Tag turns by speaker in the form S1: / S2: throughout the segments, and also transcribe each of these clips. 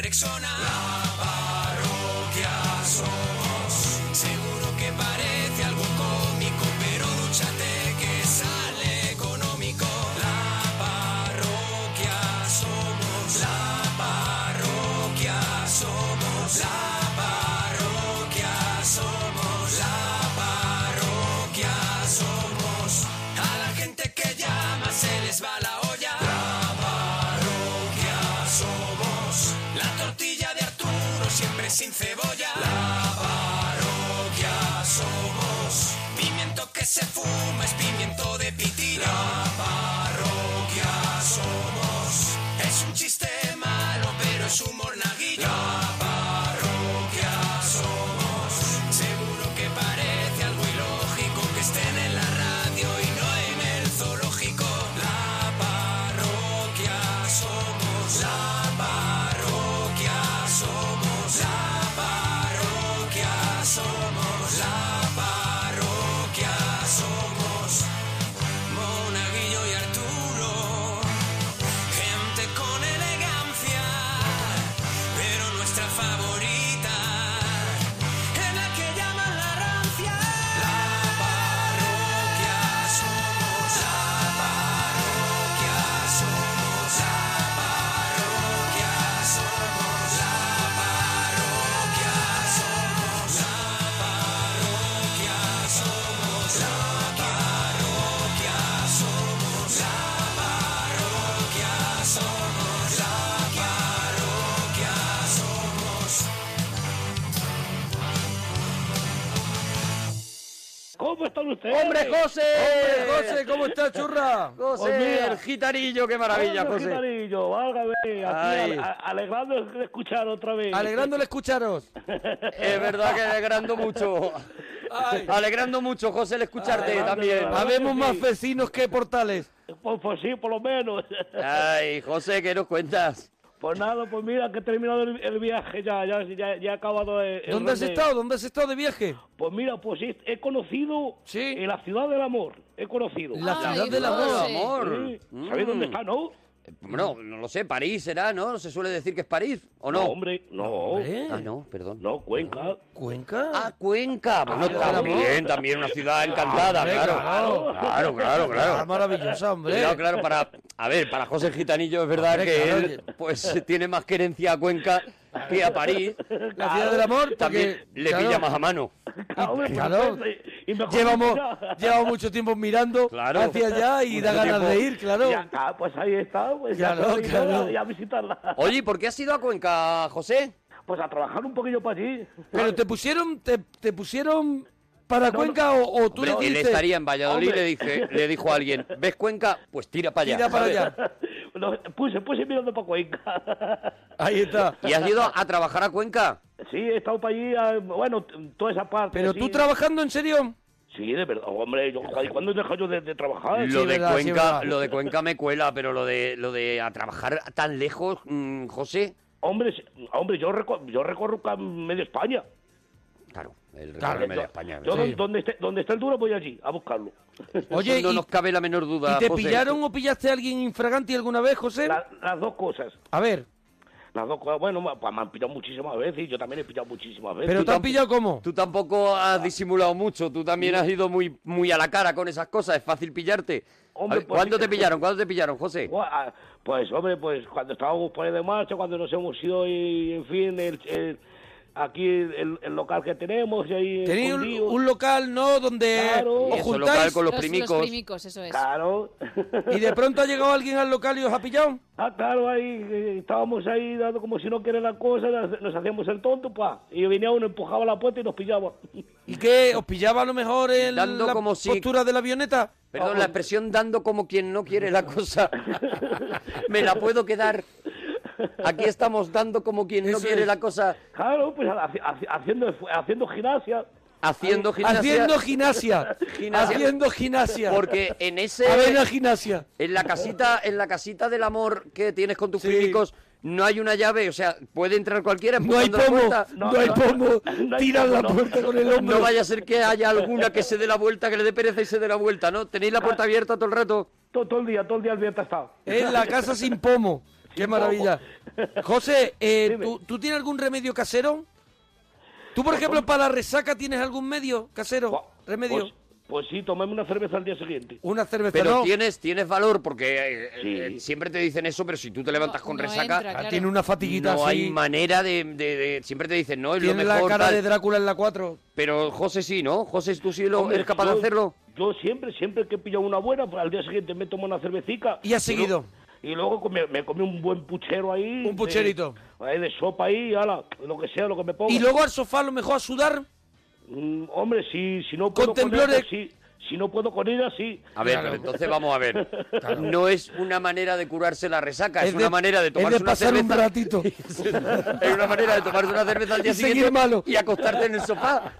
S1: persona. La parroquia somos. Seguro que parece algo cómico, pero dúchate que sale económico. La parroquia somos. La parroquia somos. La parroquia somos. La parroquia somos. A la gente que llama se les va la olla. La parroquia somos. La tortilla de Arturo siempre sin cebolla. La parroquia somos. Pimiento que se fuma es pimiento de pitina. La parroquia somos. Es un chiste malo, pero es humor naguillo. La parroquia somos. Seguro que parece algo ilógico que estén en la radio y no en el zoológico. La parroquia somos. La parroquia somos. La parroquia somos. La parroquia somos. Monaguillo y Arturo. Gente con elegancia. Pero nuestra favorita. En la que llaman la rancia La parroquia somos La parroquia somos La parroquia somos La parroquia somos La parroquia somos La parroquia somos La parroquia somos La parroquia somos
S2: ¿Cómo están ustedes?
S3: ¡Hombre, José! ¡Hombre, José! ¿Cómo estás, churra? José,
S2: Pues mira.
S3: el gitanillo, qué maravilla,
S2: Hombre,
S3: José.
S2: Gitanillo, válgame, aquí
S3: Ay.
S2: ale- a- alegrando de escuchar otra vez.
S3: Alegrándole escucharos.
S4: Es verdad que alegrando mucho. Alegrando mucho, José, el escucharte
S2: Ay,
S4: también.
S2: anda, anda.
S3: Habemos
S2: sí.
S3: más vecinos que portales.
S2: Pues, pues sí, por lo menos.
S4: Ay, José, ¿qué nos cuentas?
S2: Pues nada, pues mira que he terminado el, el viaje ya, ya, ya, ya he acabado el, el
S3: ¿Dónde has
S2: rondeo.
S3: estado? ¿Dónde has estado de viaje?
S2: Pues mira, pues he, he conocido
S3: Sí.
S2: en la ciudad del amor, he conocido.
S3: La
S5: Ay,
S3: ciudad del amor.
S5: José.
S4: Del amor. Eh,
S2: Sí. ¿Sabéis dónde está, no?
S4: No, no lo sé, París será, ¿no? Se suele decir que es París, ¿o no?
S2: hombre, no,
S3: ¿Eh?
S4: Ah, no, perdón.
S2: no, Cuenca.
S3: ¿Cuenca?
S4: Ah, Cuenca. Bueno,
S2: claro.
S4: también, también una ciudad encantada,
S3: Hombre,
S4: claro. Claro, claro,
S3: Ah,
S4: claro.
S3: maravillosa, hombre.
S4: Cuidado, claro, para... A ver, para José el Gitanillo es verdad
S3: Hombre,
S4: que
S3: claro,
S4: él pues tiene más querencia a Cuenca que a París.
S3: La ciudad del amor, porque,
S4: También le
S3: claro,
S4: pilla más a mano. Ah,
S2: Hombre, pues,
S3: claro.
S2: y mejor
S3: Llevamos,
S2: ya.
S3: llevamos mucho tiempo mirando
S4: Claro.
S3: hacia allá y da
S4: Mucho
S3: ganas de
S4: tiempo.
S3: ir, claro.
S2: Y acá, pues ahí está, pues ya
S3: Claro,
S2: estoy, nada,
S3: claro.
S2: ya a visitarla.
S4: Oye, ¿y ¿por qué has ido a Cuenca, José?
S2: Pues a trabajar un poquillo para allí.
S3: Pero te pusieron, te, te pusieron para Cuenca o, o tú
S4: Hombre,
S3: le
S4: él
S3: dijiste...
S4: estaría en Valladolid
S2: Hombre.
S4: le, dije, le dijo a alguien, ¿ves Cuenca? Pues tira para allá.
S3: Tira para
S4: ¿sabes?
S3: allá.
S2: Lo- puse, puse mirando para Cuenca.
S3: Ahí está.
S4: ¿Y has ido a trabajar a Cuenca?
S2: Sí, he estado para allí, ah, bueno, t- toda esa parte.
S3: Pero
S2: sí.
S3: tú trabajando en serio.
S2: Sí, de verdad, hombre, yo, joder, ¿cuándo he dejado yo de, de trabajar?
S4: Lo
S3: sí,
S4: de
S3: verdad, sí,
S4: Cuenca,
S3: verdad.
S4: lo de Cuenca me cuela, pero lo de lo de a trabajar tan lejos, mm, José,
S2: Hombre, sí, hombre yo, reco- yo recorro ca- medio España.
S4: claro, el
S3: Claro,
S4: recorrerme de
S2: Yo-
S4: España.
S2: Yo,
S4: ¿verdad?
S3: Sí.
S2: donde, esté, donde esté el duro voy allí, a buscarlo.
S3: Oye,
S4: no
S3: ¿y,
S4: nos cabe la menor duda.
S3: y te
S4: José.
S3: pillaron o pillaste a alguien infraganti alguna vez, José?
S2: La- las dos cosas.
S3: A ver,
S2: Las dos cosas, bueno, ma- pa- me han pillado muchísimas veces y yo también he pillado muchísimas veces.
S3: pero te han
S4: tamp-
S3: pillado cómo?
S4: Tú tampoco has disimulado mucho, tú también has ido muy muy a la cara con esas cosas, es fácil pillarte. A
S2: Hombre,
S4: ver,
S2: pues
S4: ¿Cuándo
S2: sí.
S4: te pillaron? ¿Cuándo te pillaron, José?
S2: Gua- ah, Pues hombre, pues cuando estábamos por ahí de marcha, cuando nos hemos ido y en fin, el, el- aquí el, el local que tenemos y ahí
S3: Tenéis un,
S2: escondido.
S3: un local, ¿no? Donde
S2: Claro.
S3: os
S4: Y eso, local
S3: juntáis
S4: con los
S5: Los-
S4: primicos.
S5: Los primicos, eso es.
S2: Claro.
S3: y de pronto ha llegado alguien al local y os ha pillado.
S2: ah, claro, ahí eh, estábamos ahí dando como si no quiere la cosa, nos, nos hacíamos el tonto, pa. Y venía uno, empujaba la puerta y nos pillaba.
S3: ¿Y qué? ¿Os pillaba a lo mejor en
S4: Dando
S3: la
S4: como si-
S3: postura de la avioneta?
S4: Perdón, la expresión dando como quien no quiere la cosa. Me la puedo quedar. Aquí estamos dando como quien no
S3: Eso
S4: quiere
S3: es.
S4: la cosa,
S2: Claro, pues haci- haci- haciendo, esfu- haciendo gimnasia.
S4: haciendo gimnasia.
S3: Haciendo gimnasia.
S4: Gimnasia.
S3: Haciendo gimnasia.
S4: Porque en ese
S3: Avena gimnasia.
S4: en la casita, en la casita del amor que tienes con tus
S3: Sí.
S4: primicos, no hay una llave, o sea, puede entrar cualquiera
S3: No hay
S4: empujando la
S3: pomo,
S4: puerta.
S3: no,
S2: No,
S3: hay
S2: no,
S3: pomo.
S2: no hay
S3: Tiran
S2: pomo,
S3: la
S2: no.
S3: puerta con el hombro.
S4: No vaya a ser que haya alguna que se dé la vuelta, que le dé pereza y se dé la vuelta, ¿no? Tenéis la puerta abierta todo el rato.
S2: Todo, todo el día, todo el día el viernes estaba.
S3: En la casa sin pomo. Qué maravilla. José, eh,
S2: Dime.
S3: ¿tú, tú tienes algún remedio casero? ¿Tú,
S4: Ah,
S3: por ejemplo, para la resaca tienes algún medio casero? ¿Remedio?
S2: Pues, pues sí, tomame una cerveza al día siguiente.
S3: Una cerveza,
S4: Pero
S3: no.
S4: tienes, tienes valor, porque eh, eh,
S2: Sí.
S4: siempre te dicen eso, pero si tú te levantas
S5: No,
S4: con
S5: no
S4: resaca,
S5: entra,
S3: Ah,
S5: claro.
S3: Tiene una fatiguita
S4: no
S3: así.
S4: hay manera de, de- de- Siempre te dicen, no, es lo
S3: tiene
S4: mejor.
S3: la cara
S4: tal.
S3: de Drácula en la 4.
S4: Pero José sí, ¿no? José, ¿tú sí lo,
S2: Hombre,
S4: eres capaz
S2: yo-
S4: de hacerlo?
S2: Yo siempre, siempre que he pillado una buena, pues al día siguiente me tomo una cervecita.
S3: Y has seguido.
S2: luego- Y luego com- me, me comí un buen puchero ahí.
S3: Un
S2: de-
S3: pucherito.
S2: ahí de sopa ahí, ala, lo que sea, lo que me ponga.
S3: Y luego al sofá a lo mejor a sudar.
S2: Mm, hombre, si, si no puedo
S3: Con
S2: con,
S3: temblores.
S2: ella, sí. Si no puedo con ella, sí.
S4: A ver,
S3: Claro.
S4: pero entonces vamos a ver. No es una manera de curarse la resaca, es,
S3: de-
S4: una manera de
S3: es
S4: tomarse una
S3: pasar un
S4: cerveza.
S3: ratito.
S4: es una manera de tomarse una cerveza al día
S3: Y seguir
S4: siguiente
S3: malo.
S4: y acostarte en el sofá.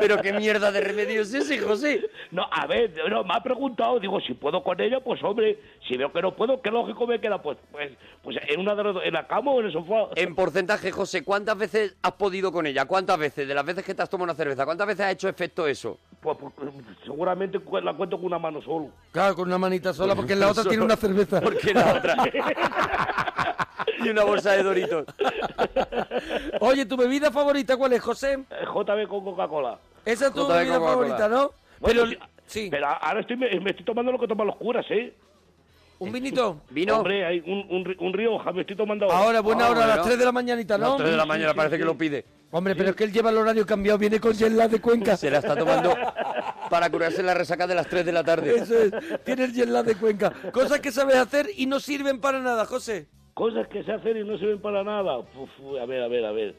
S4: Pero qué mierda de remedio es ese, José.
S2: No, a ver, no, me ha preguntado, digo, si puedo con ella, pues hombre, si veo que no puedo, qué lógico me queda, pues, pues, pues en una de las dos, en la cama o en el sofá.
S4: En porcentaje, José, ¿cuántas veces has podido con ella? ¿Cuántas veces? De las veces que te has tomado una cerveza, ¿cuántas veces ha hecho efecto eso?
S2: Pues, pues, seguramente cu- la cuento con una mano solo.
S3: Claro, con una manita sola, porque en la otra tiene una cerveza.
S4: Porque la otra. y una bolsa de doritos.
S3: Oye, ¿tu bebida favorita cuál es, José?
S2: Eh, JB con Coca-Cola.
S3: Esa es tu
S4: Jota de
S3: bebida
S4: Coca-Cola.
S3: favorita, ¿no?
S2: Bueno,
S3: pero, sí,
S2: Pero ahora estoy, me, me estoy tomando lo que toman los curas, ¿eh?
S3: un vinito.
S4: Vino.
S2: Hombre, hay un, un, ri- un Rioja, me estoy tomando
S3: Ahora, buena
S4: Ah,
S3: hora, a las
S4: bueno.
S3: 3 de la mañanita,
S4: A las
S3: ¿no?
S4: 3 de la mañana parece que lo pide.
S3: Hombre, pero es que él lleva el horario cambiado, viene con jet lag de Cuenca.
S4: Se la está tomando para curarse la resaca de las 3 de la tarde.
S3: Eso es, tiene el jet lag de Cuenca. Cosas que sabes hacer y no sirven para nada, José.
S2: Cosas que se hacen y no se ven para nada. Uf, a ver, a ver, a ver.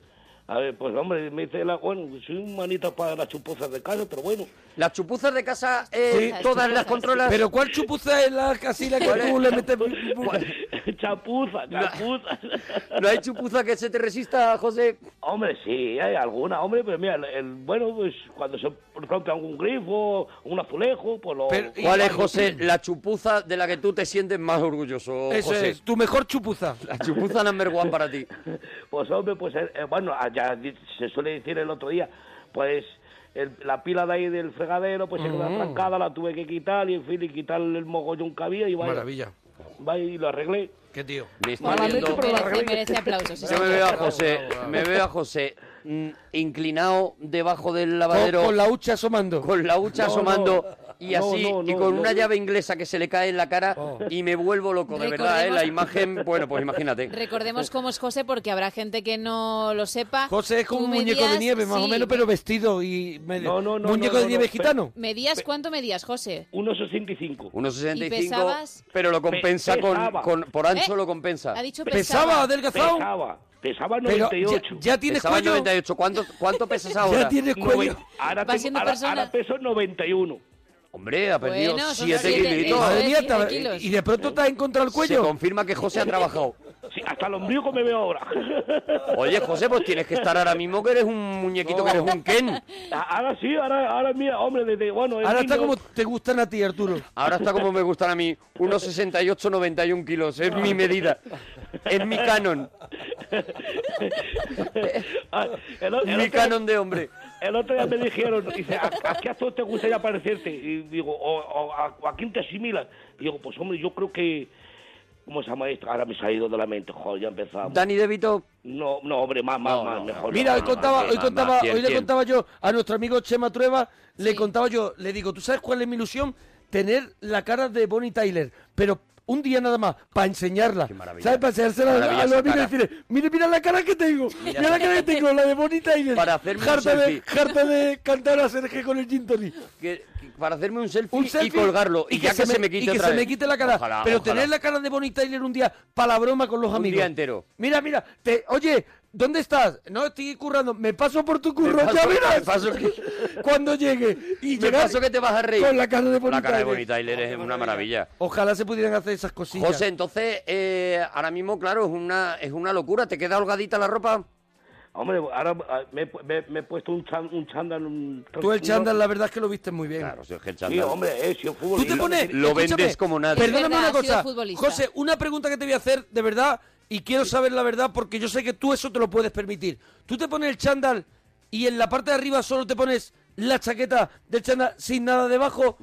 S2: A ver, pues hombre, me dice la... Bueno, soy un manita para las chupuzas de casa, pero bueno.
S4: Las chupuzas de casa, eh,
S5: Sí.
S4: todas las controlas.
S3: Pero ¿cuál chupuza es la casilla que tú le metes?
S2: chapuza, chapuza.
S4: ¿No hay chupuza que se te resista, José?
S2: hombre, sí, hay alguna. Hombre, pero mira, el, el- bueno, pues cuando se rompe algún grifo, un azulejo, pues lo...
S3: Pero- Y-
S4: ¿Cuál es, José, la chupuza de la que tú te sientes más orgulloso,
S3: Eso
S4: José?
S3: es, tu mejor chupuza.
S4: La chupuza number one para ti.
S2: Pues hombre, pues eh, eh, bueno, ah, ya di- se suele decir el otro día, pues el- la pila de ahí del fregadero pues se quedó
S3: Mm.
S2: arrancada, la tuve que quitar y en fin, y quitar el mogollón que había y vaya,
S3: Maravilla.
S2: vaya y lo arreglé.
S3: Qué tío.
S4: Me está
S2: Malamente,
S4: viendo-
S2: pero la
S5: merece, merece aplausos. sí,
S4: Yo me
S5: señor.
S4: veo a José, me veo a José mm, inclinado debajo del
S3: Con,
S4: lavadero
S3: con la hucha asomando.
S4: con la hucha
S2: No,
S4: asomando y
S2: no,
S4: así,
S2: no,
S4: y
S2: no,
S4: con
S2: no.
S4: una llave inglesa que se le cae en la cara
S3: Oh.
S4: y me vuelvo loco, de verdad, ¿eh?
S5: Recordemos-
S4: la imagen, bueno, pues imagínate.
S5: Recordemos cómo es José, porque habrá gente que no lo sepa.
S3: Eh. José es como
S5: Tú
S3: un muñeco de
S5: medías-
S3: nieve, más o
S5: sí.
S3: menos, pero vestido y... me-
S2: No, no, no,
S3: muñeco
S2: no,
S3: de
S2: no,
S3: nieve
S2: no,
S3: gitano.
S5: ¿Medías cuánto medías, José?
S2: 1,65.
S4: 1,65,
S5: pesabas?
S4: pero lo compensa
S2: Pe-
S4: con,
S2: pesaba.
S4: con- por ancho
S5: ¿Eh?
S4: lo compensa.
S5: Ha dicho
S3: Pesaba,
S5: pesaba.
S3: adelgazado.
S2: Pesaba, pesaba
S3: Pero
S2: 98.
S3: ya, ya tienes
S4: Pesaba
S3: cuello.
S4: 98, ¿cuánto, cuánto pesas ahora?
S3: Ya tienes
S2: Noven-
S3: cuello.
S2: ahora,
S5: Va
S2: tengo-
S5: siendo
S2: ahora-
S5: persona-
S2: ahora peso 91.
S4: Hombre, ha perdido
S5: Bueno, son
S4: 7
S5: siete,
S4: kilitos.
S5: eso
S3: Madre
S5: es,
S3: mía,
S5: 15
S3: te-
S5: kilos.
S3: y de pronto te has encontrado el
S4: Se
S3: cuello.
S4: confirma que José ha trabajado.
S2: Sí, hasta el ombligo me veo ahora.
S4: Oye, José, pues tienes que estar ahora mismo que eres un muñequito, que eres un Ken.
S2: A- Ah, ahora sí, ahora, ahora mira, hombre, desde, bueno... el
S3: Ahora está
S2: niño-
S3: como te gustan a ti, Arturo.
S4: Ahora está como me gustan a mí, unos 68, 91 kilos. Es mi medida. Es mi canon.
S2: Ah, el o- el
S4: Mi
S2: otro-
S4: canon de hombre.
S2: El otro día me dijeron, dice, ¿a, a qué actor te gustaría parecerte? Y digo, o, o- a, o a quién te asimilas? Y digo, pues hombre, yo creo que... ¿Cómo se llama esto? Ahora me se ha ido de la mente, joder, ya empezamos.
S4: Dani DeVito,
S2: No, no, hombre, más, más,
S4: No,
S2: más,
S4: no,
S2: mejor.
S3: Mira,
S2: no,
S3: hoy
S2: no,
S3: contaba,
S2: no,
S3: hoy
S2: no,
S3: contaba,
S4: cien,
S3: hoy le
S4: cien.
S3: contaba yo a nuestro amigo Chema Trueba, le
S5: Sí.
S3: contaba yo, le digo, ¿tú sabes cuál es mi ilusión? Tener la cara de Bonnie Tyler, pero un día nada más, para enseñarla.
S4: Qué maravilla.
S3: ¿Sabes? Para enseñársela a- a los
S4: Maravillosa
S3: amigos y
S4: cara.
S3: decirle, mire, mira la cara que tengo, mira la cara que tengo, la de Bonnie Tyler.
S4: Para hacerme un
S3: Harta de,
S4: selfie.
S3: harta de cantar a Sergio con el gin tonic.
S4: que- que para hacerme un selfie,
S3: Un selfie
S4: y colgarlo. Y, ya que se me,
S3: y
S4: quite
S3: que
S4: otra
S3: se
S4: vez.
S3: me quite la cara.
S4: Ojalá,
S3: pero
S4: ojalá.
S3: tener la cara de Bonnie Tyler un día para la broma con los
S4: Un
S3: amigos.
S4: día entero.
S3: Mira, mira, te, oye, ¿dónde estás? No, estoy currando. Me paso por tu curro,
S4: paso-
S3: ya verás.
S4: me paso que-
S3: Cuando llegue. Y
S4: Me
S3: llegar
S4: paso que te vas a reír.
S3: Con la cara de Bonnie
S4: La cara de
S3: Tyler.
S4: Bonnie Tyler es una maravilla.
S3: Ojalá se pudieran hacer esas cosillas.
S4: José, entonces, eh, ahora mismo, claro, es una, es una locura. ¿Te queda holgadita la ropa?
S2: Hombre, ahora ah, me, he pu- me- me he puesto un, chan, un chándal... Un,
S3: Tú el
S2: un-
S3: chándal, la verdad es que lo viste muy bien.
S4: Claro, si es que el
S2: Sí,
S4: chándal-
S2: hombre, eh, si yo fútbol...
S3: Tú te pones.
S4: Lo
S3: escúchame,
S4: vendes como nadie.
S5: Es
S3: Perdóname
S5: verdad,
S3: una
S5: ha sido
S3: cosa.
S5: futbolista.
S3: José, una pregunta que te voy a hacer de verdad y quiero saber la verdad porque yo sé que tú eso te lo puedes permitir. Tú te pones el chándal y en la parte de arriba solo te pones la chaqueta del chándal sin nada debajo.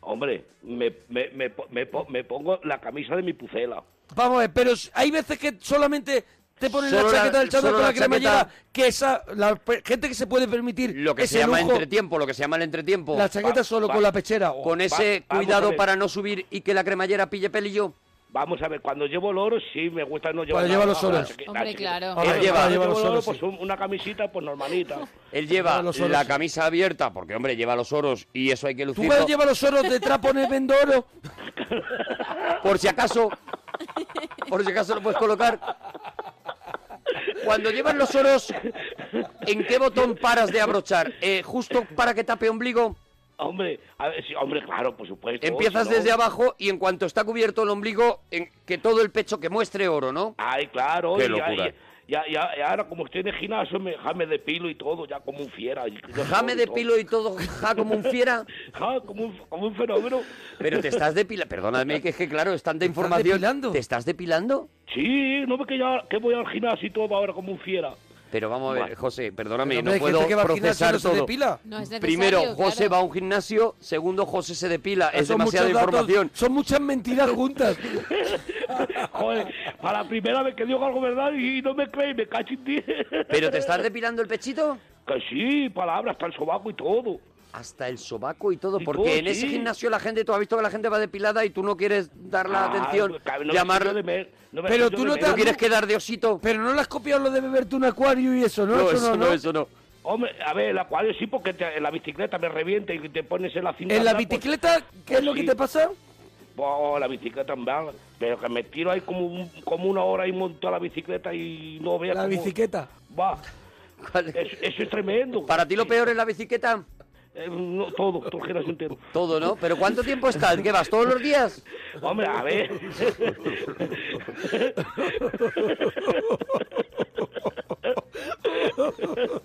S2: Hombre, me, me, me, po- me po- me pongo la camisa de mi pucela.
S3: Vamos a ver, pero s- hay veces que solamente te ponen la
S4: Solo la-
S3: chaqueta del chándal
S4: solo
S3: con la,
S4: la
S3: cremallera,
S4: chaqueta-
S3: que esa, la pe- gente que se puede permitir
S4: Lo que
S3: ese
S4: se llama
S3: lujo,
S4: entretiempo, lo que se llama el entretiempo.
S3: la chaqueta
S2: Va-
S3: solo
S2: va-
S3: con la pechera. o-
S4: Con ese
S2: vamos a
S4: cuidado
S2: ver.
S4: para no subir y que la cremallera pille pelillo.
S2: Vamos a ver, cuando llevo el oro, sí, me gusta no llevar nada,
S3: Cuando lleva los
S2: la
S3: oros.
S2: chaqueta,
S5: Hombre,
S2: la chaqueta.
S5: claro.
S2: Pero
S4: Ahora lleva-
S2: cuando llevo
S3: lleva los
S2: el oro,
S3: oros,
S2: pues
S3: sí.
S2: un- una camisita, pues normalita.
S4: Él lleva
S3: Lleva los oros,
S4: la
S3: sí.
S4: camisa abierta, porque hombre, lleva los oros y eso hay que
S3: Tú
S4: lucirlo.
S3: puedes llevar los oros detrás, pones vendo oro.
S4: Por si acaso, por si acaso lo puedes colocar. Cuando llevas los oros, ¿en qué botón paras de abrochar? Eh, justo para que tape ombligo,
S2: Hombre, a ver, sí, hombre, claro, por supuesto.
S4: empiezas
S2: si no-
S4: desde abajo y en cuanto está cubierto el ombligo, en que todo el pecho que muestre oro, ¿no?
S2: Ay, claro.
S4: Qué
S2: y ya-
S4: locura.
S2: Ya, ya, ya- ahora como estoy en el gimnasio, me, ja, me depilo y todo, ya como un fiera. y-
S4: Jame de pilo y todo, ja, como un fiera.
S2: Ja, como un, como un fenómeno.
S4: Pero te estás depilando. Perdóname, que es que claro, es tanta información.
S3: depilando?
S4: ¿Te estás depilando?
S2: Sí, no ve que ya que voy al gimnasio y todo ahora como un fiera.
S4: Pero vamos a ver,
S2: Vale.
S4: José, perdóname,
S3: Pero
S4: no
S3: hay gente
S4: puedo
S3: que va al gimnasio y
S4: procesar
S3: no se
S4: todo.
S3: depila.
S5: No es necesario,
S4: Primero, José
S5: claro.
S4: va a un gimnasio. Segundo, José se depila. Es
S3: Son
S4: demasiada
S3: muchos datos,
S4: información.
S3: son muchas mentiras juntas.
S2: Joder, para la primera vez que digo algo verdad y no me crees, me cacho en ti.
S4: ¿Pero te estás depilando el pechito?
S2: Que sí, palabras, hasta el sobaco y todo.
S4: Hasta el sobaco y todo,
S2: Y
S4: porque
S2: todo,
S4: en ese
S2: Oh, sí.
S4: gimnasio la gente, tú has visto que la gente va depilada y tú no quieres dar la
S2: Ah,
S4: atención,
S2: cabrón, no me
S4: llamar,
S2: echo de mer- no me
S3: Pero
S2: echo
S3: tú
S2: de
S3: no
S2: mer-
S3: te
S4: no quieres quedar de osito.
S3: Pero no le has copiado lo de beberte un acuario y eso, ¿no?
S4: No,
S3: Eso
S4: eso
S3: no,
S4: no,
S3: ¿no?
S4: eso no.
S2: Hombre, a ver, el acuario sí, porque te- en la bicicleta me revienta y te pones en la cinta.
S3: ¿En la
S2: blanca, pues-
S3: bicicleta qué es lo que
S2: sí.
S3: te pasa?
S2: Oh, la bicicleta en bala. Pero que me tiro ahí como, un- como una hora y monto a la bicicleta y no veo.
S3: La bicicleta.
S2: Va. Es- eso es tremendo.
S4: Para ti lo peor es la bicicleta.
S2: Eh, no, todo, todo el gimnasio entero.
S4: Todo, ¿no? ¿Pero cuánto tiempo estás? ¿Qué vas? ¿Todos los días?
S2: Hombre, a ver.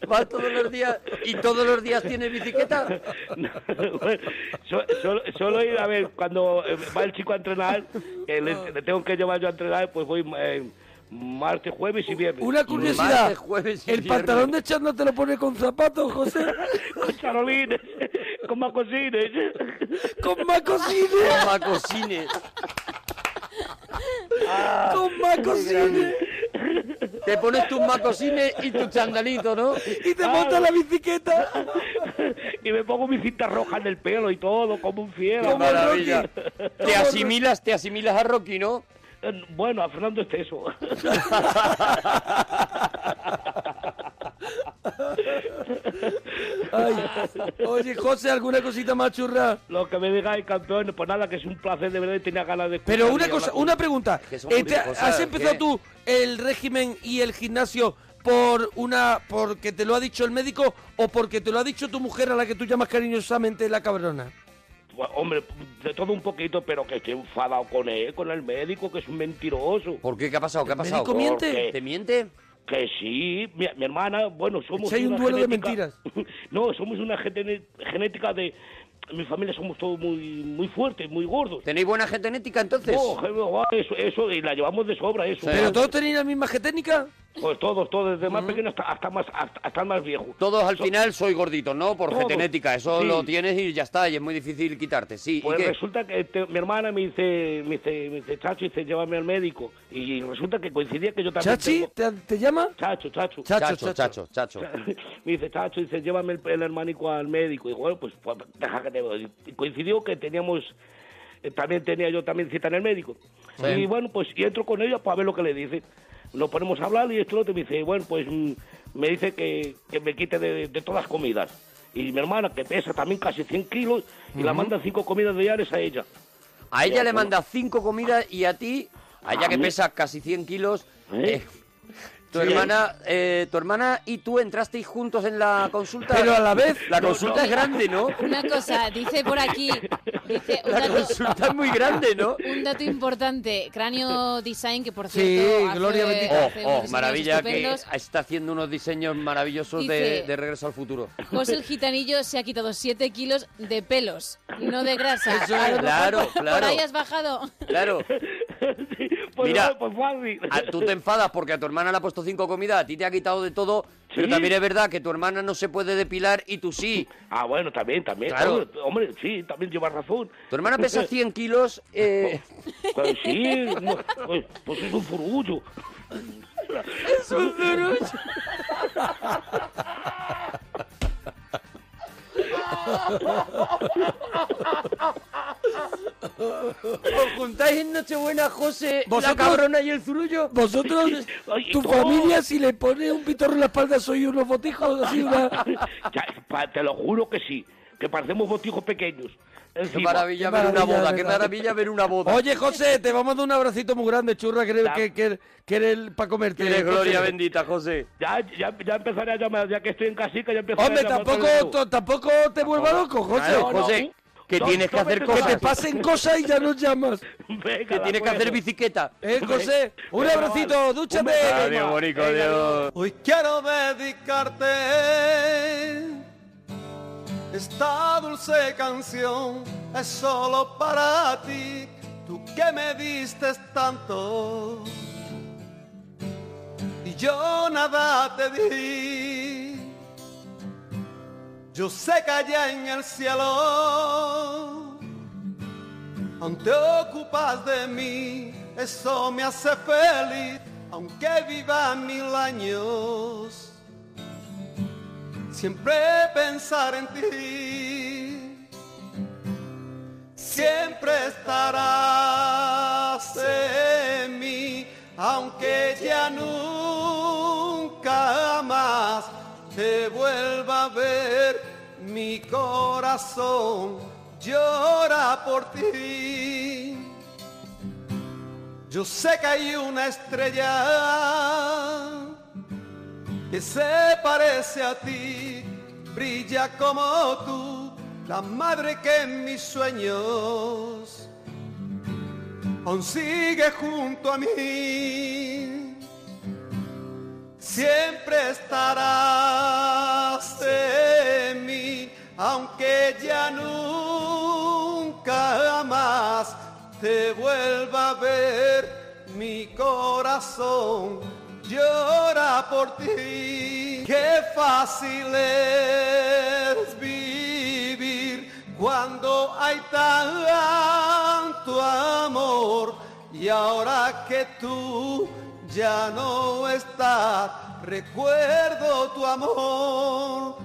S4: ¿Vas todos los días? ¿Y todos los días tienes bicicleta?
S2: So- solo, solo ir a ver, cuando eh, va el chico a entrenar, eh, le, le tengo que llevar yo a entrenar, pues voy eh, martes, jueves y viernes.
S3: Una curiosidad.
S4: Martes, jueves y
S3: ¿El
S4: viernes.
S3: pantalón de Chad no te lo pone con zapatos, José?
S2: Con charolines, con macocines.
S3: ¡Con macosines!
S4: Macosines.
S3: ¡Con macosines!
S4: Te pones tus macosines y tu chandalito, ¿no?
S3: Y te monta la bicicleta.
S2: Y me pongo mi cinta roja en el pelo y todo, como un fiero.
S3: Como el
S4: Maravilla.
S3: Rocky.
S4: Te asimilas, te asimilas a Rocky, ¿no?
S2: Eh, Bueno, a Fernando Esteso.
S3: Ay. Oye, José, ¿alguna cosita más churra?
S2: Lo que me digáis, campeón, pues nada, que es un placer de verdad y tenía ganas de escuchar
S3: Pero
S2: y
S3: una
S2: hablar
S3: cosa,
S2: con-
S3: una pregunta.
S4: que son
S3: Eh,
S4: muy
S3: te-
S4: cosas,
S3: ¿Has empezado
S4: ¿qué?
S3: tú Eh, el régimen y el gimnasio por una porque te lo ha dicho el médico o porque te lo ha dicho tu mujer a la que tú llamas cariñosamente la cabrona?
S2: Pues, Hombre, de todo un poquito, pero que estoy enfadado con él, con el médico, que es un mentiroso.
S4: ¿Por qué? ¿Qué ha pasado? ¿Qué ha pasado?
S3: médico miente?
S2: qué?
S4: ¿Te miente?
S2: Que sí, mi, mi hermana, bueno, somos.
S3: Si hay un
S2: una
S3: duelo de
S2: genética- no, somos una gene- genética de. En mi familia somos todos muy, muy fuertes, muy gordos.
S4: ¿Tenéis buena genética entonces?
S2: No, jefe, eso, eso, y la llevamos de sobra, eso.
S4: Sí.
S3: Pero todos tenéis la misma técnica.
S2: Pues todos, todos, desde más pequeño hasta, hasta más hasta, hasta el más viejo.
S4: Todos al
S2: So-
S4: final soy gordito, ¿no? Por
S2: Todos.
S4: genética, eso
S2: Sí.
S4: lo tienes y ya está, y es muy difícil quitarte, sí. ¿Y
S2: Pues
S4: qué?
S2: resulta que este, mi hermana me dice, me dice, me dice, Chacho, dice, llévame al médico. Y resulta que coincidía que yo también
S3: ¿Chachi?
S2: tengo-
S3: ¿Te, te llama?
S2: Chacho, Chacho.
S3: Chacho,
S4: chacho, chacho, chacho.
S2: me dice, Chacho, dice, llévame el, el hermanico al médico. Y bueno, pues, pues, deja que te voy. Y coincidió que teníamos, eh, también tenía yo también cita en el médico.
S4: Sí.
S2: Y bueno, pues y entro con ella para ver lo que le dice. Nos ponemos a hablar y esto lo otro me dice, bueno, pues mm, me dice que, que me quite de, de todas las comidas. Y mi hermana, que pesa también casi 100 kilos, y la manda cinco comidas diarias a ella.
S4: A ella
S2: Ya,
S4: le
S2: bueno.
S4: manda cinco comidas y a ti, a ella
S2: A
S4: que
S2: mí.
S4: pesa casi 100 kilos, eh,
S2: ¿Eh?
S4: tu
S2: Sí.
S4: hermana, eh, tu hermana y tú entrasteis juntos en la consulta.
S3: Pero a la vez-
S4: la consulta es grande, ¿no?
S5: Una cosa, dice por aquí, dice un
S4: La
S5: dato,
S4: consulta es muy grande, ¿no?
S5: un dato importante, Cráneo Design, que por
S3: Sí,
S5: cierto hace-
S3: Gloria bendita.
S4: Oh,
S5: hace unos
S4: oh,
S5: diseños
S4: maravilla que
S5: estupendos.
S4: está haciendo unos diseños maravillosos de,
S5: Dice-
S4: de Regreso al Futuro.
S2: pues
S5: José el Gitanillo se ha quitado 7 kilos de pelos, no de grasa.
S4: Eso es.
S5: A lo mejor
S4: Claro,
S5: por-
S4: claro.
S5: Por ahí has bajado.
S4: Claro,
S2: Pues
S4: Mira,
S2: no, pues fácil.
S4: a- tú te enfadas porque a tu hermana le ha puesto cinco comidas, a ti te ha quitado de todo, Pero también es verdad que tu hermana no se puede depilar y tú sí.
S2: Ah, bueno, también, también.
S4: Claro.
S2: Hombre, hombre, sí, también llevas razón.
S4: Tu hermana pesa 100 kilos. eh,
S2: Pues sí, pues, pues es un furullo.
S3: Es un zurullo.
S4: Os juntáis en Nochebuena, José, Eh, la
S3: ¿Vosotros?
S4: cabrona y el zurullo.
S3: Vosotros,
S2: Ay,
S3: tu
S2: no.
S3: familia, si le pone un pitorro en la espalda, soy unos botijos, así una...
S2: Ya, pa- te lo juro que sí, que parecemos botijos pequeños.
S4: Qué
S2: Encima.
S4: maravilla
S3: Qué
S4: ver una
S3: maravilla,
S4: boda,
S3: de
S4: qué
S3: verdad.
S4: maravilla ver una boda.
S3: Oye, José, te vamos a dar un abracito muy grande, churra, que,
S2: Ya.
S3: que, que, que eres el para comerte.
S4: Que eres
S3: José.
S4: gloria bendita, José.
S2: Ya, ya, ya empezaré a llamar, ya que estoy en casica, ya empezaré
S3: Hombre,
S2: a llamar.
S3: tampoco, to- tampoco te vuelva loco, José.
S4: Claro,
S2: no.
S4: José, que
S2: No,
S4: tienes que
S2: no
S4: hacer
S2: me
S3: Que
S4: cosas.
S3: te pasen cosas y ya nos llamas.
S2: Venga,
S4: Que
S2: de
S4: tienes que
S2: acuerdo.
S4: hacer bicicleta.
S3: ¿Eh, José? Un
S2: Venga,
S3: abracito,
S2: vale.
S3: dúchate.
S2: Un beso.
S4: Adiós, bonico, adiós.
S6: Hoy quiero dedicarte esta dulce canción, es solo para ti, tú que me diste tanto. Y yo nada te di, yo sé que allá en el cielo aún te ocupas de mí, eso me hace feliz, aunque viva mil años. Siempre pensar en ti, siempre estarás en mí, aunque ya nunca más te vuelva a ver mi corazón llora por ti. Yo sé que hay una estrella que se parece a ti, brilla como tú, la madre que en mis sueños aún sigue junto a mí. Siempre estarás en mí, aunque ya nunca más te vuelva a ver mi corazón. Llora por ti, qué fácil es vivir cuando hay tanto amor y ahora que tú ya no estás, recuerdo tu amor.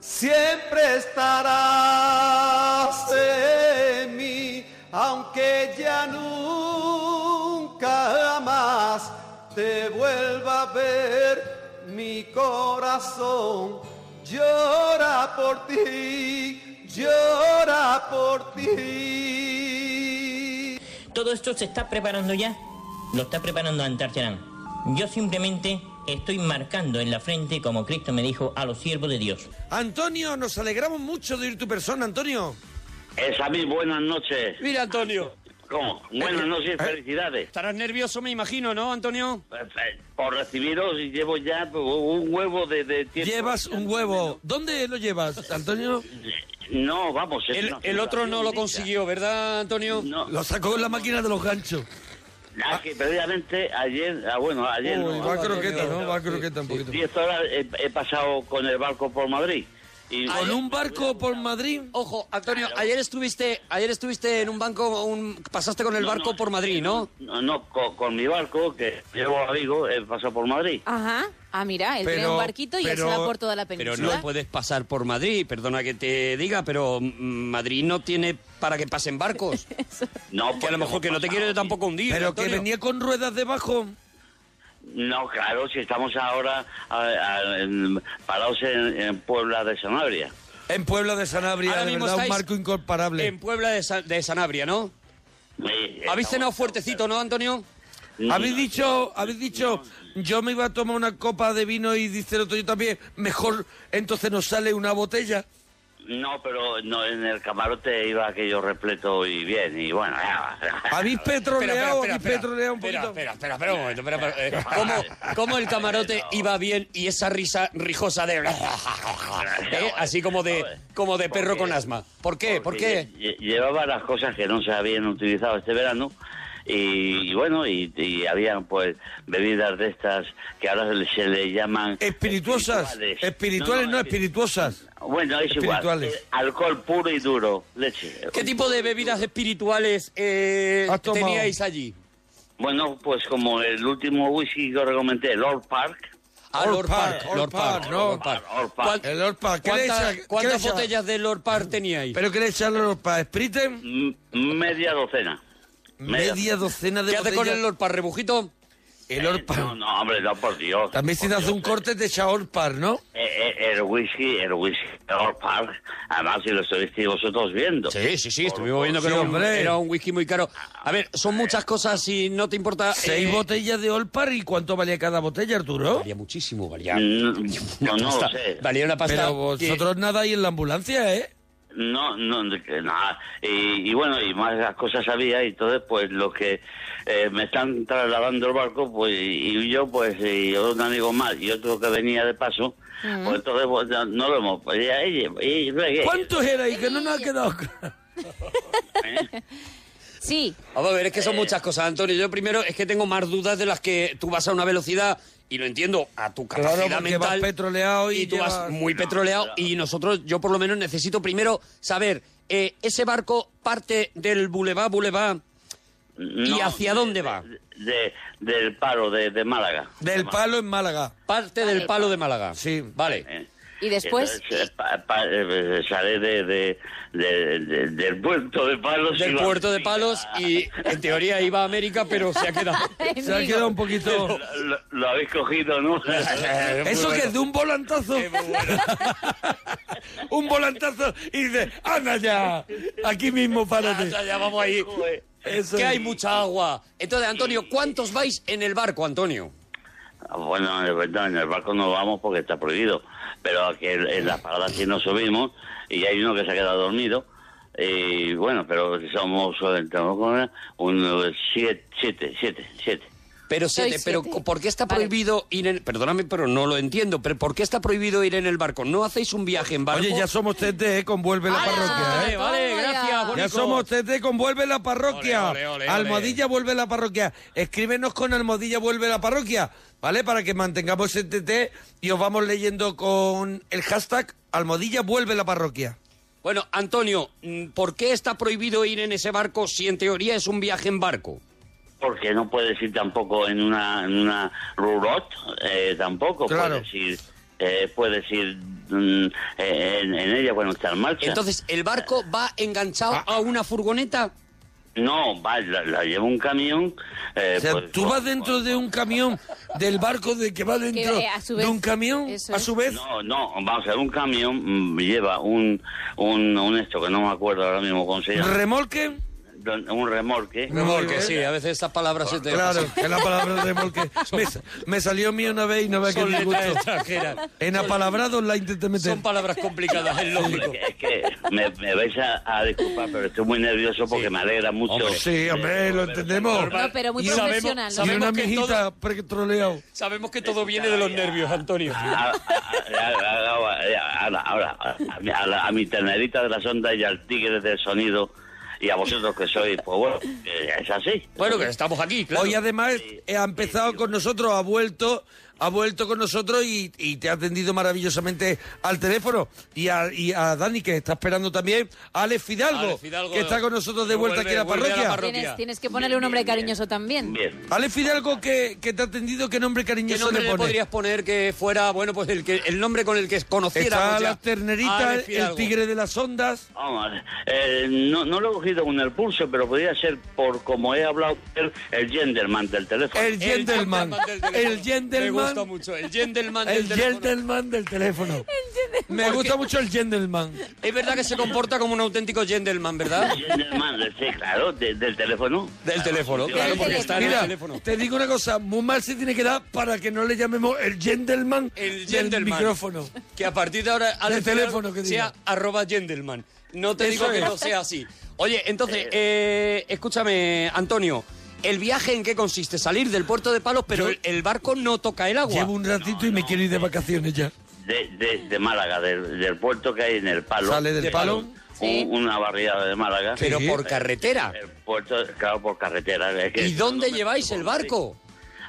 S6: Siempre estarás en mí, aunque ya nunca más te vuelva a ver mi corazón. Llora por ti, llora por ti.
S7: Todo esto se está preparando ya. Lo está preparando Antarcharán. Yo simplemente estoy marcando en la frente, como Cristo me dijo, a los siervos de Dios.
S3: Antonio, nos alegramos mucho de ir tu persona, Antonio.
S8: Es a mí, buenas noches.
S4: Mira, Antonio.
S8: ¿Cómo? Buenas noches,
S3: Eh,
S8: felicidades.
S4: Estarás nervioso, me imagino, ¿no, Antonio?
S8: Eh, Por recibiros y llevo ya un huevo de, de tiempo.
S3: Llevas un huevo. ¿Dónde lo llevas, Antonio?
S8: No, vamos. es
S4: El,
S8: una
S4: el otro no lo
S8: situación
S4: consiguió, ¿verdad, Antonio?
S8: dicha. No,
S3: Lo sacó en la máquina de los ganchos.
S8: ah, que previamente ayer, ah, bueno, ayer
S3: Uy,
S8: no,
S3: va croqueta, ¿no? Va croqueta un poquito.
S8: 10 horas he, he pasado con el barco por Madrid. Y
S3: Con un barco por Madrid.
S4: Ojo, Antonio, ayer estuviste, ayer estuviste en un banco, un- pasaste con el barco por Madrid, ¿no?
S8: No, no, con, con mi barco, que llevo a Vigo, he pasado por Madrid.
S5: Ajá. Ah, mira, él tiene
S3: Pero-
S5: un barquito y él se
S3: pero-
S5: va por toda la
S4: Pero
S5: península.
S4: no puedes pasar por Madrid, perdona que te diga, pero mm, Madrid no tiene para que pasen barcos.
S8: No,
S4: Que a
S8: porque
S4: lo mejor que no te
S8: hemos
S4: quiero
S8: pasado-
S4: tampoco hundir.
S3: Pero que
S4: Antonio.
S3: venía con ruedas debajo.
S8: No, claro, si estamos ahora a- a- en- parados en, en Puebla de Sanabria.
S3: En Puebla de Sanabria,
S4: Ahora
S3: de
S4: mismo
S3: verdad, un
S4: estáis
S3: marco incomparable.
S4: En Puebla de, Sa- de Sanabria, ¿no?
S8: Eh,
S4: Habéis
S8: estamos-
S4: cenado fuertecito, ¿no, Antonio?
S3: Habéis dicho, habéis dicho, yo me iba a tomar una copa de vino y dice el otro, yo también, mejor, entonces nos sale una botella.
S8: No, pero no, en el camarote iba aquello repleto y bien, y bueno.
S3: Habéis petroleado, habéis petroleado un
S4: espera,
S3: poquito.
S4: espera, espera, espera un momento. Espera, espera, eh, ¿Cómo, cómo el camarote iba bien y esa risa rijosa de... ¿Eh? Así como de, como de perro con asma. ¿Por qué? ¿Por qué?
S8: Porque lle- Llevaba las cosas que no se habían utilizado este verano y, y bueno, y, y habían pues bebidas de estas que ahora se le llaman...
S4: Eh,
S3: Espirituosas.
S8: espirituales.
S3: Espirituales, no,
S8: espi-
S3: espirituosas.
S8: Bueno, es igual.
S3: Espirituales.
S8: Eh, Alcohol puro y duro, leche.
S4: ¿Qué tipo de bebidas espirituales eh,
S3: Has tomado.
S4: teníais allí?
S8: Bueno, pues como el último whisky que os recomendé, el Old Park,
S4: Ah,
S3: Old
S4: Lord
S3: Park,
S4: Park,
S3: Old
S4: Lord Park,
S3: Park, no.
S4: Lord Park.
S8: Old Park.
S4: ¿Cuál-
S3: El Old Park. ¿Qué le
S4: ¿Cuánta-
S3: echa- qué
S4: ¿Cuántas
S3: le echa?
S4: botellas de Lord Park teníais?
S3: ¿Pero qué le echan los para Sprite?
S8: m- media docena.
S3: Media, docena de
S4: ¿Qué hace con
S3: botellas.
S4: el Lord Park, rebujito?
S3: El Orpar.
S8: No, no, hombre, no, por Dios.
S3: También si
S8: por
S3: te hace
S8: Dios.
S3: un corte te echa Orpar, ¿no?
S8: Eh, eh, el whisky, el whisky, el Old Park, además si lo estuvisteis vosotros viendo.
S4: Sí, sí, sí,
S8: por-
S4: estuvimos viendo que
S3: sí,
S4: era, un,
S3: hombre.
S4: era un whisky muy caro. A ver, son muchas cosas, si no te importa...
S3: Seis
S4: eh,
S3: botellas de Orpar y ¿cuánto valía cada botella, Arturo?
S4: Valía muchísimo, valía...
S8: Mm, No,
S4: una
S8: no lo
S4: pasta.
S8: sé.
S4: Valía una pasta...
S3: Pero
S4: que-
S3: vosotros nada ahí en la ambulancia, ¿eh?
S8: No, no, de que nada. Y, y bueno, y más las cosas había, y entonces, pues los que eh, me están trasladando el barco, pues, y, y yo, pues, y un amigo más, y otro que venía de paso, pues entonces, pues, ya no lo hemos. Pues, ya, y- y- y-
S3: ¿Cuántos erais? Que no nos ha quedado claro.
S9: Sí,
S4: Vamos a ver, es
S8: Eh.
S4: que son muchas cosas, Antonio. Yo primero es que tengo más dudas de las que tú vas a una velocidad y lo entiendo a tu
S3: Claro,
S4: capacidad
S3: porque vas
S4: mental.
S3: petroleado y
S4: tú vas
S3: llevas-
S4: muy petroleado y nosotros, yo por lo menos necesito primero saber eh, ese barco parte del Boulevard Boulevard
S8: no, eh,
S4: y hacia dónde va.
S8: de- del paro de, de Málaga.
S3: Del palo en Málaga.
S4: Parte del palo de Málaga.
S3: Sí.
S4: Vale.
S8: Eh,
S9: y después...
S8: entonces, eh, pa- pa- eh, sale de, de- de- de- del puerto de Palos. y
S4: Del
S8: va-
S4: puerto de Palos y en teoría iba a América, pero se ha quedado.
S9: en
S3: Se ha
S9: Vigo.
S3: quedado un poquito...
S8: Lo, lo- lo habéis cogido, ¿no?
S3: Eso que es de un volantazo. un volantazo y dice, anda ya, aquí mismo párate.
S4: Ya, ya, vamos ahí.
S3: Eso
S4: Que
S3: es.
S4: hay mucha agua. Entonces, Antonio, ¿cuántos vais en el barco, Antonio?
S8: Ah, Bueno, es verdad, en el barco no vamos porque está prohibido, pero que en en la parada sí nos subimos y hay uno que se ha quedado dormido. Y bueno, pero somos eh, tenemos como un siete, siete, siete, siete.
S4: Pero, siete,
S9: Sois
S4: pero
S9: siete.
S4: co- ¿por qué está
S9: Vale.
S4: prohibido ir en... Perdóname, pero no lo entiendo. Pero ¿Por qué está prohibido ir en el barco? ¿No hacéis un viaje en barco?
S3: Oye, ya somos TT, ¿eh? Convuelve la
S4: Ah,
S3: parroquia,
S4: Vale,
S3: ¿eh?
S4: vale,
S9: Toma ya.
S4: gracias.
S3: Ya
S4: Bonico.
S3: somos TT con Vuelve la Parroquia.
S4: Ole, ole, ole, ole.
S3: almohadilla Vuelve la Parroquia. Escríbenos con Almohadilla Vuelve la Parroquia, ¿vale? Para que mantengamos el TT y os vamos leyendo con el hashtag Almohadilla Vuelve la Parroquia.
S4: Bueno, Antonio, mm, ¿por qué está prohibido ir en ese barco si en teoría es un viaje en barco?
S8: Porque no puedes ir tampoco en una, en una rurot, eh, tampoco
S3: Claro.
S8: puedes ir, eh, puedes ir mm, eh, en, en ella cuando está en marcha.
S4: Entonces, ¿el barco va enganchado
S3: Ah.
S4: a una furgoneta?
S8: no, va, la, la lleva un camión. eh,
S3: O sea,
S8: pues,
S3: tú
S8: con-
S3: vas dentro de un camión, del barco de que va dentro
S9: eh, a su
S3: de
S9: vez,
S3: un camión,
S9: eso
S3: a
S9: es.
S3: su vez.
S8: No, no, vamos a ver, un camión mm, lleva un, un, un esto que no me acuerdo ahora mismo cómo se llama,
S3: ¿Remolque?
S8: don- un remolque.
S3: Muy
S4: Porque
S3: bien.
S4: sí, a veces estas palabras se te...
S3: Claro, que la palabra remolque. Me, sa- me salió mía una vez y no me
S4: Son letras
S3: quedé gusto.
S4: extranjeras.
S3: En apalabrados la intenté meter.
S4: Son palabras complicadas, es lógico.
S8: Es que me, me vais a, a disculpar, pero estoy muy nervioso porque me alegra mucho.
S4: Hombre.
S3: Sí, hombre, lo entendemos.
S9: No, pero muy
S4: Y sabemos-
S9: profesional.
S3: Y una
S9: ¿no?
S4: sabemos que
S3: mijita petroleado.
S4: Sabemos que todo viene de los nervios, Antonio.
S8: A, a- a- a- a- ahora, a, a- a la- a mi ternerita de las ondas y al tigre del sonido y a vosotros que sois, pues bueno, eh, es así.
S4: Bueno, que estamos aquí, claro.
S3: Hoy además eh, ha empezado con nosotros, ha vuelto, ha vuelto con nosotros y, y te ha atendido maravillosamente al teléfono. Y a, y a Dani, que está esperando también, a Alex Fidalgo,
S4: Alex Fidalgo,
S3: que está con nosotros de
S4: que
S3: vuelta
S4: vuelve-
S3: aquí a la
S4: vuelve a la
S3: parroquia.
S4: parroquia.
S9: Tienes, tienes que ponerle un nombre cariñoso también.
S8: Bien.
S3: Alex Fidalgo, que, que te ha atendido, ¿qué nombre
S4: ¿Qué
S3: cariñoso
S4: nombre
S3: le
S4: le
S3: pones?
S4: podrías poner que fuera, bueno, pues el, que, el nombre con el que Ah, conociera
S3: Está la ternerita, el tigre de las ondas.
S8: Vamos, eh, no, no lo he cogido con el pulso, pero podría ser por como he hablado el, el genderman del teléfono.
S3: El gentleman. El
S4: Me
S3: gentleman.
S4: gusta mucho, el gentleman del
S3: El
S4: teléfono.
S3: gentleman del teléfono. Me
S4: Porque-
S3: gusta mucho el gentleman.
S4: Es verdad que se comporta como un auténtico gentleman, ¿verdad?
S8: Gentleman, sí, claro, de- del teléfono.
S4: Del teléfono, claro, porque está en el
S3: Mira,
S4: teléfono.
S3: te digo una cosa, muy mal se tiene que dar para que no le llamemos el gentleman
S4: El
S3: del
S4: gentleman.
S3: micrófono.
S4: Que a partir de ahora al
S3: Del teléfono que diga.
S4: sea arroba gentleman. No te
S3: Eso
S4: digo que
S3: es.
S4: no sea así. Oye, entonces, eh, escúchame, Antonio. ¿El viaje en qué consiste? Salir del puerto de Palos, pero
S3: Yo-
S4: el- el barco no toca el agua.
S3: Llevo un ratito y me quiero ir de vacaciones ya.
S8: De, de- de Málaga, del, del puerto que hay en el palo.
S3: Sale del
S8: De
S3: palo.
S9: Sí.
S8: un- una barriada de Málaga.
S4: Pero por carretera.
S8: El puerto, claro, por carretera. es que-
S4: ¿Y dónde lleváis el barco?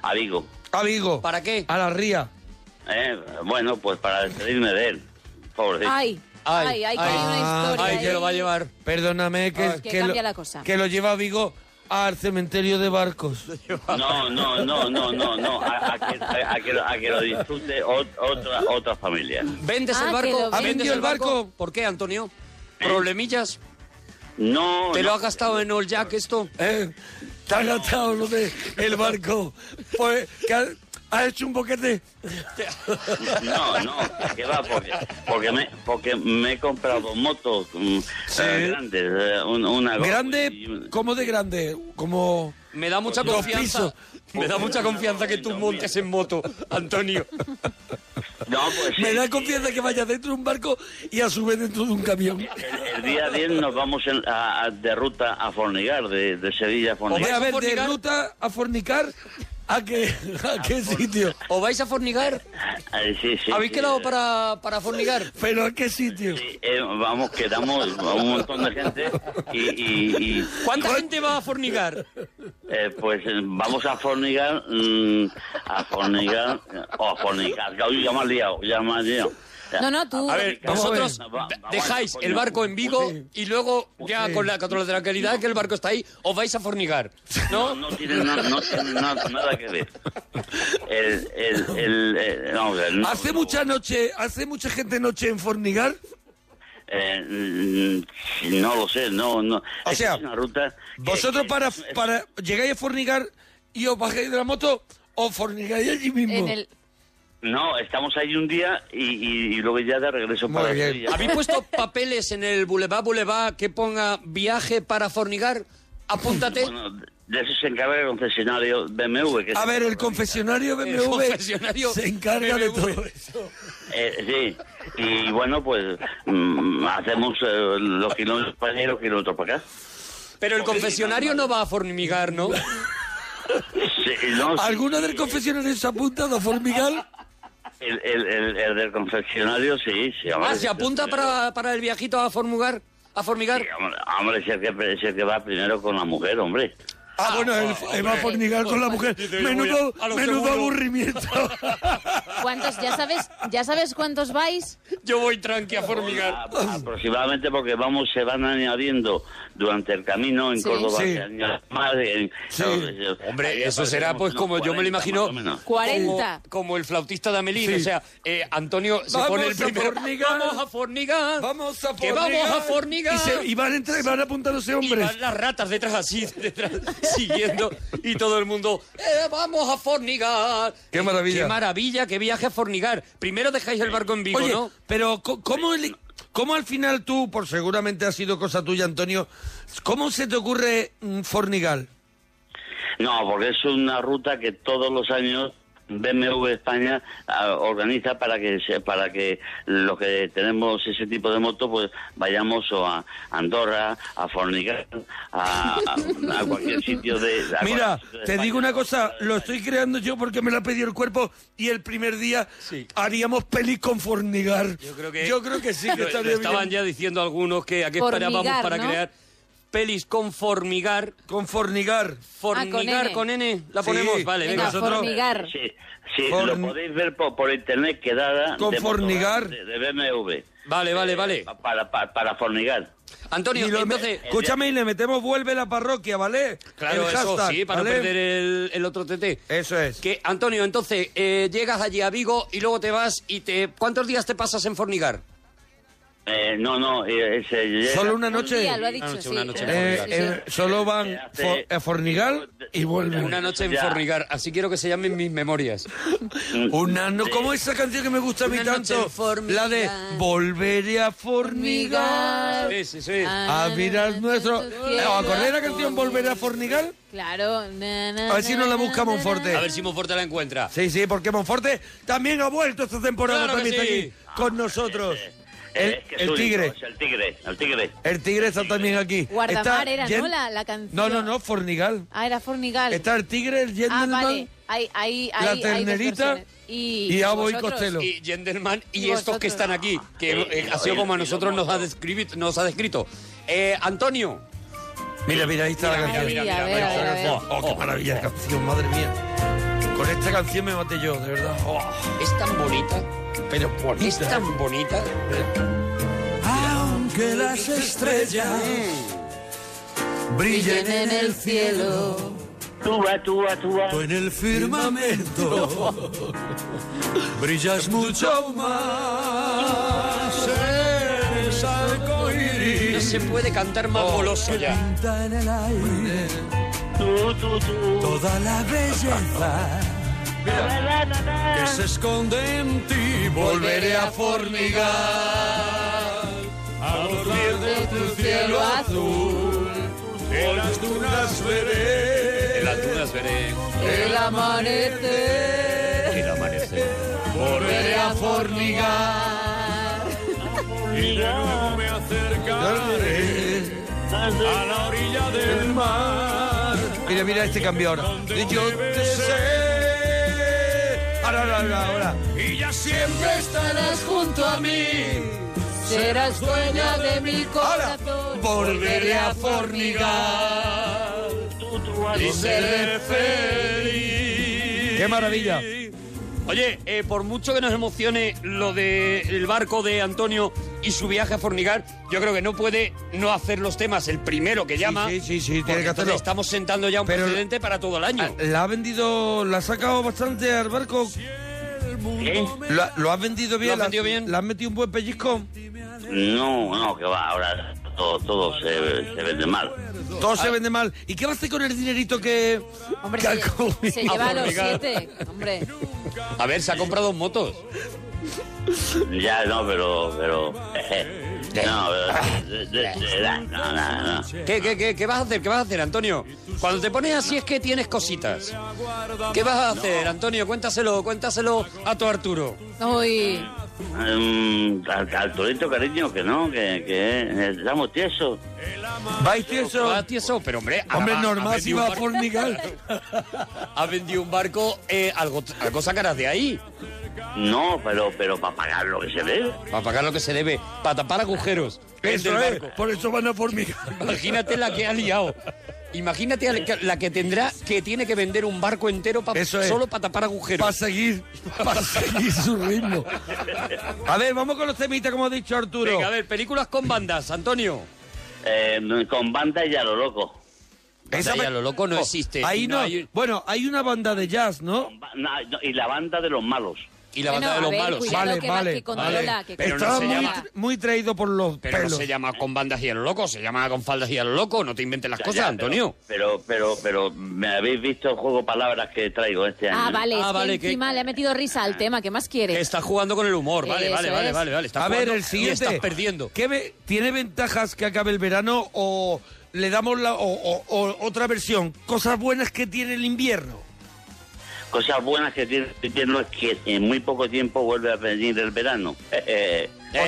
S8: A Vigo.
S3: A Vigo.
S4: ¿Para qué?
S3: A la ría.
S8: Eh, bueno, pues para despedirme de él.
S4: eh.
S8: Pobrecito.
S9: Ay, ay, ay, que hay una
S3: Ah.
S9: historia.
S4: Ay, que
S9: ahí.
S4: lo va a llevar.
S3: Perdóname que,
S9: Ay. Que cambia
S3: lo,
S9: la cosa.
S3: que lo lleva a Vigo al cementerio de barcos.
S8: No, no, no, no, no, no. A, a que, a- a que lo- a que lo disfrute ot- otra, otra familia.
S4: ¿Vendes
S9: Ah,
S4: el
S9: que
S4: barco?
S9: lo
S4: ¿Vendes
S9: vendió
S3: el barco?
S4: ¿Por qué, Antonio? ¿Problemillas?
S8: No.
S4: ¿Te lo
S8: no.
S4: ha gastado en All Jack esto?
S3: ¿Eh? Te has gastado lo de el barco. Pues que ha- has hecho un boquete.
S8: No, no, que va, porque, porque, me, porque me he comprado motos mm, eh, grandes, eh, un- una Go-
S3: Grande,
S8: y-
S3: como de grande, como
S4: Me da mucha
S3: Dos
S4: confianza.
S3: pisos.
S4: Me da mucha confianza que tú montes en moto, Antonio.
S8: No, pues
S3: me
S8: el-
S3: da confianza que vaya dentro de un barco y a su vez dentro de un camión.
S8: El, el día 10 nos vamos en- a- a- de ruta a Fornigar, de, de Sevilla a
S3: Voy
S8: Fornigar.
S3: a ver de
S4: fornicar?
S3: ruta a fornicar a qué, a qué sitio.
S4: ¿O vais a fornigar?
S8: Eh, sí, sí,
S4: ¿Habéis
S8: sí,
S4: quedado
S8: eh,
S4: para, para fornigar?
S3: Pero a qué sitio.
S8: sí, eh, vamos, quedamos a un montón de gente y, y- y,
S4: ¿Cuánta gente va a fornigar?
S8: eh, pues eh, vamos a Fornigar, mm, a Fornigar, o a Fornigar, que hoy ya me has liado, ya me has liado.
S9: No, no, tú.
S4: A ver,
S3: Vamos a ver.
S4: vosotros
S8: Va- va-
S4: dejáis
S8: vamos,
S4: el barco en Vigo
S3: Sí.
S4: y luego, ya con la, con la tranquilidad que el barco está ahí, os vais a fornigar.
S8: No,
S4: ¿No?
S8: no tiene, na- no tiene na- nada que ver. El, el, el, eh, vamos a ver, no,
S3: Hace
S8: no,
S3: mucha noche, hace mucha gente noche en fornigar.
S8: eh, mm, no lo sé, no, no.
S3: O
S8: Es
S3: sea,
S8: una ruta que-
S3: Vosotros
S8: que-
S3: para, para llegáis a fornigar y os bajáis de la moto o fornigáis allí mismo.
S9: en el,
S8: No, estamos ahí un día y, y- y luego ya de regreso
S3: Muy
S8: para
S3: bien.
S8: Sevilla.
S4: ¿Habéis puesto papeles en el Boulevard Boulevard que ponga viaje para fornigar? Apúntate.
S8: Bueno, de eso se encarga el concesionario BMW. Que
S3: A
S8: se-
S3: ver, el confesionario BMW
S4: confesionario
S3: se encarga de
S4: BMW.
S3: todo eso.
S8: Eh, sí, y bueno, pues mm, hacemos eh, los kilómetros para allá y los kilómetros para acá.
S4: Pero el confesionario no va a fornigar, ¿no?
S8: Sí, y no, sí,
S3: ¿Alguno del confesionario se ha apuntado a fornigar?
S8: el, el- el- el del confeccionario, sí, sí. hombre.
S4: Ah, se apunta para, para el viajito a formugar, a formigar.
S8: Sí, hombre, Ah, hombre, si el, que, si el que va primero con la mujer, hombre.
S3: Ah, bueno, él, él va a fornigar con la mujer. Menudo,
S4: voy a- a lo
S3: menudo
S4: seguro.
S3: aburrimiento.
S9: ¿Cuántos? ¿Ya sabes, ya sabes cuántos vais?
S4: Yo voy tranqui a
S8: A-
S4: formigar.
S8: Ah, aproximadamente porque vamos se van añadiendo durante el camino en
S9: Sí.
S8: Córdoba
S3: Sí.
S8: se añaden más, en-
S3: Sí.
S8: eh,
S4: Hombre,
S8: ahí
S4: eso será
S8: aparecemos
S4: pues como
S8: unos
S4: yo me lo
S8: 40
S4: imagino.
S8: más o menos.
S9: 40.
S4: Como, como el flautista de Amelín. O sea, eh, Antonio se
S3: Vamos
S4: pone el
S3: a
S4: primero.
S3: fornigar.
S4: Vamos a fornigar.
S3: Vamos a fornigar.
S4: Que vamos a fornigar.
S3: Y, se- y van, a entrar- y van a apuntar a ese
S4: Y
S3: hombre.
S4: van las ratas detrás así, detrás, siguiendo, y todo el mundo, "Eh, vamos a fornigar.
S3: Qué
S4: Eh,
S3: maravilla.
S4: Qué maravilla, qué viaje a fornigar. Primero dejáis el barco en Vigo,
S3: Oye,
S4: ¿no?
S3: pero co- ¿cómo, el- cómo al final tú, por seguramente ha sido cosa tuya, Antonio, ¿cómo se te ocurre mm, fornigar?
S8: No, porque es una ruta que todos los años BMW España ah, organiza para que se- para que los que tenemos ese tipo de moto pues vayamos o a Andorra, a Fornicar, a, a- a cualquier sitio de a
S3: Mira,
S8: cualquier sitio de
S3: te
S8: España.
S3: digo una cosa, lo estoy creando yo porque me lo ha pedido el cuerpo y el primer día haríamos pelis con fornigar.
S4: Yo creo que,
S3: sí, que
S4: Lo- lo
S3: estaría
S4: estaban
S3: bien.
S4: ya diciendo algunos que a qué
S9: Formigar,
S4: esperábamos para
S9: ¿no?
S4: crear pelis con formigar.
S3: Con fornigar.
S4: Formigar
S9: Ah,
S4: con,
S9: con
S4: N. la
S3: Sí.
S4: ponemos, vale, venga.
S9: Venga,
S3: nosotros-
S9: formigar.
S8: Sí, sí,
S3: Forn-
S8: lo podéis ver por, por internet quedada
S3: Con
S8: de
S3: Fornigar.
S8: de, de BMW.
S4: Vale, vale,
S8: Eh,
S4: vale.
S8: pa- Para, para, para Fornigar.
S4: Antonio,
S3: Y lo me-
S4: entonces.
S3: Escúchame y le metemos vuelve la parroquia, ¿vale?
S4: Claro,
S3: El
S4: eso
S3: hashtag,
S4: sí, para
S3: ¿vale?
S4: no perder el, el otro TT.
S3: Eso es.
S4: Que, Antonio, entonces, eh, llegas allí a Vigo y luego te vas y te... ¿Cuántos días te pasas en Fornigar?
S8: Eh, no, no, eh, ese llega-
S3: Solo una noche.
S9: Un día, lo ha dicho,
S4: Una noche,
S9: sí.
S4: una noche,
S3: Eh,
S9: Sí, sí.
S3: eh, solo van
S8: hace-
S3: fo- a fornigar y vuelven.
S4: Una noche en
S8: Ya.
S4: Fornigar, así quiero que se llamen mis memorias.
S3: Una no, ¿Cómo es esa canción que me gusta a mí
S4: Una noche
S3: tanto?
S4: en fornigar.
S3: La de Volveré a fornigar.
S9: Fornigar.
S4: Sí, sí, sí.
S3: A mirar nuestro.
S9: cielo
S3: ¿Os acordáis la canción Volveré a fornigar?
S9: Claro. na, na,
S3: A ver si
S9: na,
S3: no la
S9: na,
S3: busca
S9: na,
S3: Monforte.
S9: na.
S4: A ver si Monforte la encuentra.
S3: Sí, sí, porque Monforte también ha vuelto esta temporada,
S4: Claro que
S3: también
S4: sí.
S3: está aquí con nosotros.
S9: Ah,
S8: Eh,
S3: El,
S8: es que es
S3: el
S8: único,
S3: tigre.
S8: es el tigre, el tigre.
S3: El tigre está también aquí.
S9: Guardamar
S3: Está
S9: era,
S3: Jen-
S9: ¿no? La, la canción.
S3: No, no, no, Fornigal.
S9: Ah, era Fornigal.
S3: Está el tigre, el
S9: ah,
S3: gentleman.
S9: vale. Hay, hay, hay,
S3: La
S9: hay dos
S3: ternerita
S9: versiones. y.
S3: Y a Boi
S9: vosotros.
S3: Costello.
S4: Y Gendelman y,
S9: Y
S4: estos que
S9: vosotros.
S4: están aquí, que
S8: Sí,
S4: eh,
S8: y
S4: ha sido
S8: lo-
S4: como a
S8: y lo
S4: nosotros nos ha, describit- nos ha descrito. Eh, Antonio.
S3: Mira, mira, ahí está la
S9: mira,
S3: canción.
S9: mira, mira, mira,
S3: Ahí está la
S9: mira,
S3: canción. Oh, qué maravilla de canción, madre mía. Con esta canción me maté yo, de verdad. Oh,
S4: Es tan bonita,
S3: pero bonita. Eh.
S4: es tan bonita.
S1: Aunque las estrellas brillen en el cielo,
S8: Tuba, tuba, tuba.
S1: o en el firmamento, brillas mucho más. Eres
S4: No
S1: arcoíris,
S4: se puede cantar más goloso ya.
S1: pinta en el aire
S8: Tú, tú, tú.
S1: toda la belleza
S8: Na, na, na, na.
S1: que se esconde en ti. Volveré a formigar a los pies de tu cielo azul. En las dunas veré
S4: Las dudas veré.
S1: el amanecer.
S4: El amanecer.
S1: Volveré a formigar y luego me acercaré a la orilla del mar.
S3: Mira, mira este cambio ahora. Yo te sé. Ahora, ahora, ahora, ahora.
S1: Y ya siempre estarás junto a mí.
S9: Serás dueña de mi
S3: Ahora.
S9: corazón.
S1: Volveré a fornicar y seré feliz.
S3: Qué maravilla.
S4: Oye, eh, por mucho que nos emocione lo del barco de Antonio y su viaje a Fornigar, yo creo que no puede no hacer los temas el primero que llama.
S3: sí, sí, sí, tiene
S4: porque
S3: que hacerlo.
S4: entonces Estamos sentando ya un
S3: Pero-
S4: precedente para todo el año.
S3: Ah, ¿La ha vendido, la ha sacado bastante al barco?
S8: ¿Qué?
S3: ¿Lo, lo has vendido bien?
S4: ¿Lo has
S3: ¿La-
S4: vendido bien?
S3: ¿Le has metido un buen pellizco?
S8: No, no, que va, ahora todo, todo se, se vende mal.
S4: Ah.
S3: Todo se vende mal. ¿Y qué va a hacer con el dinerito que,
S9: Hombre,
S3: que ha
S9: se,
S3: comido?
S9: se lleva a los
S4: Obligado.
S9: siete. Hombre,
S4: A ver, se ha comprado motos.
S8: Ya, no, pero, pero... No, pero... de- de- de- da- No, no, no.
S4: ¿Qué, qué, qué, qué vas a hacer? ¿Qué vas a hacer, Antonio? Cuando te pones así es que tienes cositas. ¿Qué vas a hacer, Antonio? Cuéntaselo, cuéntaselo a tu Arturo.
S9: uy.
S8: Mm, al, al torito, cariño, que no, que, que estamos tiesos.
S3: ¿Vais tieso?
S4: Ah, tieso, pero hombre, ahora
S3: Hombre,
S4: va- ha
S3: normal si
S4: vendido
S3: va
S4: un
S3: a
S4: barco-
S3: fornicar.
S4: Ha vendido un barco, eh, algo, algo sacarás de ahí.
S8: No, pero, pero para pagar lo que se debe.
S4: Para pagar lo que se debe, para tapar agujeros. el del
S3: Eso es,
S4: barco.
S3: por eso van a formicar.
S4: Imagínate la que ha liado. Imagínate a la que- la que tendrá que tiene que vender un barco entero pa-
S3: Eso es.
S4: solo para tapar agujeros.
S3: Para seguir, para seguir su ritmo. A ver, vamos con los temitas, como ha dicho Arturo.
S4: Venga, a ver, películas con bandas, Antonio.
S8: Eh, con banda y a lo loco.
S3: Esa
S4: Vaya,
S3: me- Oh,
S4: lo loco no existe.
S3: Ahí
S4: Y
S3: no.
S4: hay-
S3: Bueno, hay una banda de jazz, ¿no?
S8: Ba- na- no, y la banda de los malos.
S4: Y la
S9: Bueno,
S4: banda
S9: a
S4: de los
S9: ver,
S4: malos.
S9: cuidado. que va- que controla, que
S3: Pero
S4: controla.
S3: Estaba
S4: Pero
S3: muy,
S4: no se llama-
S3: muy traído por los
S4: Pero
S3: pelos.
S4: no se llama con bandas y a lo loco, se llama con faldas y a lo loco. No te inventes las
S8: Ya,
S4: cosas,
S8: ya,
S4: Antonio.
S8: Pero, pero, pero, pero, me habéis visto el juego de palabras que traigo este año.
S9: Ah,
S8: ¿no?
S9: vale,
S4: Ah,
S9: es que
S4: vale, que-
S9: encima le ha metido risa al tema. ¿Qué más Eh, quiere?
S4: Está jugando con el humor, vale,
S9: Eso
S4: vale, vale,
S9: es.
S4: vale, vale. Está
S3: A ver,
S4: jugando
S3: el siguiente.
S4: Y estás perdiendo.
S3: ¿Qué ve- ¿Tiene ventajas que acabe el verano o le damos la, o, o- o otra versión? Cosas buenas que tiene el invierno.
S8: Cosas buenas que tiene el invierno es que en muy poco tiempo vuelve a venir el verano.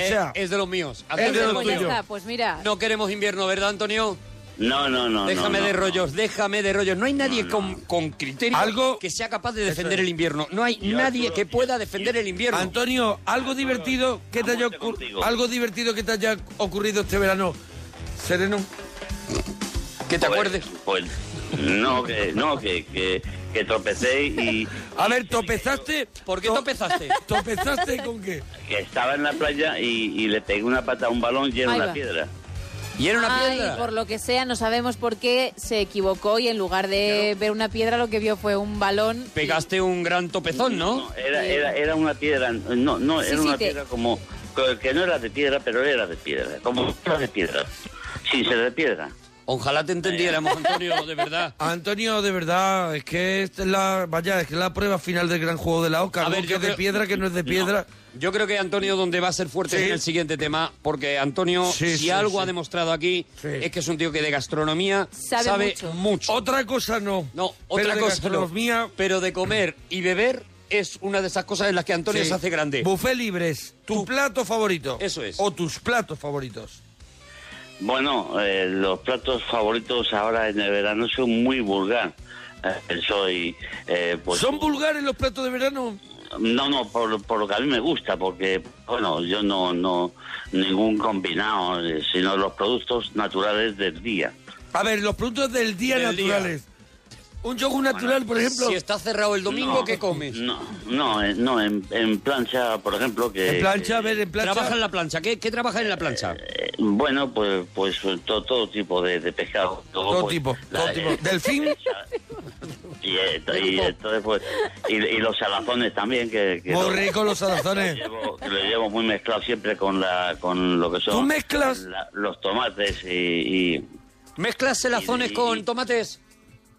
S4: Eh,
S3: O sea,
S4: es de los míos.
S3: es de los
S9: pues ya
S3: tuyos.
S9: está, pues mira.
S4: No queremos invierno, ¿verdad, Antonio?
S8: No, no, no.
S4: Déjame
S8: no,
S4: de
S8: no.
S4: rollos, déjame de rollos. No hay nadie con, con criterio
S3: Algo-
S4: que sea capaz de defender el invierno. No hay nadie que pueda defender el invierno.
S3: Antonio, algo divertido que te haya
S8: muerte
S3: ocur-
S8: contigo.
S3: algo divertido que te haya ocurrido este verano. Sereno.
S4: que te
S8: Pues-
S4: acuerdes.
S8: Pues, no, que, no, que, que, que tropecé y
S3: A ver, topezaste.
S4: ¿Por qué
S3: to-
S4: topezaste?
S3: ¿Topezaste con qué?
S8: que estaba en la playa y, y le pegué una pata a un balón y era
S9: Ahí
S8: una
S9: va.
S8: piedra.
S4: Y era una
S9: Ay,
S4: piedra.
S9: por lo que sea, no sabemos por qué se equivocó y en lugar de ver una piedra lo que vio fue un balón.
S4: Pegaste un gran topezón, ¿no?
S8: No, era, era, era una piedra, no, no,
S9: Sí,
S8: era
S9: sí,
S8: una
S9: te-
S8: piedra como, que- que no era de piedra, pero era de piedra, como era de piedra, sin ser de piedra. Eh,
S4: Ojalá te entendiéramos, Antonio, de verdad.
S3: Antonio, de verdad, es que esta es la, vaya, es que es la prueba final del gran juego de la OCA.
S4: A
S3: algo
S4: ver,
S3: que
S4: yo
S3: es de
S4: creo-
S3: piedra, que no es de piedra.
S4: Yo creo que Antonio donde va a ser fuerte
S3: Sí.
S4: es en el siguiente tema, porque Antonio,
S3: Sí,
S4: si
S3: sí,
S4: algo
S3: sí.
S4: ha demostrado aquí,
S3: Sí.
S4: es que es un tío que de gastronomía sabe,
S9: Sabe
S4: mucho.
S9: mucho.
S3: Otra cosa no.
S4: No,
S3: Pero
S4: otra cosa
S3: de
S4: no.
S3: gastronomía,
S4: Pero de comer y beber es una de esas cosas en las que Antonio
S3: sí.
S4: se hace grande.
S3: Buffet libres, tu, plato favorito.
S4: Eso es.
S3: O tus platos favoritos.
S8: Bueno, eh, los platos favoritos ahora en el verano son muy vulgar. Eh, soy, eh, pues,
S3: ¿Son vulgares los platos de verano?
S8: No, no, por, por lo que a mí me gusta, porque, bueno, yo no, no, ningún combinado, eh, sino los productos naturales del día.
S3: A ver, los productos del día
S4: Del día.
S3: naturales. Un yogur natural, por ejemplo.
S4: Si está cerrado el domingo,
S8: No.
S4: ¿qué comes?
S8: No, no, eh, no en, en plancha, por ejemplo, que...
S3: En plancha, a ver, en plancha.
S4: Trabaja en la plancha. ¿Qué, qué trabaja en la plancha?
S8: que, eh, bueno, pues, pues to- todo tipo de, de pescado. Luego,
S3: Todo
S8: pues,
S3: tipo,
S8: la-
S3: todo tipo.
S8: eh,
S3: Delfín,
S8: y, eh, y entonces, pues, y, y los salazones también, que... que
S3: muy
S8: lo-
S3: rico los salazones.
S8: llevo- que lo llevo muy mezclado siempre con la con lo que son
S3: ¿Tú mezclas?
S8: la- los tomates y, y
S4: ¿Mezclas celazones
S8: Y-
S4: con tomates?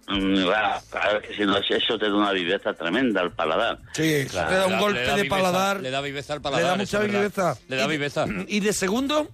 S8: mm, ah, claro que si no es eso te da una viveza tremenda al paladar
S3: Sí,
S4: Claro,
S3: le da
S4: Ah, le da-
S3: un golpe
S4: le da
S3: de
S4: viveza,
S3: paladar.
S4: le da viveza al
S3: Le da
S4: paladar,
S3: mucha
S4: eso es verdad.
S3: viveza.
S4: Le da
S3: Y de-
S4: viveza.
S3: Y de segundo,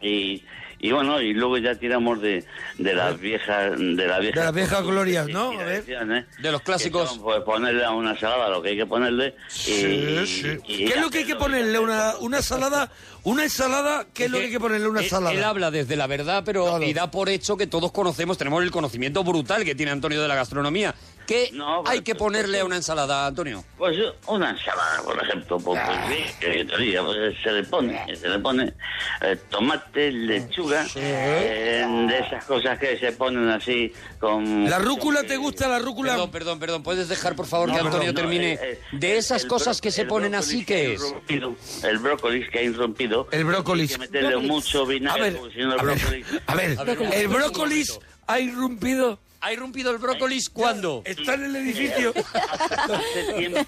S8: y, y bueno y luego ya tiramos de, de las viejas de las viejas
S3: De las viejas glorias,
S8: y-
S3: ¿no?
S8: y
S3: A ver.
S8: tradiciones,
S4: De los
S8: ¿eh? que
S4: clásicos.
S8: son, pues ponerle a una salada lo que hay que ponerle y-
S3: Sí, sí.
S8: y-
S3: ¿Qué es lo que hay que ponerle? ¿Una, una ensalada? ¿Una ensalada? ¿Qué es lo que hay que ponerle a una
S4: Él- Él,
S3: ensalada?
S4: habla desde la verdad, pero
S3: Claro.
S4: y da por hecho que todos conocemos, tenemos el conocimiento brutal que tiene Antonio de la gastronomía. ¿Qué
S8: No, pero-
S4: hay que ponerle a una ensalada, Antonio?
S8: Pues una ensalada, por ejemplo, pues, pues, sí, que te diga, pues, se le pone, se le pone eh, tomate, lechuga, eh, de esas cosas que se ponen así con...
S3: ¿La rúcula te gusta? ¿La rúcula?
S4: Perdón, perdón, perdón. ¿Puedes dejar, por favor,
S8: No,
S4: que
S8: perdón,
S4: Antonio
S8: no,
S4: termine?
S8: eh, eh,
S4: de esas
S8: el
S4: cosas
S8: bro-
S4: que se
S8: el
S4: ponen
S8: brócoli
S4: así, ¿qué
S8: ha
S4: es?
S8: irrumpido, el brócoli que ha irrumpido.
S3: El brócoli.
S8: Hay que meterle mucho vinagre,
S3: A ver,
S8: porque si no el
S3: a ver,
S8: brócoli...
S3: a
S4: eh,
S3: ver, el brócolis ha irrumpido.
S4: ¿Ha irrumpido el brócolis cuándo?
S3: Está en el edificio.
S8: hace, tiempo,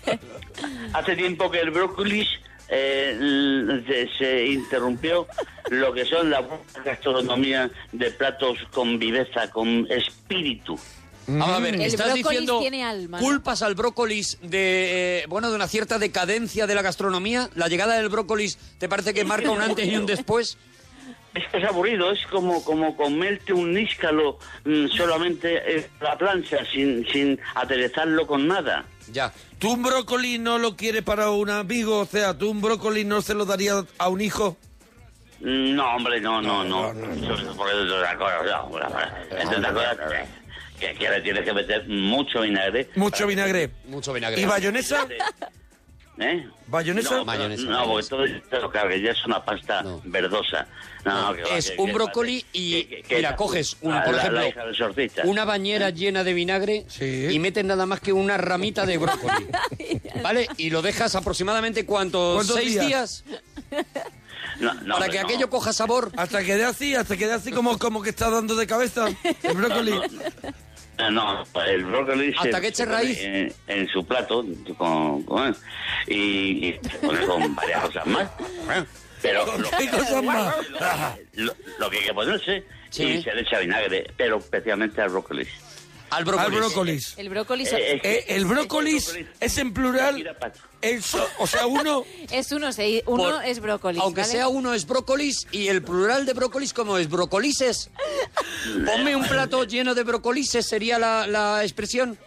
S8: hace tiempo que el brócoli eh, l- se, se interrumpió lo que son la gastronomía de platos con viveza, con espíritu.
S4: Vamos Mm. a ver,
S9: El
S4: estás
S9: brócolis
S4: diciendo
S9: tiene alma, ¿no?
S4: culpas al brócolis de eh, bueno de una cierta decadencia de la gastronomía. La llegada del brócolis, ¿te parece que marca un antes y un después?
S8: Es que es aburrido, es como, como comerte un níscalo mm, solamente en la plancha, sin, sin aderezarlo con nada.
S4: Ya.
S3: ¿Tú un brócoli no lo quieres para un amigo? O sea, ¿tú un brócoli no se lo darías a un hijo?
S8: Mm, No, hombre, no, no, no. Porque es otra cosa, no, hombre, es otra cosa que, que le tienes que meter mucho vinagre.
S3: Mucho vinagre.
S4: Mucho vinagre.
S3: ¿Y bayonesa?
S8: ¿eh?
S3: ¿Bayonesa?
S8: No,
S4: Mayonesa,
S8: no, porque todo esto lo carga, ya es una pasta
S4: No.
S8: verdosa. No, que va,
S4: es
S8: que-
S4: un
S8: que-
S4: brócoli
S8: que-
S4: y
S8: que- que-
S4: mira,
S8: que-
S4: coges un,
S8: la-
S4: por
S8: la-
S4: ejemplo,
S8: la hija del exorcista.
S4: una bañera llena de vinagre
S3: Sí.
S4: y metes nada más que una ramita de brócoli. ¿Vale? Y lo dejas aproximadamente cuántos,
S3: ¿Cuántos
S4: seis días,
S3: días?
S8: No, no,
S4: para
S8: hombre,
S4: que
S8: no.
S4: aquello coja sabor.
S3: Hasta que dé así, hasta que dé así como, como que está dando de cabeza el brócoli.
S8: No, no, el brócoli se-
S4: Hasta que eche
S8: se pone
S4: raíz.
S8: En, en su plato con, con- y, y se pone con varias cosas más. ¿eh? Pero lo,
S3: ¿Qué cosas más?
S8: lo- lo que hay que ponerse
S4: Sí.
S8: y se le echa vinagre, pero especialmente al brócoli.
S4: Al
S3: Al
S4: brócoli.
S3: brócolis.
S9: El brócoli so-
S8: Eh,
S3: Eh, el brócolis es en plural. el so- o sea, uno.
S9: es uno, se- uno
S4: Por-
S9: es brócoli.
S4: Aunque
S9: ¿vale?
S4: sea uno es brócolis y el plural de brócolis como es brocolises. Ponme un plato lleno de brocolises sería la, la expresión.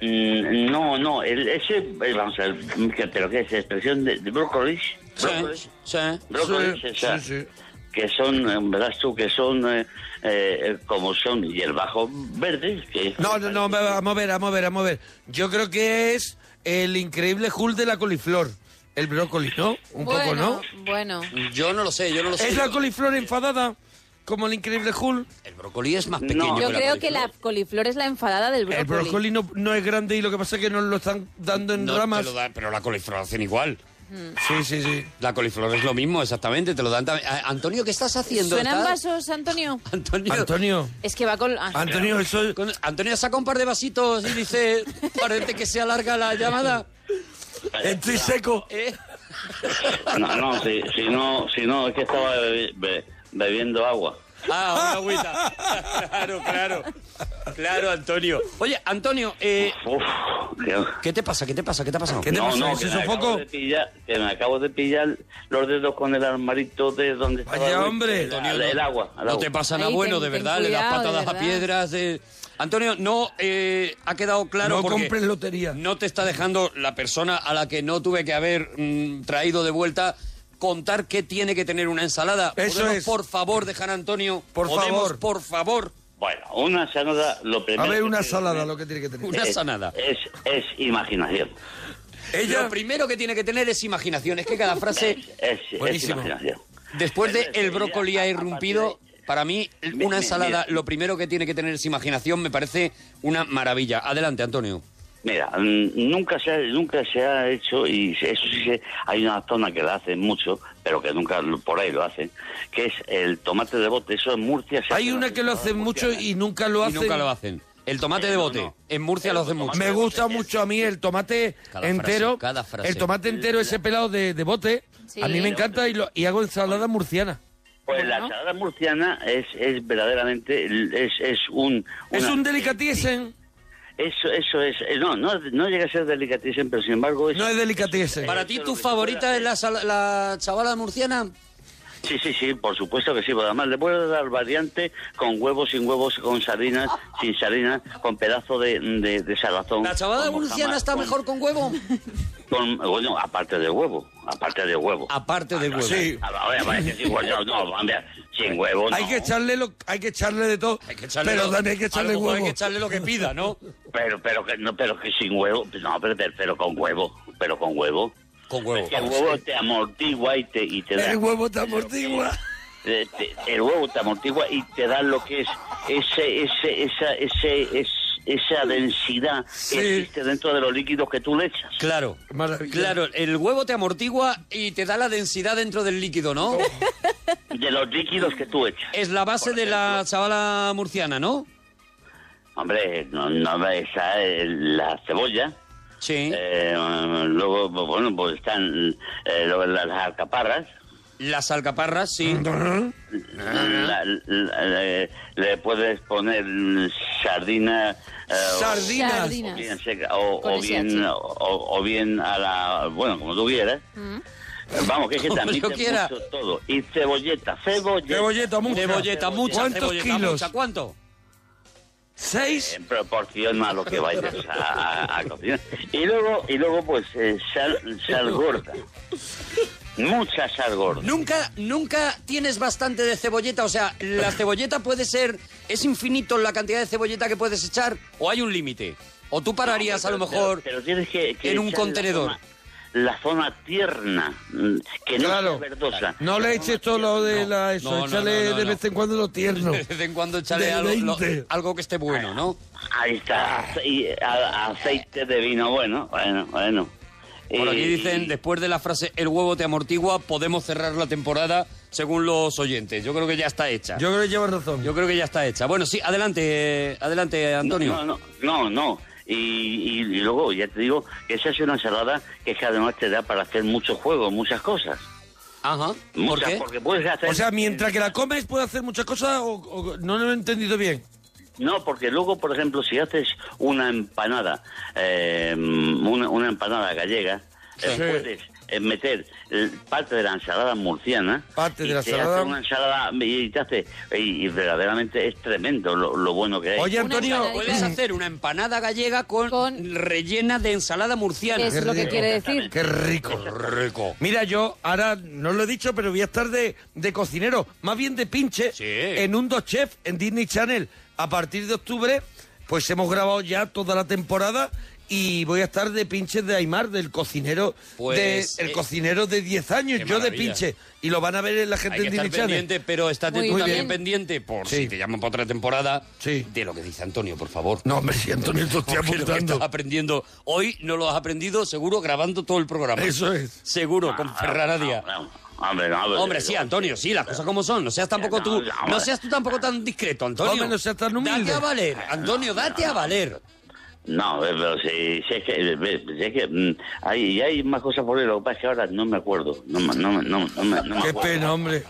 S8: Mm, No, no, el, ese, eh, vamos a ver, que- pero que es expresión de, de brócolis, brócolis,
S4: Sí, sí.
S8: brócolis,
S3: Sí,
S8: o sea,
S3: sí, sí.
S8: que son, eh, verás tú, que son eh, eh, como son hierbajos verdes. Que
S3: No, no, no, vamos a ver, vamos a ver, vamos a ver. Yo creo que es el increíble Hulk de la coliflor. El brócoli, ¿no? Un poco,
S9: Bueno,
S3: ¿no?
S9: Bueno,
S4: Yo no lo sé, yo no lo sé.
S3: ¿Es la coliflor enfadada? Como el increíble Hulk.
S4: El brócoli es más pequeño.
S8: No,
S9: yo
S4: que la
S9: creo que
S4: coliflor.
S9: la coliflor es la enfadada del brócoli.
S3: El brócoli no, no es grande y lo que pasa es que nos lo están dando en
S4: No,
S3: ramas.
S4: te lo dan, pero la coliflor hacen igual.
S9: Mm.
S3: Sí, sí, sí.
S4: La coliflor es lo mismo, exactamente. Te lo dan también. Ah, Antonio, ¿qué estás haciendo?
S9: ¿Suenan
S4: ¿Estás-
S9: vasos, Antonio?
S4: Antonio,
S3: Antonio,
S9: Es que va con... ah,
S3: Antonio, eso es-
S4: Con- Antonio saca un par de vasitos y dice, parece que se alarga la llamada.
S3: estoy seco.
S4: ¿eh?
S8: No, no, si, si no, si no, es que estaba bebi- be- bebiendo agua.
S4: Ah, una agüita. Claro, claro. Claro, Antonio. Oye, Antonio, eh,
S8: Uf, que-
S4: ¿qué te pasa? ¿Qué te pasa? ¿Qué te ha pasado?
S3: ¿Qué te
S8: no,
S3: pasa?
S8: no,
S3: ¿Ese
S8: que me, acabo
S3: sofoco?
S8: de pillar, que me acabo de pillar los dedos con el armarito de donde estaba
S3: Vaya,
S8: el-
S3: hombre.
S8: el,
S4: Antonio,
S8: el- el agua. el
S4: No
S8: agua.
S4: te pasa nada
S9: Ahí,
S4: bueno, de
S9: ten- ten
S4: verdad. Le das
S9: cuidado, de
S4: patadas a
S9: verdad.
S4: piedras. eh. Antonio, no eh, ha quedado claro
S3: no
S4: porque
S3: compres lotería.
S4: no te está dejando la persona a la que no tuve que haber mm, traído de vuelta contar qué tiene que tener una ensalada.
S3: Eso
S4: ¿Podemos,
S3: es.
S4: por favor, dejar a Antonio?
S3: Por
S4: ¿Podemos,
S3: favor.
S4: por favor,
S8: Bueno, una ensalada, lo
S3: A
S8: primero.
S3: ver,
S8: que
S3: una
S8: tiene que
S3: salada,
S4: Eh,
S8: tener
S3: lo que tiene que tener.
S4: una sanada?
S8: Es, es imaginación.
S4: Ella... Lo primero que tiene que tener es imaginación. Es que cada frase,
S8: Es, es
S3: Buenísimo.
S8: imaginación.
S4: después de
S8: Ella-
S4: el brócoli ha
S8: a- a
S4: irrumpido,
S8: partir
S4: para mí
S8: Mi- mi-
S4: una ensalada,
S8: mira.
S4: lo primero que tiene que tener es imaginación, me parece una maravilla. Adelante, Antonio.
S8: Mira, mm, nunca se, ha, nunca se ha hecho, y se- eso sí, se- hay una zona que la hacen mucho, pero que nunca lo- por ahí lo hacen, que es el tomate de bote. Eso en Murcia se
S3: Hay
S8: hace
S3: una
S8: la
S3: que lo
S8: ensalada
S3: hacen mucho
S8: murciana.
S3: y nunca lo
S4: eh. Y
S3: hacen.
S4: nunca lo hacen. El tomate
S8: Eh,
S4: de
S8: no,
S4: bote.
S8: no.
S4: En Murcia
S8: El
S4: lo hacen mucho.
S8: tomate
S3: Me gusta mucho a mí el tomate
S4: Cada
S3: entero.
S4: frase, cada frase.
S3: El tomate entero, ese pelado de, de bote.
S9: Sí.
S3: A mí me encanta y, lo- y hago ensalada murciana.
S8: Pues la
S9: Bueno.
S8: ensalada murciana es, es verdaderamente, es, es un...
S3: Es
S8: una-
S3: un delicatessen.
S8: Eso, eso es... eh, No, no, no llega a ser delicatessen, pero sin embargo... Es,
S3: No es delicatessen.
S4: Para ti, tu favorita es la, sal- la chavala murciana.
S8: Sí, sí, sí, por supuesto que sí, pero además le puedo dar variante con huevos, sin huevos, con sardinas, sin sardinas, con pedazo de, de, de salazón.
S4: La chavala
S8: con
S4: murciana
S8: mojamar,
S4: está
S8: con-
S4: mejor con huevo.
S8: con- bueno, aparte de huevo, aparte de huevo. Ah,
S4: Aparte de huevo.
S3: Sí.
S8: A ver, a ver, parece que sin huevo, no, hombre, sin huevo no.
S3: Hay que echarle lo, hay que echarle de todo.
S4: Hay que echarle
S3: pero
S4: lo-
S3: también hay que
S4: a lo
S3: echarle
S4: mejor
S3: huevo.
S4: Hay que echarle lo que pida, ¿no?
S8: Pero, pero, que, no, pero que sin huevo, no, pero, pero, pero con huevo, pero con huevo.
S4: Con huevo.
S8: Que el huevo te amortigua y te, y te da...
S3: El huevo te amortigua.
S8: eh, te- el huevo te amortigua y te da lo que es ese, ese, esa, ese, es, esa densidad
S3: Sí.
S8: que existe dentro de los líquidos que tú le echas.
S4: Claro.
S3: Maravilla.
S4: Claro, el huevo te amortigua y te da la densidad dentro del líquido, ¿no?
S8: De los líquidos que tú echas.
S4: Es la base de la chavala murciana, ¿no?
S8: Hombre, no, no esa, eh, la cebolla.
S4: Sí.
S8: eh, luego, bueno, pues están eh, luego las alcaparras.
S4: Las alcaparras, sí.
S8: La- la- eh, le puedes poner sardina. eh, o-
S3: Sardinas.
S8: O
S9: Sardinas.
S8: bien, seca, o,
S9: Con
S8: o
S9: ese
S8: bien,
S9: H.
S8: o, o bien a la. Bueno, como tú quieras.
S9: Mm.
S8: Vamos, que es que
S4: Como
S8: también
S4: yo
S8: te
S4: quiera.
S8: mucho todo. Y cebolleta, cebolleta.
S3: Cebolleta, mucha.
S4: Cebolleta, mucha
S3: ¿Cuántos
S4: cebolleta,
S3: kilos?
S4: mucha. ¿Cuánto?
S3: Seis.
S8: En proporción a lo que vayas a, a- a cocinar. Y luego, y luego pues, eh, sal, sal gorda. Mucha sal gorda.
S4: Nunca, nunca tienes bastante de cebolleta. O sea, la cebolleta puede ser. ¿Es infinito la cantidad de cebolleta que puedes echar? ¿O hay un límite? ¿O tú pararías a lo
S8: Pero-
S4: mejor
S8: pero tienes que- que
S4: en un
S8: echar la
S4: contenedor?
S8: zona- La zona, tierna, mm, que no
S3: Claro.
S8: es verdosa.
S3: No le eches todo lo de la eso,
S4: No, no,
S3: échale
S4: no, no,
S3: de
S4: no.
S3: vez en cuando lo tierno.
S4: De vez en cuando echarle
S3: De
S4: algo, lo-
S3: 20.
S4: algo que esté bueno, ¿no?
S8: Ahí está, y a- aceite de vino, bueno, bueno, bueno.
S4: Por aquí
S8: Eh,
S4: dicen, después de la frase el huevo te amortigua, podemos cerrar la temporada según los oyentes. Yo creo que ya está hecha.
S3: Yo creo que llevas razón.
S4: Yo creo que ya está hecha. Bueno, sí, adelante, eh, adelante, Antonio.
S8: No, no, no. no. Y, y- y luego, ya te digo, que se hace una ensalada que es que además te da para hacer muchos juegos, muchas cosas.
S4: Ajá. ¿Por
S8: Muchas,
S4: qué?
S8: Porque puedes hacer...
S3: o sea, mientras que la comes puede hacer muchas cosas o, o- no lo he entendido bien.
S8: No, porque luego, por ejemplo, si haces una empanada, eh, una, una empanada gallega, eh,
S3: Sí.
S8: puedes eh, meter eh, parte de la ensalada murciana.
S3: Parte
S8: y
S3: de la
S8: te
S3: ensalada.
S8: hace una ensalada y te hace... Y, y verdaderamente es tremendo lo, lo bueno que es.
S3: Oye,
S9: Una
S3: Antonio,
S9: ensaladita.
S4: Puedes hacer una empanada gallega con,
S9: Con-
S4: rellena de ensalada murciana.
S9: Eso es lo que
S3: rico.
S9: quiere decir.
S3: qué rico.
S4: rico.
S3: Mira, yo ahora no lo he dicho, pero voy a estar de, de cocinero, más bien de pinche,
S4: Sí.
S3: en un Dos Chef, en Disney Channel. A partir de octubre, pues hemos grabado ya toda la temporada y voy a estar de pinche de Aymar, del cocinero,
S4: Pues,
S3: de, el
S4: eh,
S3: cocinero de 10 años,
S4: qué
S3: yo de
S4: maravilla.
S3: pinche. Y lo van a ver en la gente
S4: Hay que
S3: en
S4: estar
S3: Disney Channel.
S4: pendiente, pero estate
S9: Muy
S4: tú
S9: bien.
S4: también pendiente, por
S3: Sí.
S4: si te llaman para otra temporada,
S3: Sí.
S4: de lo que dice Antonio, por favor.
S3: No, me siento en esto, estoy
S4: Porque lo que
S3: apuntando.
S4: estás aprendiendo hoy no lo has aprendido seguro grabando todo el programa.
S3: Eso es.
S4: Seguro, con Ferrara Díaz.
S8: No, no, Ah, hombre, no, Eh, hombre,
S4: Hombre, sí, Antonio, sí, las cosas como son. No seas tampoco tú, no seas tú tampoco tan discreto, Antonio.
S3: Hombre, no seas tan humilde.
S4: Date a valer, Antonio, date a valer.
S8: No, eh, pero sí, sí es que, eh, eh, sí es que mm, hay, y hay más cosas por ahí, lo que pasa es que ahora no me acuerdo. No, me- no, me- no, me- no, me- no me
S3: Qué
S8: acuerdo.
S3: pena, hombre.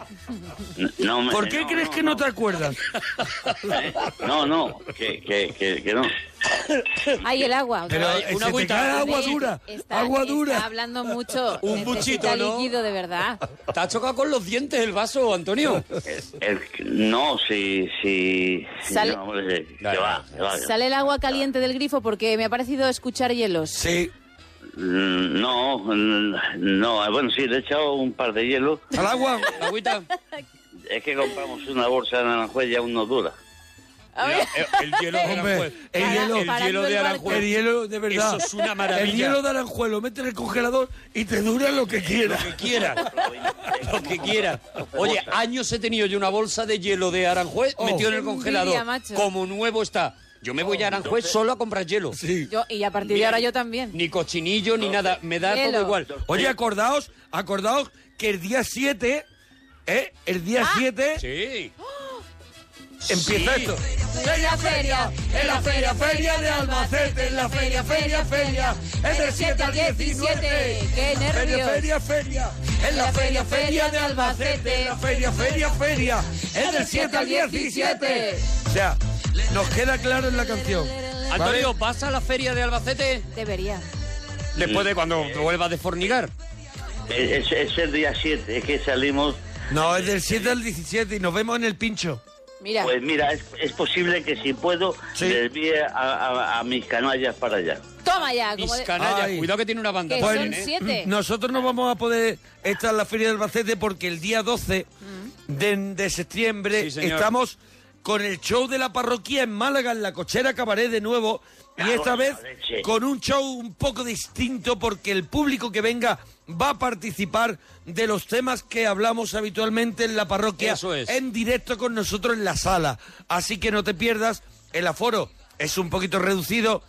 S8: No- no me-
S3: ¿Por qué crees que no te acuerdas?
S8: Eh, No, no, que, que, que, que no.
S9: Hay el agua.
S3: Pero
S9: otra
S3: eh,
S9: vez.
S4: una
S3: se te
S4: agüita.
S3: cae agua
S9: Sí,
S3: dura.
S9: está-
S3: Agua
S9: Está
S3: dura.
S9: hablando mucho.
S4: Un
S9: Necesita
S4: buchito, ¿no?
S9: líquido, de verdad.
S4: Te has chocado con los dientes el vaso, Antonio.
S8: El- no, sí, sí. sí,
S9: Sale-
S8: no, hombre, sí,
S4: Dale,
S8: que va, que va.
S9: Sale el agua caliente del grifo porque me ha parecido escuchar hielos.
S3: Sí.
S8: Mm, No, mm, no, eh, bueno, sí, le he echado un par de hielos.
S3: Al agua.
S4: Agüita.
S8: Es que compramos una bolsa de naranjuela y aún no dura.
S4: eh, el hielo de Aranjuez.
S3: el hielo,
S4: el hielo de Aranjuez.
S3: El hielo, de verdad.
S4: Eso es una maravilla.
S3: El hielo de Aranjuelo, mete en el congelador y te dura lo que quieras.
S4: Lo que quiera. Lo que quiera. Oye, años he tenido yo una bolsa de hielo de Aranjuez
S3: Oh.
S4: metido en el
S9: Qué envidia,
S4: congelador.
S9: macho.
S4: Como nuevo está. Yo me voy a Aranjuez solo a comprar hielo.
S3: Sí.
S9: Yo, y a partir de
S4: Mira,
S9: ahora yo también.
S4: Ni cochinillo, ni nada. Me da
S9: Hielo.
S4: todo igual. Eh,
S3: Oye, acordaos, acordaos que el día 7, ¿eh? El
S9: Ah.
S3: día 7
S4: Sí.
S3: empieza
S4: Sí.
S3: esto.
S9: Feria, feria, en la feria, feria de Albacete, en la feria, feria, feria, es del 7 al 17, qué nervios.
S3: Feria, feria, feria. En la feria, feria de Albacete. En la feria, feria, feria. Es del 7 al 17. O sea, nos queda claro en la canción.
S4: Antonio, ¿vas a la feria de Albacete?
S9: Debería.
S4: Después de cuando vuelvas de fornigar.
S8: Es, es- es el día 7, es que salimos.
S3: No, es del 7 al 17 y nos vemos en el pincho.
S9: Mira,
S8: Pues mira, es, es posible que si puedo,
S3: Sí.
S8: desvíe a, a- a mis canallas para allá.
S9: toma ya, como
S4: Mis
S9: de-
S4: canallas.
S3: Ay.
S4: Cuidado que tiene una banda.
S9: Que
S4: también,
S9: son
S4: ¿eh?
S9: siete.
S3: mm, Nosotros no vamos a poder estar en la Feria del Albacete porque el día 12
S9: Mm.
S3: de, de septiembre
S4: Sí, señor.
S3: estamos con el show de la parroquia en Málaga, en la cochera Cabaret de nuevo. Y esta
S8: Cago en
S3: vez
S8: la leche.
S3: con un show un poco distinto porque el público que venga va a participar de los temas que hablamos habitualmente en la parroquia
S4: Eso es.
S3: en directo con nosotros en la sala. Así que no te pierdas, el aforo es un poquito reducido,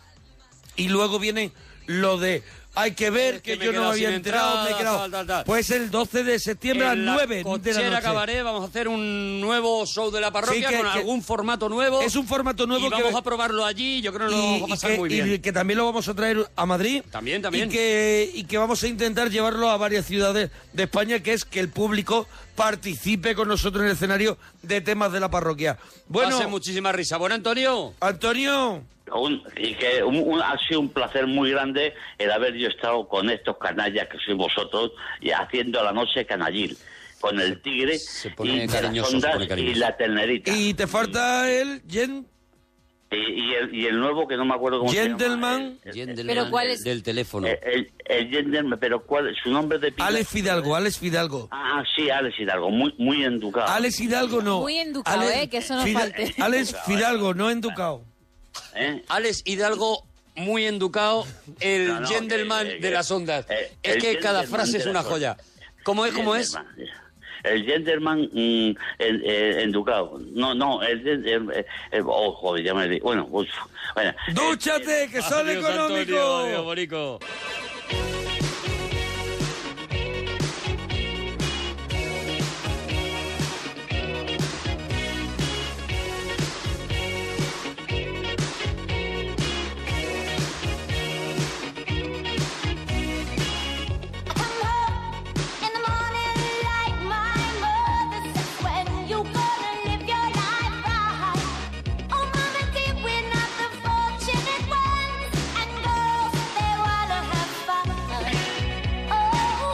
S3: y luego viene lo de hay que ver
S4: Es que
S3: que,
S4: me
S3: yo
S4: he
S3: no
S4: quedado
S3: me había
S4: sin
S3: enterado, me he
S4: entradas,
S3: quedado.
S4: tal, tal, tal.
S3: Pues el 12 de septiembre a las
S4: en la
S3: 9 de la
S4: cochera
S3: noche.
S4: Cabaret vamos a hacer un nuevo show de la parroquia
S3: Sí, que-
S4: con
S3: que-
S4: algún formato nuevo.
S3: Es un formato nuevo
S4: y
S3: que
S4: vamos a probarlo allí. Yo creo que lo
S3: y,
S4: vamos a
S3: y
S4: pasar
S3: que,
S4: muy
S3: y
S4: bien.
S3: que también lo vamos a traer a Madrid.
S4: También, también.
S3: Y que, y que vamos a intentar llevarlo a varias ciudades de España, que es que el público participe con nosotros en el escenario de temas de la parroquia. Bueno,
S4: Hace muchísima risa. Bueno, Antonio.
S3: Antonio,
S8: Un- y que un- un- ha sido un placer muy grande el haber yo estado con estos canallas que sois vosotros y haciendo la noche canallil con el tigre
S4: Se pone
S8: y, de las
S4: cariñoso, se
S8: ondas
S4: pone
S8: y
S4: cariñoso.
S8: la ternerita
S3: y
S8: y,
S3: te falta el gen-
S8: y el, y el nuevo que no me acuerdo cómo
S3: Gentleman.
S8: se llama el- el-
S9: Pero ¿cuál es?
S4: Del teléfono.
S8: el, el- el gentleman pero cuál su nombre de pila?
S3: Alex Fidalgo, Alex Fidalgo.
S8: ah sí Alex Hidalgo muy muy educado
S3: Alex Hidalgo no.
S9: Muy enducao, eh, que eso no falte.
S3: Alex Fidalgo, no enducao.
S8: ¿eh?
S4: Alex Hidalgo, muy enducado, el
S8: No, no,
S4: gentleman
S8: que- que-
S4: de las ondas.
S8: eh,
S4: es
S8: el
S4: que cada
S8: gentleman
S4: frase
S8: de
S4: es
S8: las
S4: una
S8: ondas.
S4: joya. ¿Cómo es? ¿Cómo es?
S8: Gentleman. El gentleman mm, el- el- en Ducado. No, no, el, gen- el- el- el- oh, joder, ya me di- Bueno, uf, bueno. Eh,
S3: ¡Dúchate, que son
S4: Adiós,
S3: económicos!
S4: Antonio, adiós, Borico.
S1: Fortunate ones and girls, they wanna have fun. Oh, Oh,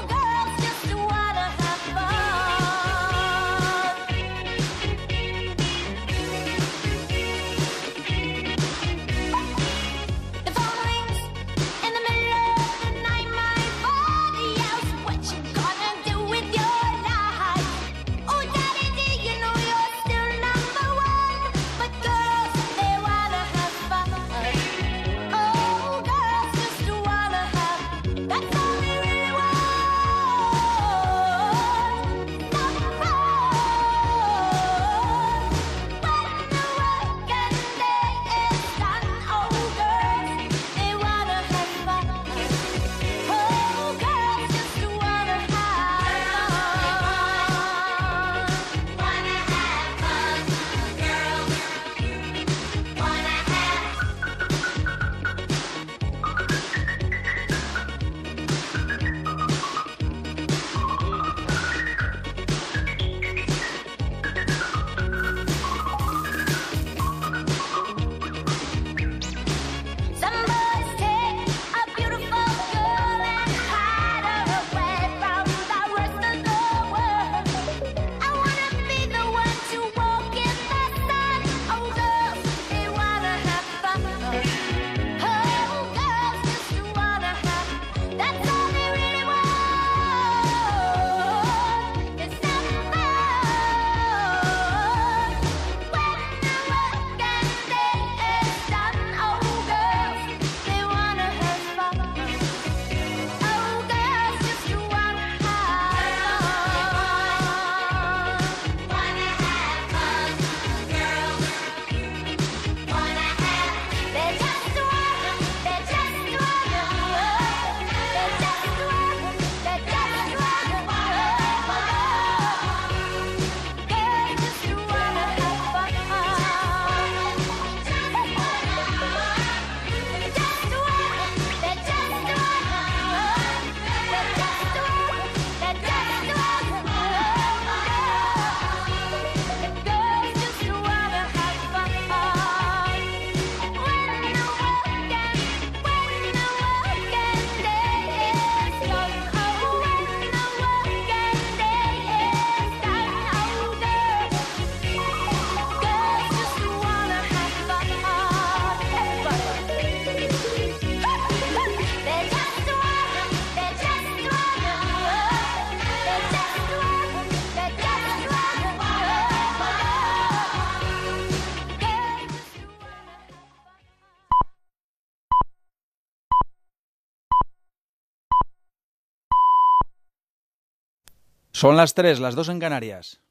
S10: Son las 3, las 2 en Canarias.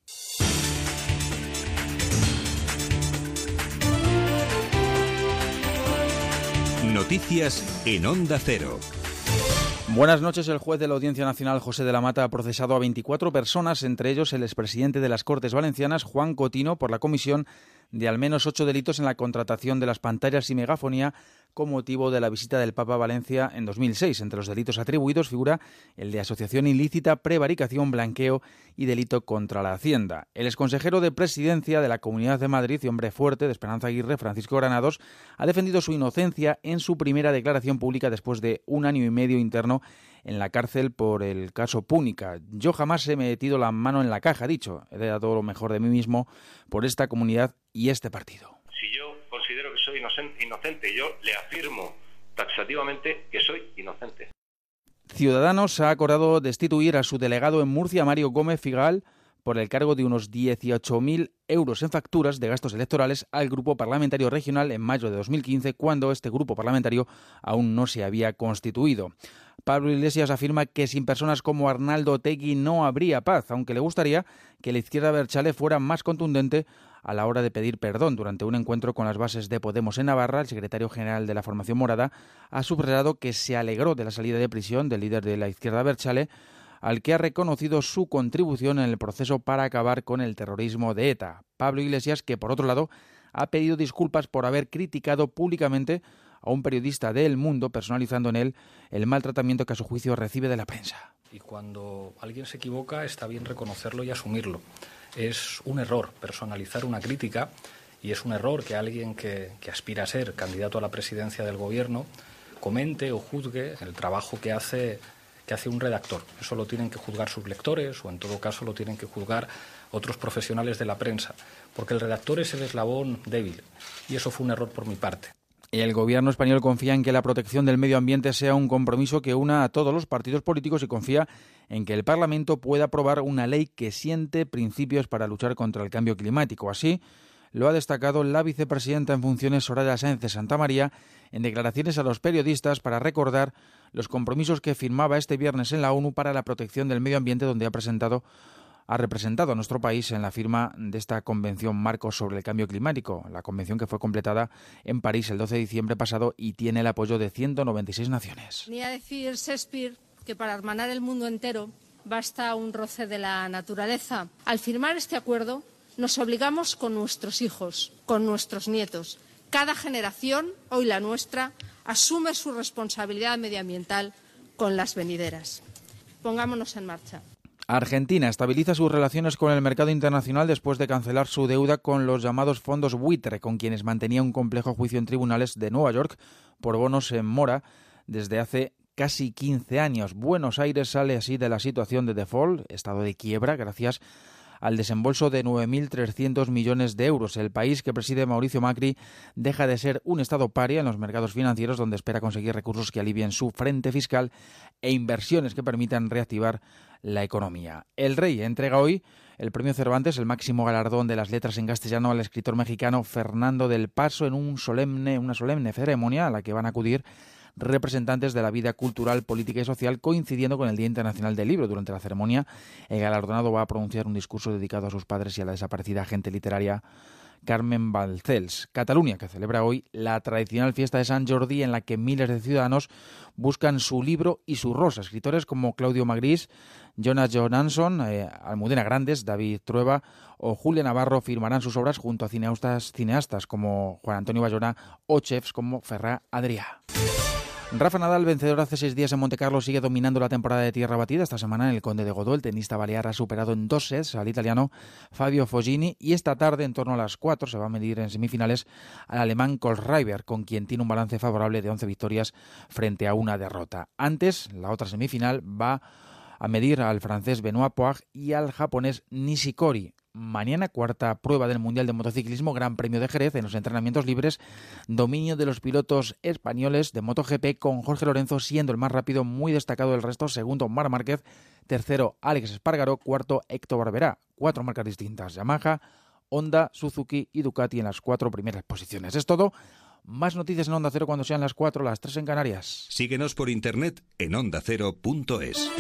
S11: Noticias en Onda Cero.
S10: Buenas noches. El juez de la Audiencia Nacional, José de la Mata, ha procesado a 24 personas, entre ellos el expresidente de las Cortes Valencianas, Juan Cotino, por la comisión de al menos ocho delitos en la contratación de las pantallas y megafonía con motivo de la visita del Papa a Valencia en 2006. Entre los delitos atribuidos figura el de asociación ilícita, prevaricación, blanqueo y delito contra la Hacienda. El exconsejero de presidencia de la Comunidad de Madrid y hombre fuerte de Esperanza Aguirre, Francisco Granados, ha defendido su inocencia en su primera declaración pública después de un año y medio interno en la cárcel por el caso Púnica. Yo jamás he metido la mano en la caja, ha dicho. He dado lo mejor de mí mismo por esta comunidad y este partido.
S12: Si yo considero que soy inocente, inocente, yo le afirmo taxativamente que soy inocente.
S10: Ciudadanos ha acordado destituir a su delegado en Murcia, Mario Gómez Figal, por el cargo de unos 18.000 euros en facturas de gastos electorales al grupo parlamentario regional en mayo de 2015, cuando este grupo parlamentario aún no se había constituido. Pablo Iglesias afirma que sin personas como Arnaldo Tegui no habría paz, aunque le gustaría que la izquierda Berchale fuera más contundente a la hora de pedir perdón. Durante un encuentro con las bases de Podemos en Navarra, el secretario general de la formación morada ha subrayado que se alegró de la salida de prisión del líder de la izquierda Berchale, al que ha reconocido su contribución en el proceso para acabar con el terrorismo de ETA. Pablo Iglesias, que por otro lado ha pedido disculpas por haber criticado públicamente a un periodista de El Mundo, personalizando en él el maltratamiento que a su juicio recibe de la prensa.
S13: Y cuando alguien se equivoca está bien reconocerlo y asumirlo. Es un error personalizar una crítica y es un error que alguien que, que aspira a ser candidato a la presidencia del gobierno comente o juzgue el trabajo que hace que hace un redactor. Eso lo tienen que juzgar sus lectores o en todo caso lo tienen que juzgar otros profesionales de la prensa, porque el redactor es el eslabón débil y eso fue un error por mi parte.
S10: El gobierno español confía en que la protección del medio ambiente sea un compromiso que una a todos los partidos políticos y confía en que el Parlamento pueda aprobar una ley que siente principios para luchar contra el cambio climático. Así, lo ha destacado la vicepresidenta en funciones Soraya Sáenz de Santa María en declaraciones a los periodistas para recordar los compromisos que firmaba este viernes en la ONU para la protección del medio ambiente donde ha presentado ha representado a nuestro país en la firma de esta Convención Marco sobre el Cambio Climático, la convención que fue completada en París el 12 de diciembre pasado y tiene el apoyo de 196 naciones.
S14: Ni a decir Shakespeare que para hermanar el mundo entero basta un roce de la naturaleza. Al firmar este acuerdo, nos obligamos con nuestros hijos, con nuestros nietos. Cada generación, hoy la nuestra, asume su responsabilidad medioambiental con las venideras. Pongámonos en marcha.
S10: Argentina estabiliza sus relaciones con el mercado internacional después de cancelar su deuda con los llamados fondos buitre, con quienes mantenía un complejo juicio en tribunales de Nueva York por bonos en mora desde hace casi 15 años. Buenos Aires sale así de la situación de default, estado de quiebra, gracias al desembolso de 9.300 millones de euros. El país que preside Mauricio Macri deja de ser un estado paria en los mercados financieros donde espera conseguir recursos que alivien su frente fiscal e inversiones que permitan reactivar la economía. El rey entrega hoy el premio Cervantes, el máximo galardón de las letras en castellano al escritor mexicano Fernando del Paso en un solemne, una solemne ceremonia a la que van a acudir representantes de la vida cultural, política y social, coincidiendo con el Día Internacional del Libro. Durante la ceremonia, el galardonado va a pronunciar un discurso dedicado a sus padres y a la desaparecida agente literaria Carmen Balcells. Cataluña, que celebra hoy la tradicional fiesta de San Jordi en la que miles de ciudadanos buscan su libro y su rosa. Escritores como Claudio Magrís, Jonas Johansson, eh, Almudena Grandes, David Trueba o Julia Navarro firmarán sus obras junto a cineastas, cineastas como Juan Antonio Bayona o chefs como Ferrá Adrià. Rafa Nadal, vencedor hace seis días en Montecarlo, sigue dominando la temporada de tierra batida. Esta semana en el Conde de Godó, el tenista balear ha superado en dos sets al italiano Fabio Foggini y esta tarde, en torno a las cuatro, se va a medir en semifinales al alemán Kohlreiber, con quien tiene un balance favorable de 11 victorias frente a una derrota. Antes, la otra semifinal va a medir al francés Benoit Poig y al japonés Nishikori mañana cuarta prueba del Mundial de Motociclismo, Gran Premio de Jerez en los entrenamientos libres, dominio de los pilotos españoles de MotoGP con Jorge Lorenzo siendo el más rápido, muy destacado del resto, segundo Mar Márquez, tercero Alex Espargaró, cuarto Héctor Barberá, cuatro marcas distintas, Yamaha, Honda, Suzuki y Ducati en las cuatro primeras posiciones. Es todo. Más noticias en Onda Cero cuando sean las 4, las 3 en Canarias.
S11: Síguenos por internet en ondacero.es.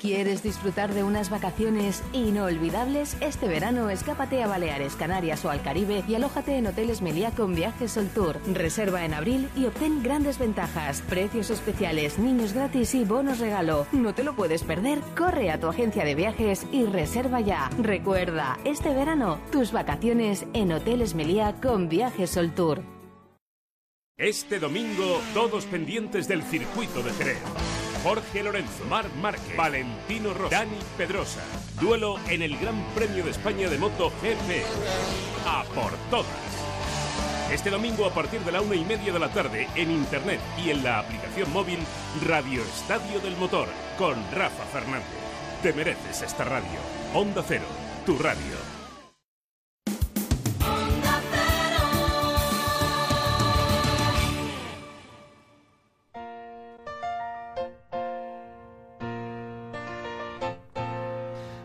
S15: ¿Quieres disfrutar de unas vacaciones inolvidables? Este verano escápate a Baleares, Canarias o al Caribe y alójate en Hoteles Meliá con Viajes Sol Tour. Reserva en abril y obtén grandes ventajas, precios especiales, niños gratis y bonos regalo. No te lo puedes perder. Corre a tu agencia de viajes y reserva ya. Recuerda, este verano tus vacaciones en Hoteles Meliá con Viajes Sol Tour.
S16: Este domingo, todos pendientes del circuito de Jerez. Jorge Lorenzo, Marc Márquez, Valentino Rossi, Dani Pedrosa. Duelo en el Gran Premio de España de Moto GP. A por todas. Este domingo a partir de la una y media de la tarde en internet y en la aplicación móvil Radio Estadio del Motor con Rafa Fernández. Te mereces esta radio. Onda Cero, tu radio.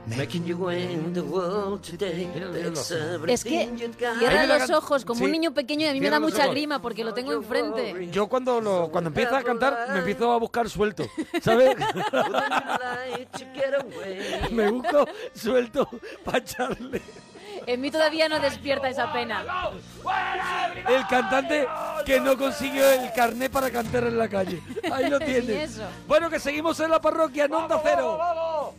S17: Making your way in the world today. That's
S9: Es que
S17: everything you've got.
S9: cierra los ojos como un
S3: Sí.
S9: niño pequeño y a mí me
S3: Cierra
S9: da
S3: los
S9: mucha
S3: ojos.
S9: grima porque lo tengo enfrente.
S3: Yo cuando lo, cuando empieza a cantar me empiezo a buscar suelto, ¿sabes? me busco suelto para echarle.
S9: En mí todavía no despierta esa pena.
S3: El cantante que no consiguió el carné para cantar en la calle. Ahí lo
S9: Ni
S3: tienes.
S9: eso.
S3: Bueno, que seguimos en la parroquia, en Onda Cero.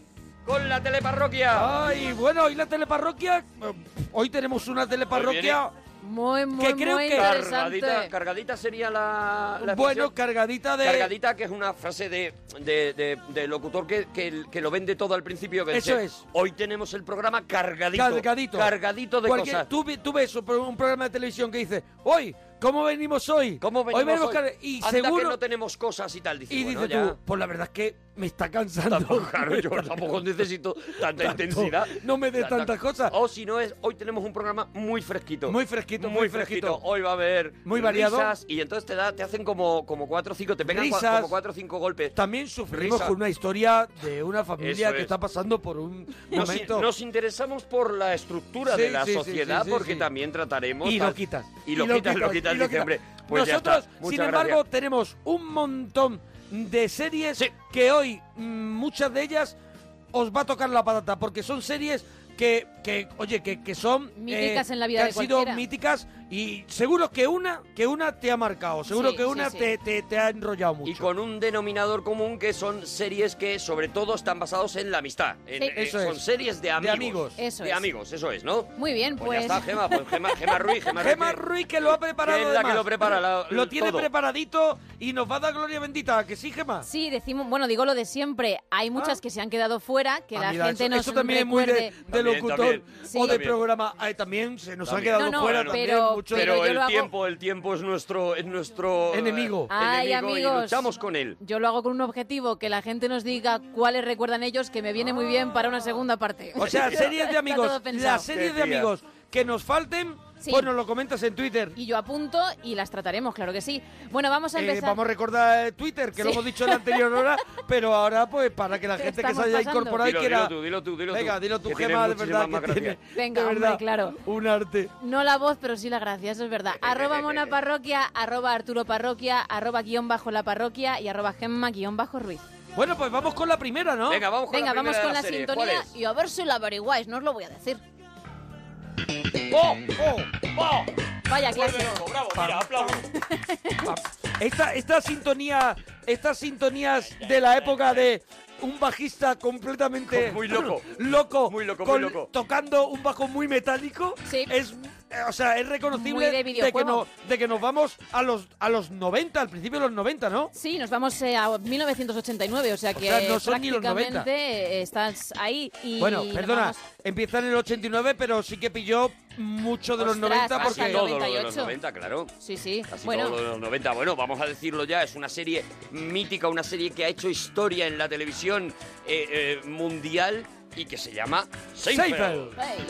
S4: Con la teleparroquia.
S3: Ay, bueno, hoy la teleparroquia. eh, Hoy tenemos una teleparroquia.
S9: Muy, muy,
S3: Que creo
S9: muy
S3: que-
S9: interesante.
S4: Cargadita, cargadita sería la, la
S3: Bueno,
S4: expresión.
S3: cargadita de-
S4: Cargadita, que es una frase de, de- de- de locutor que, que- que lo vende todo al principio. Que
S3: Eso
S4: dice,
S3: es.
S4: Hoy tenemos el programa cargadito.
S3: Cargadito.
S4: Cargadito de
S3: Cualquier-
S4: cosas.
S3: Tú, vi- tú ves un pro- un programa de televisión que dice, hoy, ¿cómo venimos hoy? hoy venimos
S4: hoy?
S3: car- Y
S4: Anda que
S3: seguro...
S4: no tenemos cosas y tal. Dice,
S3: Y
S4: bueno,
S3: dice
S4: ya.
S3: tú, pues la verdad es que me está cansando.
S4: Claro, yo tampoco necesito tanta
S3: Tanto.
S4: intensidad.
S3: No me des tantas cosas.
S4: O si no es, hoy tenemos un programa muy fresquito.
S3: Muy fresquito, muy fresquito.
S4: Hoy va a haber
S3: Muy variado.
S4: risas y entonces te da, te hacen como, como cuatro o cinco, te pegan cua-
S3: Risas.
S4: como cuatro o cinco golpes.
S3: También sufrimos
S4: Risa.
S3: con una historia de una familia
S4: Eso
S3: que
S4: es.
S3: está pasando por un
S4: Nos, in-
S3: momento...
S4: nos interesamos por la estructura
S3: Sí,
S4: de la
S3: sí, sí,
S4: sociedad
S3: sí, sí,
S4: porque
S3: sí.
S4: también trataremos...
S3: Y
S4: tal-
S3: lo quitas.
S4: Y lo quitas, lo quitas,
S3: y lo
S4: dice, hombre, pues ya
S3: Nosotros,
S4: está.
S3: sin
S4: Muchas
S3: embargo,
S4: gracias.
S3: tenemos un montón de series que hoy, mm, muchas de ellas, os va a tocar la patata, porque son series que, que oye, que, que son... eh,
S9: Míticas en la vida
S3: que
S9: de
S3: han sido
S9: cualquiera.
S3: míticas y seguro que una, que una te ha marcado, seguro
S4: Sí,
S3: que
S4: sí,
S3: una
S4: sí.
S3: Te, te- te ha enrollado mucho.
S4: Y con un denominador común que son series que sobre todo están basados en la amistad. En,
S9: Sí.
S4: eh,
S9: Eso
S4: son
S3: es.
S4: series de amigos.
S3: amigos.
S9: Eso
S4: de
S9: es.
S4: amigos, eso es, ¿no?
S9: Muy bien,
S4: Pues,
S9: pues.
S4: ya está, Gema, pues Gema, Gema Ruiz, Gema Ruiz.
S3: Gemma Ruiz que lo ha preparado
S4: que es la que
S3: además.
S4: lo prepara, la-
S3: Lo tiene
S4: todo.
S3: preparadito y nos va a dar gloria bendita, ¿a que sí, Gemma?
S9: Sí, decimos, bueno, digo lo de siempre. Hay muchas que se han quedado fuera, que
S3: Ah,
S9: la
S3: mira,
S9: gente
S3: eso,
S9: nos
S3: eso también es muy de,
S9: recuerde.
S3: de
S4: También,
S3: locutor
S4: también, Sí.
S3: o de
S4: también.
S3: programa. Ay, también se nos
S4: También.
S3: han quedado fuera también
S9: pero-
S3: muchos-
S4: pero
S9: yo
S4: el
S9: lo hago-
S4: tiempo, el tiempo es nuestro, es nuestro eh,
S3: Enemigo.
S9: Ay,
S4: enemigo y
S9: amigos.
S4: luchamos con él.
S9: Yo lo hago con un objetivo, que la gente nos diga cuáles recuerdan ellos, que me viene muy bien para una segunda parte.
S3: O sea, series de
S9: Está todo
S3: amigos,
S9: pensado.
S3: las series de amigos que nos falten,
S9: Sí.
S3: pues nos lo comentas en Twitter.
S9: Y yo apunto y las trataremos, claro que sí. Bueno, vamos a
S3: Eh,
S9: empezar.
S3: vamos a recordar eh, Twitter, que lo
S9: Sí.
S3: hemos dicho en la anterior hora, pero ahora pues para que la
S9: Te
S3: gente que se
S9: estamos
S3: haya
S9: pasando.
S3: incorporado y
S4: Dilo,
S3: quiera...
S4: dilo tú, dilo tú, dilo tú,
S3: Venga, dilo tú,
S4: que tiene
S3: Gema, de
S4: muchísima
S3: verdad, que
S4: más gracia.
S3: tiene...
S9: Venga,
S3: de
S9: hombre,
S3: verdad,
S9: claro.
S3: Un arte.
S9: No la voz, pero sí la gracia, eso es verdad. Arroba Mona Parroquia, arroba Arturo Parroquia, arroba guión bajo la parroquia y arroba Gemma guión bajo Ruiz.
S3: Bueno, pues vamos con la primera, ¿no?
S4: Venga, vamos
S9: Venga, vamos con la,
S4: ¿Cuál
S9: sintonía
S4: es?
S9: y a ver si la averiguáis, no os lo voy a decir.
S3: ¡Oh, oh, oh!
S9: Vaya clásico.
S3: Esta, esta sintonía, estas sintonías de la época de un bajista completamente
S4: Muy loco.
S3: loco, muy
S4: loco, muy loco.
S3: tocando un bajo muy metálico, es, eh, o sea, es reconocible
S9: Muy de
S3: que
S9: videojuego.
S3: no, de que nos vamos a los a los 90, al principio de los 90, ¿no?
S9: Sí, nos vamos eh, a 1989, o sea que
S3: sea, no son ni los 90.
S9: prácticamente eh, estás ahí y
S3: Bueno,
S9: nos
S3: perdona,
S9: vamos-
S3: empieza en el 89, pero sí que pilló mucho de los
S9: Ostras,
S3: 90
S9: casi
S3: porque
S9: todo
S4: Todo lo de los
S9: 98.
S4: 90, claro.
S9: Sí, sí.
S4: Casi
S9: bueno,
S4: todo lo de los 90. Bueno, vamos a decirlo ya, es una serie mítica, una serie que ha hecho historia en la televisión eh, eh, mundial y que se llama Seinfeld.
S3: Seinfeld.
S9: hey.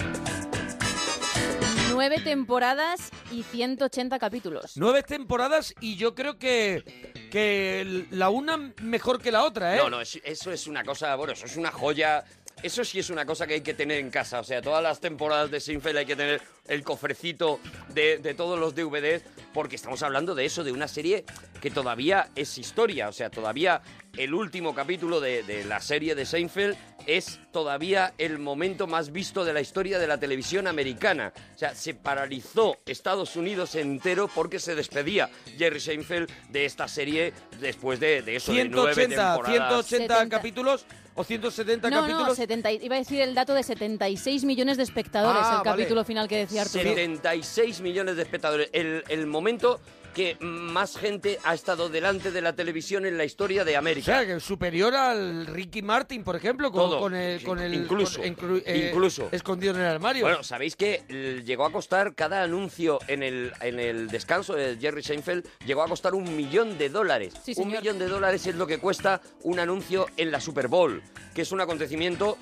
S9: nueve temporadas y 180 capítulos.
S3: Nueve temporadas y yo creo que, que la una mejor que la otra, ¿eh?
S4: No, no, es- eso es una cosa, bueno, eso es una joya Eso sí es una cosa que hay que tener en casa. O sea, todas las temporadas de Seinfeld hay que tener el cofrecito de, de todos los DVDs, porque estamos hablando de eso, de una serie que todavía es historia. O sea, todavía el último capítulo de, de la serie de Seinfeld es todavía el momento más visto de la historia de la televisión americana. O sea, se paralizó Estados Unidos entero porque se despedía Jerry Seinfeld de esta serie después de, de eso, de nueve
S3: 180,
S4: temporadas.
S3: 180 capítulos o 170
S9: No,
S3: capítulos.
S9: no, 70, iba a decir el dato de 76 millones de espectadores,
S4: Ah,
S9: el
S4: vale.
S9: capítulo final que decía Arturo.
S4: 76 millones de espectadores. El, el momento que más gente ha estado delante de la televisión en la historia de
S3: O
S4: América.
S3: sea, que superior al Ricky Martin, por ejemplo, con,
S4: Todo.
S3: con el... Con el
S4: Incluso.
S3: con- inclu- eh,
S4: Incluso.
S3: Escondido en el armario.
S4: Bueno, sabéis que eh, llegó a costar cada anuncio en el, en el descanso de Jerry Seinfeld, llegó a costar un millón de dólares.
S9: Sí,
S4: un
S9: señor.
S4: millón de dólares es lo que cuesta un anuncio en la Super Bowl, que es un acontecimiento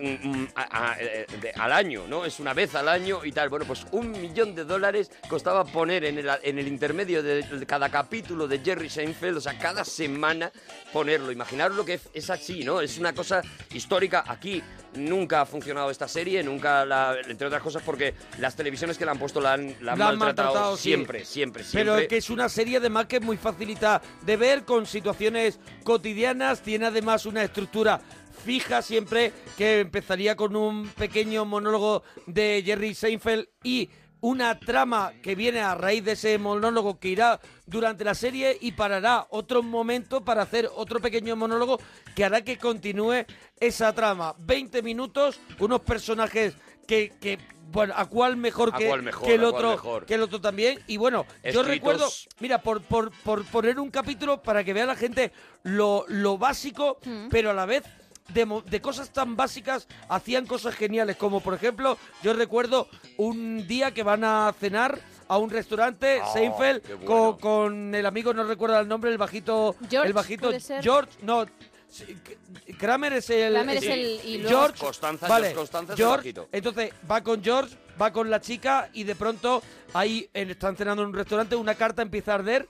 S4: mm, mm, a- a- eh, de- al año, ¿no? Es una vez al año y tal. Bueno, pues un millón de dólares costaba poner en el, en el intermedio de, de cada capítulo de Jerry Seinfeld, o sea, cada semana ponerlo. Imaginaros lo que es, es así, ¿no? Es una cosa histórica. Aquí nunca ha funcionado esta serie, nunca la... Entre otras cosas porque las televisiones que la han puesto la han, la han
S3: La
S4: maltratado,
S3: han maltratado, sí.
S4: siempre, siempre, siempre.
S3: Pero es que es una serie además que es muy facilita de ver con situaciones cotidianas, tiene además una estructura fija siempre que empezaría con un pequeño monólogo de Jerry Seinfeld y una trama que viene a raíz de ese monólogo que irá durante la serie y parará otro momento para hacer otro pequeño monólogo que hará que continúe esa trama. 20 minutos, unos personajes que, que, bueno, a cuál mejor
S4: A
S3: que,
S4: cuál mejor,
S3: que el
S4: a cuál
S3: otro
S4: mejor.
S3: que el otro también. Y bueno,
S4: Escritos.
S3: yo recuerdo, mira, por, por, por poner un capítulo para que vea la gente lo, lo básico,
S18: Mm.
S3: pero a la vez de, mo- de cosas tan básicas hacían cosas geniales, como por ejemplo, yo recuerdo un día que van a cenar a un restaurante,
S18: Ah,
S3: Seinfeld,
S18: qué
S3: con, con el amigo, no recuerdo el nombre, el bajito,
S9: George,
S3: el bajito
S9: ¿puede ser?
S3: George, no. sí, K- Kramer es el...
S9: Kramer es el- y luego-
S3: George,
S4: Costanza,
S3: vale,
S4: George Costanza es el
S3: George,
S4: bajito.
S3: entonces va con George, va con la chica y de pronto ahí en- están cenando en un restaurante, una carta empieza a arder,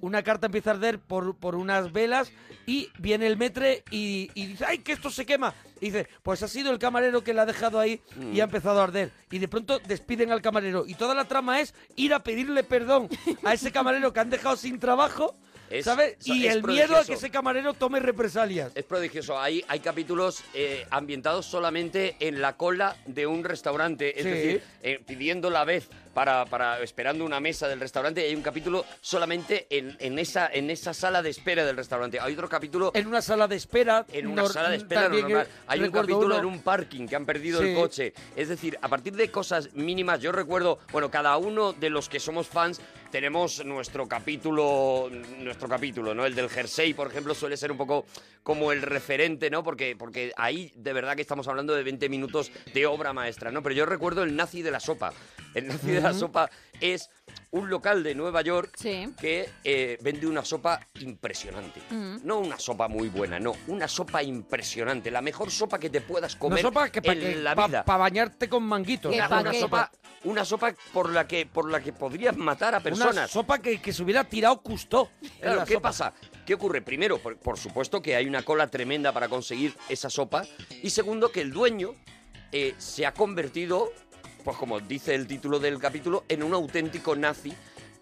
S3: una carta empieza a arder por, por unas velas y viene el metre y, y dice, ¡ay, que esto se quema! Y dice, pues ha sido el camarero que la ha dejado ahí
S4: Mm.
S3: y ha empezado a arder. Y de pronto despiden al camarero y toda la trama es ir a pedirle perdón a ese camarero que han dejado sin trabajo.
S4: Es-
S3: ¿Sabes?
S4: es
S3: Y el miedo a
S4: prodigioso.
S3: que ese camarero tome represalias.
S4: Es prodigioso. Hay, hay capítulos eh, ambientados solamente en la cola de un restaurante. Es
S3: Sí.
S4: decir, eh, pidiendo la vez para, para- esperando una mesa del restaurante. Hay un capítulo solamente en, en esa, en esa sala de espera del restaurante. Hay otro capítulo.
S3: En una sala de espera.
S4: En una
S3: nor-
S4: sala de espera
S3: también,
S4: normal.
S3: eh,
S4: Hay un
S3: recuerdo
S4: capítulo
S3: uno.
S4: en un parking que han perdido
S3: Sí.
S4: el coche. Es decir, a partir de cosas mínimas, yo recuerdo, bueno, cada uno de los que somos fans tenemos nuestro capítulo, nuestro capítulo, ¿no? El del jersey, por ejemplo, suele ser un poco como el referente, ¿no? Porque, porque ahí de verdad que estamos hablando de 20 minutos de obra maestra, ¿no? Pero yo recuerdo el nazi de la sopa. El nazi de la
S3: Ujú.
S4: sopa es un local de Nueva York
S9: Sí.
S4: que eh, vende una sopa impresionante.
S9: Ujú.
S4: No una sopa muy buena, no, una sopa impresionante, la mejor sopa que te puedas
S3: Una
S4: comer
S3: sopa que para
S4: en la vida.
S3: bañarte con manguitos. Ah,
S4: Una- una, sopa, una sopa por la que por la que podrías matar a personas.
S3: Una sopa que, que se hubiera tirado Custó.
S4: Claro,
S3: la
S4: ¿qué
S3: sopa.
S4: pasa? ¿Qué ocurre? Primero, por, por supuesto que hay una cola tremenda para conseguir esa sopa. Y segundo, que el dueño eh, se ha convertido, pues como dice el título del capítulo, en un auténtico nazi.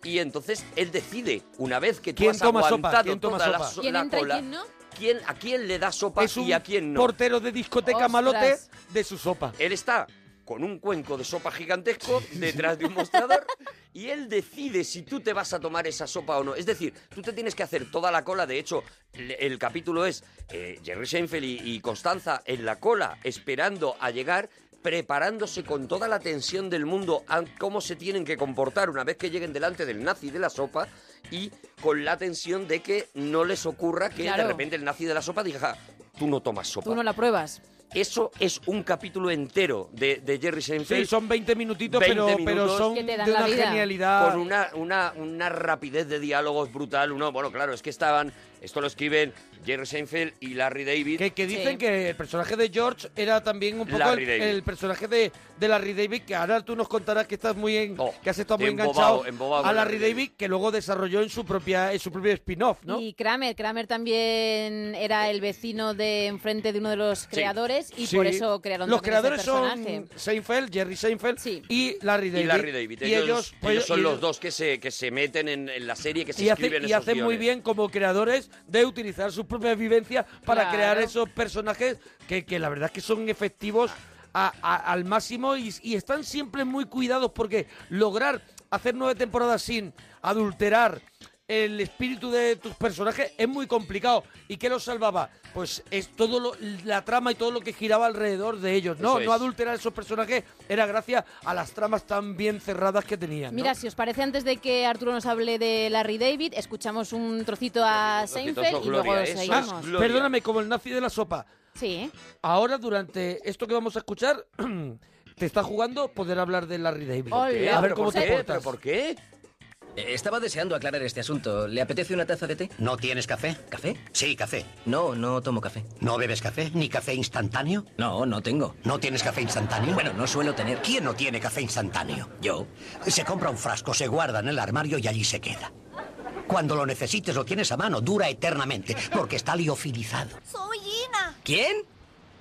S4: Y entonces él decide, una vez que tú
S3: ¿Quién
S4: has
S3: toma sopa?
S4: aguantado
S3: ¿Quién toma
S4: toda la
S3: sopa?
S4: so-
S9: ¿Quién
S4: la
S9: entra y
S4: cola,
S9: quién no?
S4: ¿quién- ¿a quién le da sopa
S3: Es un
S4: y a quién no?
S3: portero de discoteca
S4: Ostras.
S3: malote de su sopa.
S4: Él está con un cuenco de sopa gigantesco detrás de un mostrador y él decide si tú te vas a tomar esa sopa o no. Es decir, tú te tienes que hacer toda la cola. De hecho, le- el capítulo es eh, Jerry Seinfeld y, y Constanza en la cola esperando a llegar preparándose con toda la tensión del mundo a cómo se tienen que comportar una vez que lleguen delante del nazi de la sopa y con la tensión de que no les ocurra que de
S9: Claro.
S4: repente el nazi de la sopa diga, tú no tomas sopa.
S9: Tú no la pruebas.
S4: Eso es un capítulo entero de, de Jerry Seinfeld.
S3: Sí, son 20 minutitos,
S4: 20
S3: pero, pero
S4: minutos
S3: son
S9: Que
S3: de
S9: te dan
S3: una
S9: la vida.
S3: genialidad.
S4: Con una, una, una rapidez de diálogos brutal. Uno, bueno, claro, es que estaban. Esto lo escriben Jerry Seinfeld y Larry David.
S3: Que, que dicen que el personaje de George era también un poco el,
S4: Larry David.
S3: el personaje de, de Larry David, que ahora tú nos contarás que estás muy en, que has estado muy
S4: embobado,
S3: enganchado
S4: embobado
S3: a
S4: con
S3: Larry
S4: Larry
S3: David, que luego desarrolló en su propia, en su propio spin-off, ¿no?
S9: Y Kramer, Kramer también era el vecino de enfrente de uno de los creadores creadores y
S3: Sí.
S9: por eso crearon
S3: Los
S9: también este
S3: creadores son
S9: personaje.
S3: Seinfeld, Jerry Seinfeld y Larry David.
S4: Y Larry David.
S3: Y
S4: ellos,
S3: ellos, pues,
S4: ellos son
S3: y-
S4: los dos que se, que se meten en, en la serie, que se
S3: y hace-
S4: escriben
S3: y
S4: esos
S3: hacen muy
S4: guiones.
S3: bien como creadores de utilizar sus propias vivencias para
S4: Claro.
S3: crear esos personajes que, que la verdad es que son efectivos a- a- al máximo y, y están siempre muy cuidados porque lograr hacer nueve temporadas sin adulterar el espíritu de tus personajes es muy complicado. ¿Y qué los salvaba? Pues es todo lo- la trama y todo lo que giraba alrededor de ellos. No,
S4: Eso es.
S3: no adulterar esos personajes era gracias a las tramas tan bien cerradas que tenían. ¿no?
S9: Mira, si os parece, antes de que Arturo nos hable de Larry David, escuchamos un trocito a Seinfeld y luego
S3: Ah,
S9: seguimos.
S3: perdóname, como el nazi de la sopa.
S9: Sí,
S3: Ahora, durante esto que vamos a escuchar, te está jugando poder hablar de Larry David. A ver cómo te portas.
S19: qué? Estaba deseando aclarar este asunto. ¿Le apetece una taza de té?
S20: ¿No tienes café?
S19: ¿Café?
S20: Sí, café.
S19: No, no tomo café.
S20: ¿No bebes café? ¿Ni café instantáneo?
S19: No, no tengo.
S20: ¿No tienes café instantáneo?
S19: Bueno, no suelo tener.
S20: ¿Quién no tiene café instantáneo?
S19: Yo.
S20: Se compra un frasco, se guarda en el armario y allí se queda. Cuando lo necesites lo tienes a mano, dura eternamente, porque está liofilizado.
S21: Soy Ina,
S19: ¿Quién?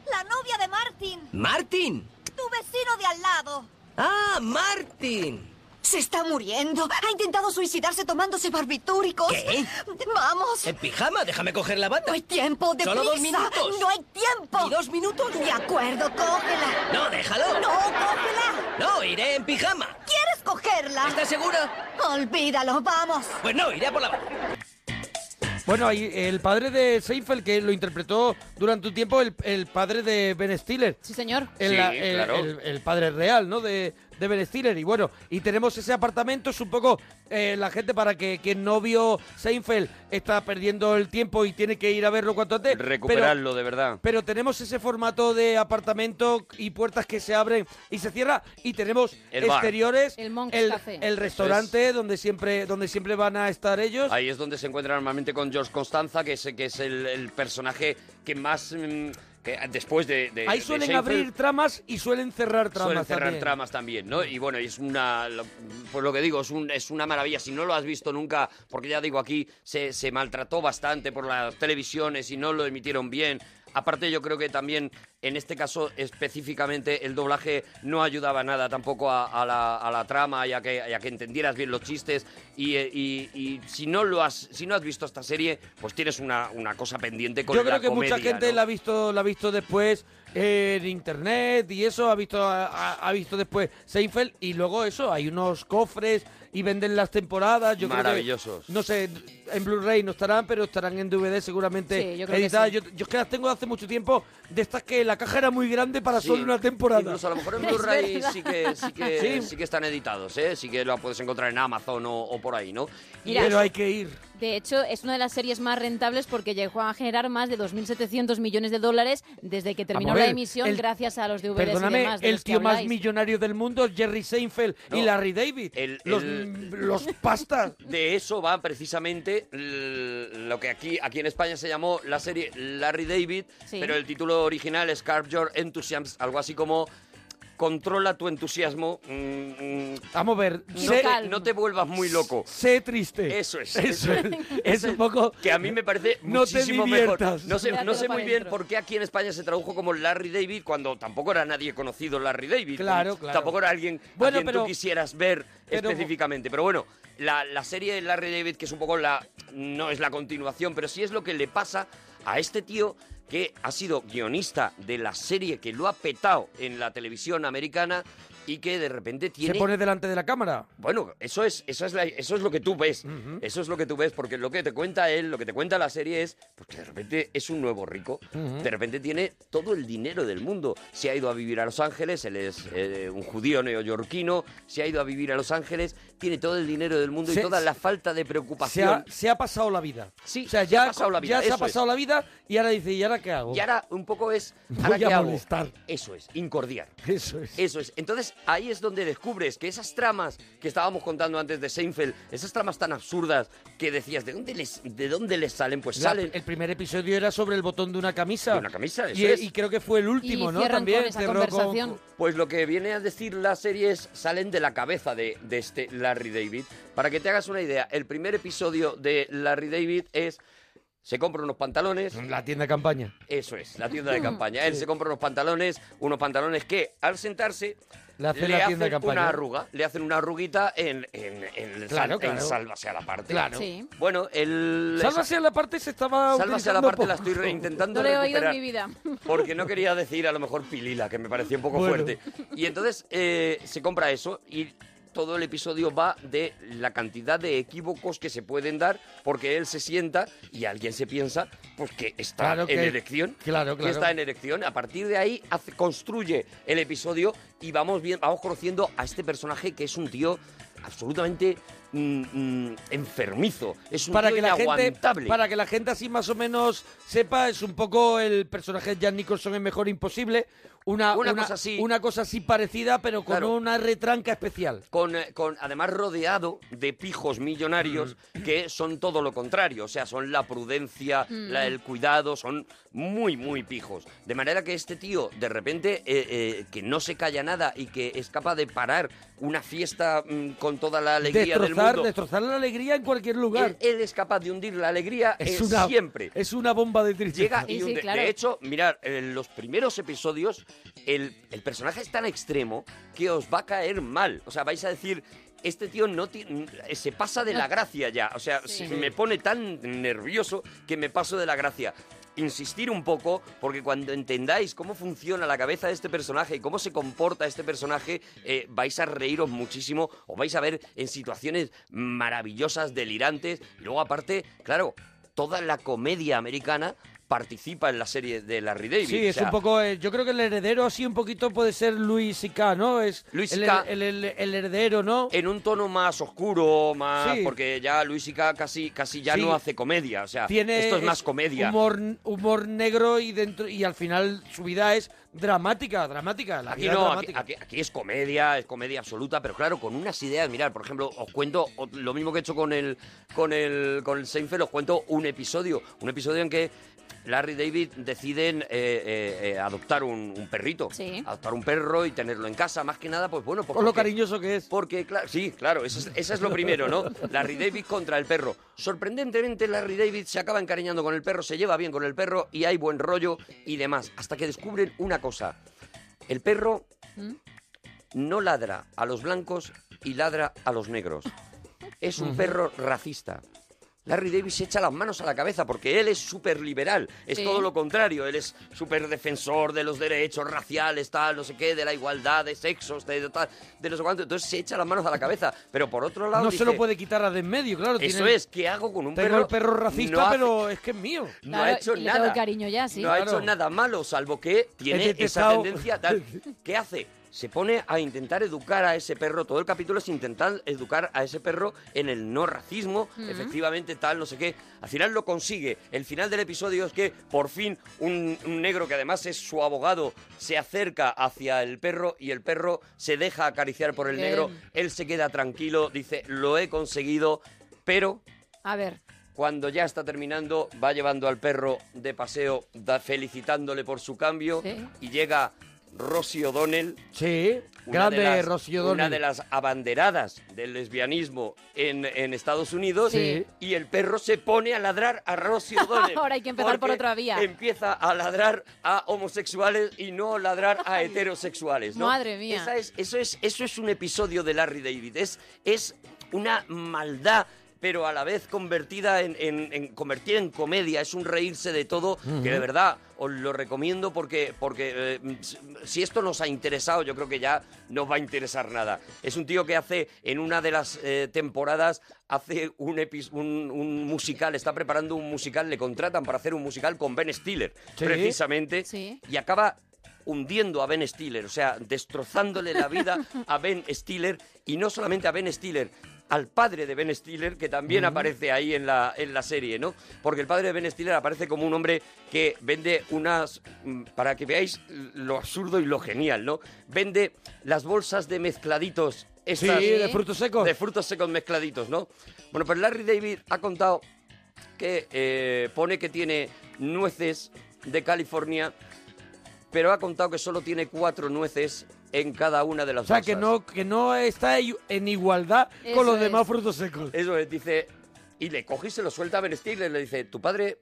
S21: la novia de Martin,
S19: ¡Martin!
S21: tu vecino de al lado.
S19: ¡Ah, Martin!
S21: Se está muriendo. Ha intentado suicidarse tomándose barbitúricos.
S19: ¿Qué?
S21: Vamos.
S19: En pijama, déjame coger la bata.
S21: No hay
S9: Pues
S21: tiempo, de
S19: Solo dos minutos.
S21: No hay tiempo. ¿Y dos minutos? De acuerdo, cógela.
S19: No, déjalo.
S21: No, cógela.
S19: No, iré en pijama.
S21: ¿Quieres cogerla?
S19: ¿Estás segura?
S21: Olvídalo, vamos.
S19: Pues no, iré a por la bata.
S3: Bueno, ahí, el padre de Seinfeld, que lo interpretó durante un tiempo, el, el padre de Ben Stiller.
S9: sí, señor.
S3: El, la- el- el- el padre real, ¿no? De, de Ben Stiller. Y bueno, y tenemos ese apartamento, es un poco eh, la gente para que quien no vio Seinfeld está perdiendo el tiempo y tiene que ir a verlo cuanto antes. pero-
S4: Recuperarlo, de verdad.
S3: Pero tenemos ese formato de apartamento y puertas que se abren y se cierran y tenemos
S4: El bar.
S3: exteriores,
S9: El Monk's
S3: el,
S9: Café.
S3: el restaurante donde siempre donde siempre van a estar ellos.
S4: Ahí es donde se encuentra normalmente con George Constanza, que es, que es el, el personaje que más... mm, que después de... de-
S3: Ahí
S4: de
S3: suelen
S4: Seinfeld,
S3: abrir tramas y suelen cerrar tramas
S4: eh, Suelen cerrar
S3: también.
S4: tramas también, ¿no? Y bueno, es una. lo- Pues lo que digo, es, un- es una maravilla. Si no lo has visto nunca, porque ya digo, aquí se, se maltrató bastante por las televisiones y no lo emitieron bien. Aparte, yo creo que también, en este caso específicamente, el doblaje no ayudaba nada tampoco a, a la, a la trama y a, que, y a que entendieras bien los chistes. Y, eh, y- y si no lo has, si no has visto esta serie, pues tienes una, una cosa pendiente con
S3: Yo
S4: la
S3: creo que mucha
S4: comedia,
S3: gente
S4: ¿no?
S3: la ha visto, la ha visto después eh, en internet y eso, ha visto, ha- ha, ha visto después Seinfeld y luego eso, hay unos cofres y venden las temporadas. Yo creo que-
S4: Maravillosos.
S3: no sé, en Blu-ray no estarán, pero estarán en DVD seguramente
S4: Sí, yo creo que
S3: editadas.
S4: sí.
S3: Yo, yo es que las tengo de hace mucho tiempo, de estas que la caja era muy grande para
S4: Sí,
S3: solo una temporada.
S4: incluso a lo mejor en Blu-ray sí que, sí, que,
S3: Sí,
S4: sí que están editados, ¿eh? Sí que lo puedes encontrar en Amazon o, o por ahí, ¿no?
S9: Mira, Pero hay
S3: que ir.
S9: De hecho, es una de las series más rentables porque llegó a generar más de 2.700 millones de dólares desde que terminó
S3: Vamos a
S9: la
S3: ver,
S9: emisión
S3: el-
S9: gracias a los DVDs y
S3: Perdóname,
S9: demás. de
S3: el
S9: los que
S3: tío más
S9: habláis.
S3: millonario del mundo, Jerry Seinfeld y
S4: No,
S3: Larry David. los, los pastas.
S4: De eso va precisamente l- lo que aquí, aquí en España se llamó la serie Larry David,
S3: Sí.
S4: pero el título original es Carve Your Enthusiasm, algo así como controla tu entusiasmo. mm, mm,
S3: Vamos a ver.
S4: no, te, no te vuelvas muy loco.
S3: Sé triste.
S4: Eso es.
S3: Eso es. Es un poco.
S4: Que a mí me parece
S3: No te
S4: muchísimo mejor.
S3: diviertas.
S4: No sé,
S3: Dátelo
S4: no sé
S3: para
S4: muy bien
S3: dentro.
S4: por qué aquí en España se tradujo como Larry David cuando tampoco era nadie conocido Larry David.
S3: Claro, claro.
S4: Tampoco era alguien
S3: Bueno,
S4: a quien
S3: pero-
S4: tú quisieras ver
S3: pero-
S4: específicamente. Pero bueno, la, la serie de Larry David, que es un poco la. No es la continuación, pero sí es lo que le pasa a este tío que ha sido guionista de la serie que lo ha petado en la televisión americana y que de repente tiene
S3: Se pone delante de la cámara.
S4: bueno, eso es, eso es, la- eso es lo que tú ves.
S3: Mm.
S4: Eso es lo que tú ves, porque lo que te cuenta él, lo que te cuenta la serie es pues, que de repente es un nuevo rico.
S3: Ujú.
S4: De repente tiene todo el dinero del mundo. Se ha ido a vivir a Los Ángeles, él es eh, un judío neoyorquino, se ha ido a vivir a Los Ángeles, tiene todo el dinero del mundo
S3: Se-
S4: y toda la falta de
S3: Se ha,
S4: preocupación.
S3: se ha pasado la vida.
S4: Sí,
S3: o sea,
S4: se
S3: ya,
S4: ha pasado la vida,
S3: ya se ha
S4: eso es.
S3: pasado la vida y ahora dice, ¿y ahora qué hago?
S4: Y ahora un poco es...
S3: Voy
S4: ¿ahora
S3: a
S4: qué hago?
S3: molestar.
S4: Eso es, incordiar.
S3: Eso es.
S4: Eso es. Entonces ahí es donde descubres que esas tramas que estábamos contando antes de Seinfeld, esas tramas tan absurdas que decías, ¿de dónde les, de dónde les salen? Pues
S3: La-
S4: salen.
S3: El primer episodio era sobre el botón de una camisa.
S4: una camisa, eso
S3: y,
S4: es.
S3: e, y creo que fue el último, ¿no? También cerró con-
S4: Pues lo que viene a decir la serie es salen de la cabeza de, de este Larry David. Para que te hagas una idea, el primer episodio de Larry David es se compra unos pantalones.
S3: La tienda de campaña.
S4: Eso es, la tienda
S3: Mm.
S4: de campaña. Él se compra unos pantalones, unos pantalones que al sentarse
S3: Le
S4: le,
S3: hace la
S4: hacen
S3: tienda de campaña.
S4: una arruga, le hacen una arruguita en, en, en el
S3: Claro,
S4: sal- en
S3: claro.
S4: sálvase a la parte.
S3: Claro. Sí.
S4: Bueno, el
S3: Sálvase a la parte se estaba
S4: Sálvase a la
S3: utilizando
S4: parte, la
S3: poco.
S4: estoy re- intentando
S9: No lo he oído en
S4: recuperar.
S9: mi vida.
S4: Porque no quería decir a lo mejor pilila, que me parecía un poco
S3: Bueno.
S4: fuerte. Y entonces eh, se compra eso y todo el episodio va de la cantidad de equívocos que se pueden dar porque él se sienta y alguien se piensa pues que está
S3: Claro
S4: en
S3: que-
S4: erección.
S3: claro,
S4: que
S3: claro.
S4: está en erección. A partir de ahí hace- construye el episodio y vamos, bien, vamos conociendo a este personaje que es un tío absolutamente mm, mm, enfermizo. Es un
S3: para
S4: tío
S3: que la gente
S4: inaguantable.
S3: para que la gente así más o menos sepa es un poco el personaje de Jack Nicholson en Mejor Imposible una,
S4: Una cosa así.
S3: una cosa así parecida pero con
S4: Claro.
S3: una retranca especial
S4: con, eh, con- además rodeado de pijos millonarios que son todo lo contrario, o sea, son la prudencia,
S3: Mm.
S4: la- el cuidado, son muy, muy pijos. De manera que este tío, de repente, eh, eh, que no se calla nada y que es capaz de parar una fiesta mm, con toda la alegría del
S3: destrozar
S4: mundo.
S3: destrozar la alegría en cualquier lugar
S4: Él, él es capaz de hundir la alegría eh, siempre.
S3: es una bomba de tristeza
S4: Llega y hunde- De hecho, mirad, en los primeros episodios el, el personaje es tan extremo que os va a caer mal. O sea, vais a decir, este tío no ti- se pasa de la gracia ya. O sea,
S3: Sí.
S4: se- me pone tan nervioso que me paso de la gracia. Insistir un poco, porque cuando entendáis cómo funciona la cabeza de este personaje y cómo se comporta este personaje, eh, vais a reíros muchísimo, os vais a ver en situaciones maravillosas, delirantes. Y luego, aparte, claro, toda la comedia americana participa en la serie de Larry David.
S3: Sí, es un poco. eh, yo creo que el heredero así un poquito puede ser Luis C.K., ¿no? Es
S4: Luis
S3: el,
S4: C.K..
S3: el- el- el heredero, ¿no?
S4: En un tono más oscuro, más
S3: Sí.
S4: porque ya Luis Ica casi casi ya
S3: Sí.
S4: no hace comedia, o sea,
S3: Tiene
S4: esto es
S3: eh,
S4: más comedia.
S3: Humor, humor negro y dentro y al final su vida es dramática, dramática. La
S4: Aquí
S3: vida es
S4: no, aquí,
S3: dramática.
S4: aquí- aquí es comedia, es comedia absoluta, pero claro, con unas ideas. Mirad, por ejemplo, os cuento o- lo mismo que he hecho con el con el con el Seinfeld, os cuento un episodio, un episodio en que Larry y David deciden eh, eh, eh, adoptar un, un perrito,
S3: Sí.
S4: adoptar un perro y tenerlo en casa, más que nada, pues bueno,
S3: Por lo cariñoso que es.
S4: Porque, claro, Eh, sí, claro, eso es, eso es lo primero, ¿no? Larry David contra el perro. Sorprendentemente, Larry David se acaba encariñando con el perro, se lleva bien con el perro y hay buen rollo y demás. Hasta que descubren una cosa. El perro no ladra a los blancos y ladra a los negros. Es un
S3: Ujú.
S4: perro racista. Larry Davis se echa las manos a la cabeza porque él es súper liberal, es
S3: Sí.
S4: todo lo contrario, él es súper defensor de los derechos raciales, tal, no sé qué, de la igualdad de sexos, de, de tal, de no sé cuánto, entonces se echa las manos a la cabeza, pero por otro lado
S3: no
S4: dice,
S3: se lo puede quitar a de en medio, claro.
S4: Eso
S3: tiene-
S4: es, ¿qué hago con un
S3: tengo
S4: perro?
S3: el perro racista,
S4: No hace-
S3: pero es que es mío.
S4: no ha hecho
S9: y le tengo
S4: nada.
S9: cariño ya, sí.
S4: No ha hecho nada malo, salvo que
S3: He
S4: tiene esa
S3: detectado-
S4: tendencia. Tal. ¿Qué hace? Se pone a intentar educar a ese perro. Todo el capítulo es intentar educar a ese perro en el no racismo,
S3: Ujú.
S4: efectivamente, tal, no sé qué. Al final lo consigue. El final del episodio es que por fin un, un negro que además es su abogado se acerca hacia el perro y el perro se deja acariciar por el
S9: Bien.
S4: negro. Él se queda tranquilo, dice, lo he conseguido, pero
S9: A ver,
S4: cuando ya está terminando, va llevando al perro de paseo, da- felicitándole por su cambio,
S3: Sí.
S4: y llega Rosie O'Donnell.
S3: Sí,
S4: una de
S3: grande
S4: las-
S3: Rocío
S4: Una
S3: O'Donnell.
S4: de las abanderadas del lesbianismo en, en Estados Unidos.
S3: Sí.
S4: Y el perro se pone a ladrar a Rosie O'Donnell.
S9: Ahora hay que empezar por
S4: porque
S9: otra vía.
S4: Empieza a ladrar a homosexuales y no ladrar a heterosexuales. ¿no?
S9: Madre mía.
S4: Esa es- eso, es, eso es un episodio de Larry David. Es, es una maldad pero a la vez convertida en, en- en- convertida en comedia, es un reírse de todo,
S3: Ujú.
S4: que de verdad os lo recomiendo porque, porque eh, s- si esto nos ha interesado, yo creo que ya no va a interesar nada. Es un tío que hace, en una de las eh, temporadas, hace un, epis- un, un musical, está preparando un musical, le contratan para hacer un musical con Ben Stiller,
S3: Sí.
S4: precisamente, y acaba hundiendo a Ben Stiller, o sea, destrozándole la vida a Ben Stiller y no solamente a Ben Stiller, al padre de Ben Stiller que también
S3: Ujú.
S4: aparece ahí en la, en la serie, ¿no? Porque el padre de Ben Stiller aparece como un hombre que vende unas, mm, para que veáis lo absurdo y lo genial, ¿no? Vende las bolsas de mezcladitos. Estas,
S3: Sí, de frutos secos.
S4: De frutos secos mezcladitos, ¿no? Bueno, pues Larry David ha contado que eh, pone que tiene nueces de California, pero ha contado que solo tiene cuatro nueces en cada una de las
S3: O sea,
S4: bolsas.
S3: que no, que no está en igualdad
S4: Eso
S3: con los
S4: es.
S3: demás frutos secos.
S4: Eso es, dice, y le coge y se lo suelta a Ben Stiller y le dice, tu padre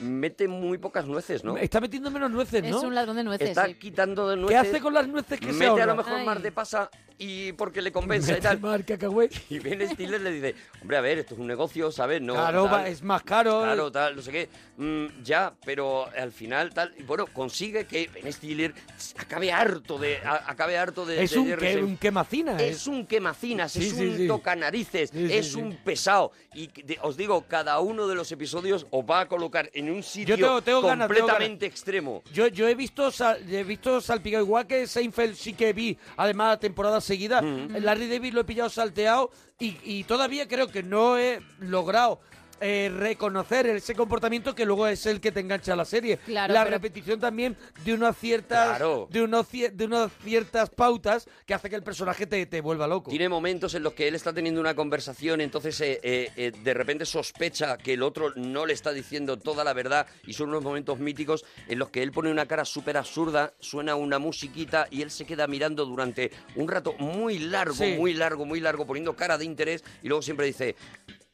S4: mete muy pocas nueces, ¿no?
S3: Está metiendo menos nueces, ¿no?
S9: Es un ladrón de nueces.
S4: Está
S9: sí.
S4: quitando de
S3: ¿Qué
S4: nueces.
S3: hace con las nueces que se
S4: Mete a
S3: ahorra?
S4: lo mejor más de pasa y porque le compensa y
S3: Mete
S4: tal.
S3: más cacahuete.
S4: Y Ben Stiller le dice, hombre, a ver, esto es un negocio, ¿sabes? No,
S3: Claro,
S4: tal,
S3: va- es más caro. eh.
S4: Claro, tal, no sé qué. Mm, ya, pero al final, tal. y Bueno, consigue que Ben Stiller acabe harto de. a- acabe harto de.
S3: es
S4: de
S3: un,
S4: Jerry
S3: que,
S4: Seinfeld.
S3: un quemacina.
S4: Es un quemacinas,
S3: Sí,
S4: es
S3: sí,
S4: un
S3: sí.
S4: tocanarices,
S3: Sí, sí,
S4: es
S3: sí.
S4: un pesado. Y que- de- os digo, cada uno de los episodios os va a colocar en un sitio
S3: tengo- tengo ganas, tengo
S4: completamente extremo.
S3: Yo, yo he visto sal- he visto salpicado, igual que Seinfeld sí que vi, además la temporada seguida, Larry David lo he pillado salteado y, y todavía creo que no he logrado eh, reconocer ese comportamiento que luego es el que te engancha a la serie.
S9: Claro,
S3: la
S9: pero-
S3: repetición también de unas ciertas
S4: Claro.
S3: de, unos cie- de unas ciertas pautas que hace que el personaje te, te vuelva loco.
S4: Tiene momentos en los que él está teniendo una conversación, entonces eh, eh, eh, de repente sospecha que el otro no le está diciendo toda la verdad y son unos momentos míticos en los que él pone una cara súper absurda, suena una musiquita y él se queda mirando durante un rato muy largo,
S3: Sí.
S4: muy largo, muy largo, poniendo cara de interés y luego siempre dice,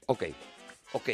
S4: ok, ok.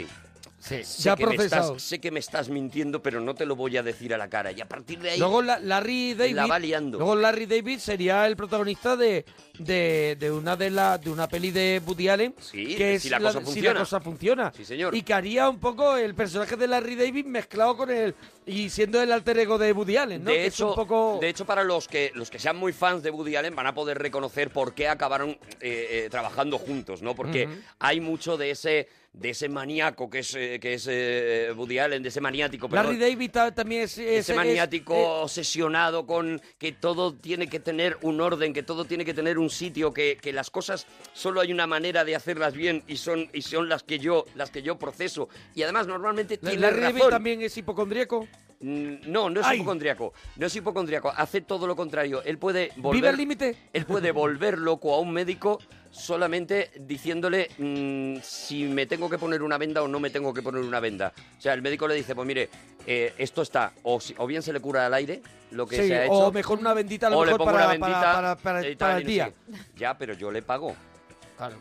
S4: sé,
S3: ya
S4: que me estás,
S3: procesado.
S4: sé que me estás mintiendo, pero no te lo voy a decir a la cara. Y a partir de ahí...
S3: Luego la- Larry David.
S4: La va liando.
S3: Luego Larry David sería el protagonista de, de, de una de la, de una peli de Woody Allen.
S4: Sí,
S3: que
S4: de
S3: es
S4: Si la cosa
S3: Si la
S4: funciona.
S3: cosa funciona.
S4: Sí, señor.
S3: Y que haría un poco el personaje de Larry David mezclado con el. y siendo el alter ego de Woody Allen, ¿no?
S4: De,
S3: Que es
S4: hecho,
S3: un poco.
S4: de hecho, para los que, los que sean muy fans de Woody Allen van a poder reconocer por qué acabaron eh, eh, trabajando juntos, ¿no? Porque
S3: Ujú.
S4: hay mucho de ese, de ese maníaco que es, eh, que es eh, Woody Allen, de ese maniático, perdón,
S3: Larry David ta- también es. es-
S4: ese
S3: es-
S4: maniático
S3: eh,
S4: obsesionado con que todo tiene que tener un orden, que todo tiene que tener un sitio, que, que las cosas solo hay una manera de hacerlas bien y son, y son las que yo, las que yo proceso. Y además normalmente tiene
S3: Larry David
S4: razón.
S3: también es hipocondríaco.
S4: Mm, No, no es
S3: Ay.
S4: hipocondriaco. No es hipocondriaco. Hace todo lo contrario. Él puede volver.
S3: ¿Vive al límite?
S4: Él puede volver loco a un médico solamente diciéndole mm, si me tengo que poner una venda o no me tengo que poner una venda. O sea, el médico le dice, pues mire, eh, esto está, o, si- o bien se le cura al aire, lo que
S3: Sí,
S4: se ha hecho.
S3: o mejor una bendita a lo
S4: o le
S3: mejor
S4: pongo
S3: para-
S4: una bendita
S3: para- para- para-
S4: y tal,
S3: para
S4: y
S3: el
S4: no sé
S3: día.
S4: qué. Ya, pero yo le pago.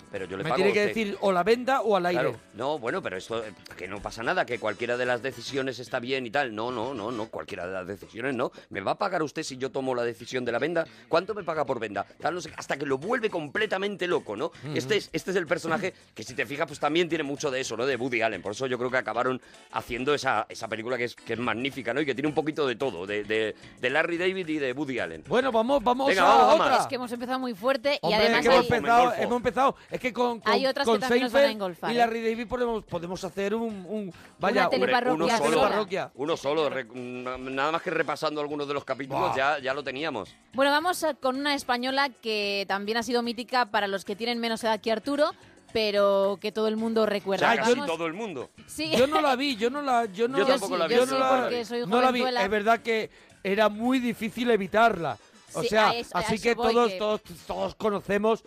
S4: Pero yo le
S3: me
S4: pago.
S3: tiene que
S4: usted.
S3: decir o la venda o al aire.
S4: Claro. No, bueno, pero esto eh, que no pasa nada, que cualquiera de las decisiones está bien y tal. No, no, no, no, cualquiera de las decisiones no. ¿Me va a pagar usted si yo tomo la decisión de la venda? ¿Cuánto me paga por venda? Tal, no sé qué, hasta que lo vuelve completamente loco, ¿no?
S3: Ujú.
S4: Este es este es el personaje que si te fijas pues también tiene mucho de eso, ¿no? De Woody Allen. Por eso yo creo que acabaron haciendo esa, esa película que es, que es magnífica, ¿no? Y que tiene un poquito de todo, de, de- de Larry David y de Woody Allen.
S3: Bueno, vamos, vamos
S4: Venga,
S3: a
S4: vamos, vamos.
S3: otra.
S9: Es que hemos empezado muy fuerte y
S3: Hombre,
S9: además
S3: es que hemos
S9: hay-
S3: empezado,
S4: engolfo.
S3: hemos empezado- es que con, con,
S9: Hay otras que
S3: con
S9: también nos van a
S3: Seinfeld
S9: engolfar,
S3: y
S9: ¿eh?
S3: Larry David pues podemos, podemos hacer un, un- vaya,
S9: Hombre, teleparroquia
S4: uno solo,
S3: teleparroquia.
S4: uno solo, re- na- nada más que repasando algunos de los capítulos
S3: Buah.
S4: ya, ya lo teníamos.
S9: Bueno, vamos a- con una española que también ha sido mítica para los que tienen menos edad que Arturo, pero que todo el mundo recuerda.
S4: Ya casi
S9: Vamos-
S4: todo el mundo.
S9: Sí.
S3: Yo no la vi, yo no la, yo no
S4: Yo tampoco la vi.
S9: yo sí, porque soy
S3: no la vi.
S9: jovenzuela.
S3: Es verdad que era muy difícil evitarla. O
S9: Sí,
S3: sea,
S9: a eso- a
S3: así
S9: eso
S3: que
S9: voy,
S3: todos,
S9: que-
S3: todos, todos conocemos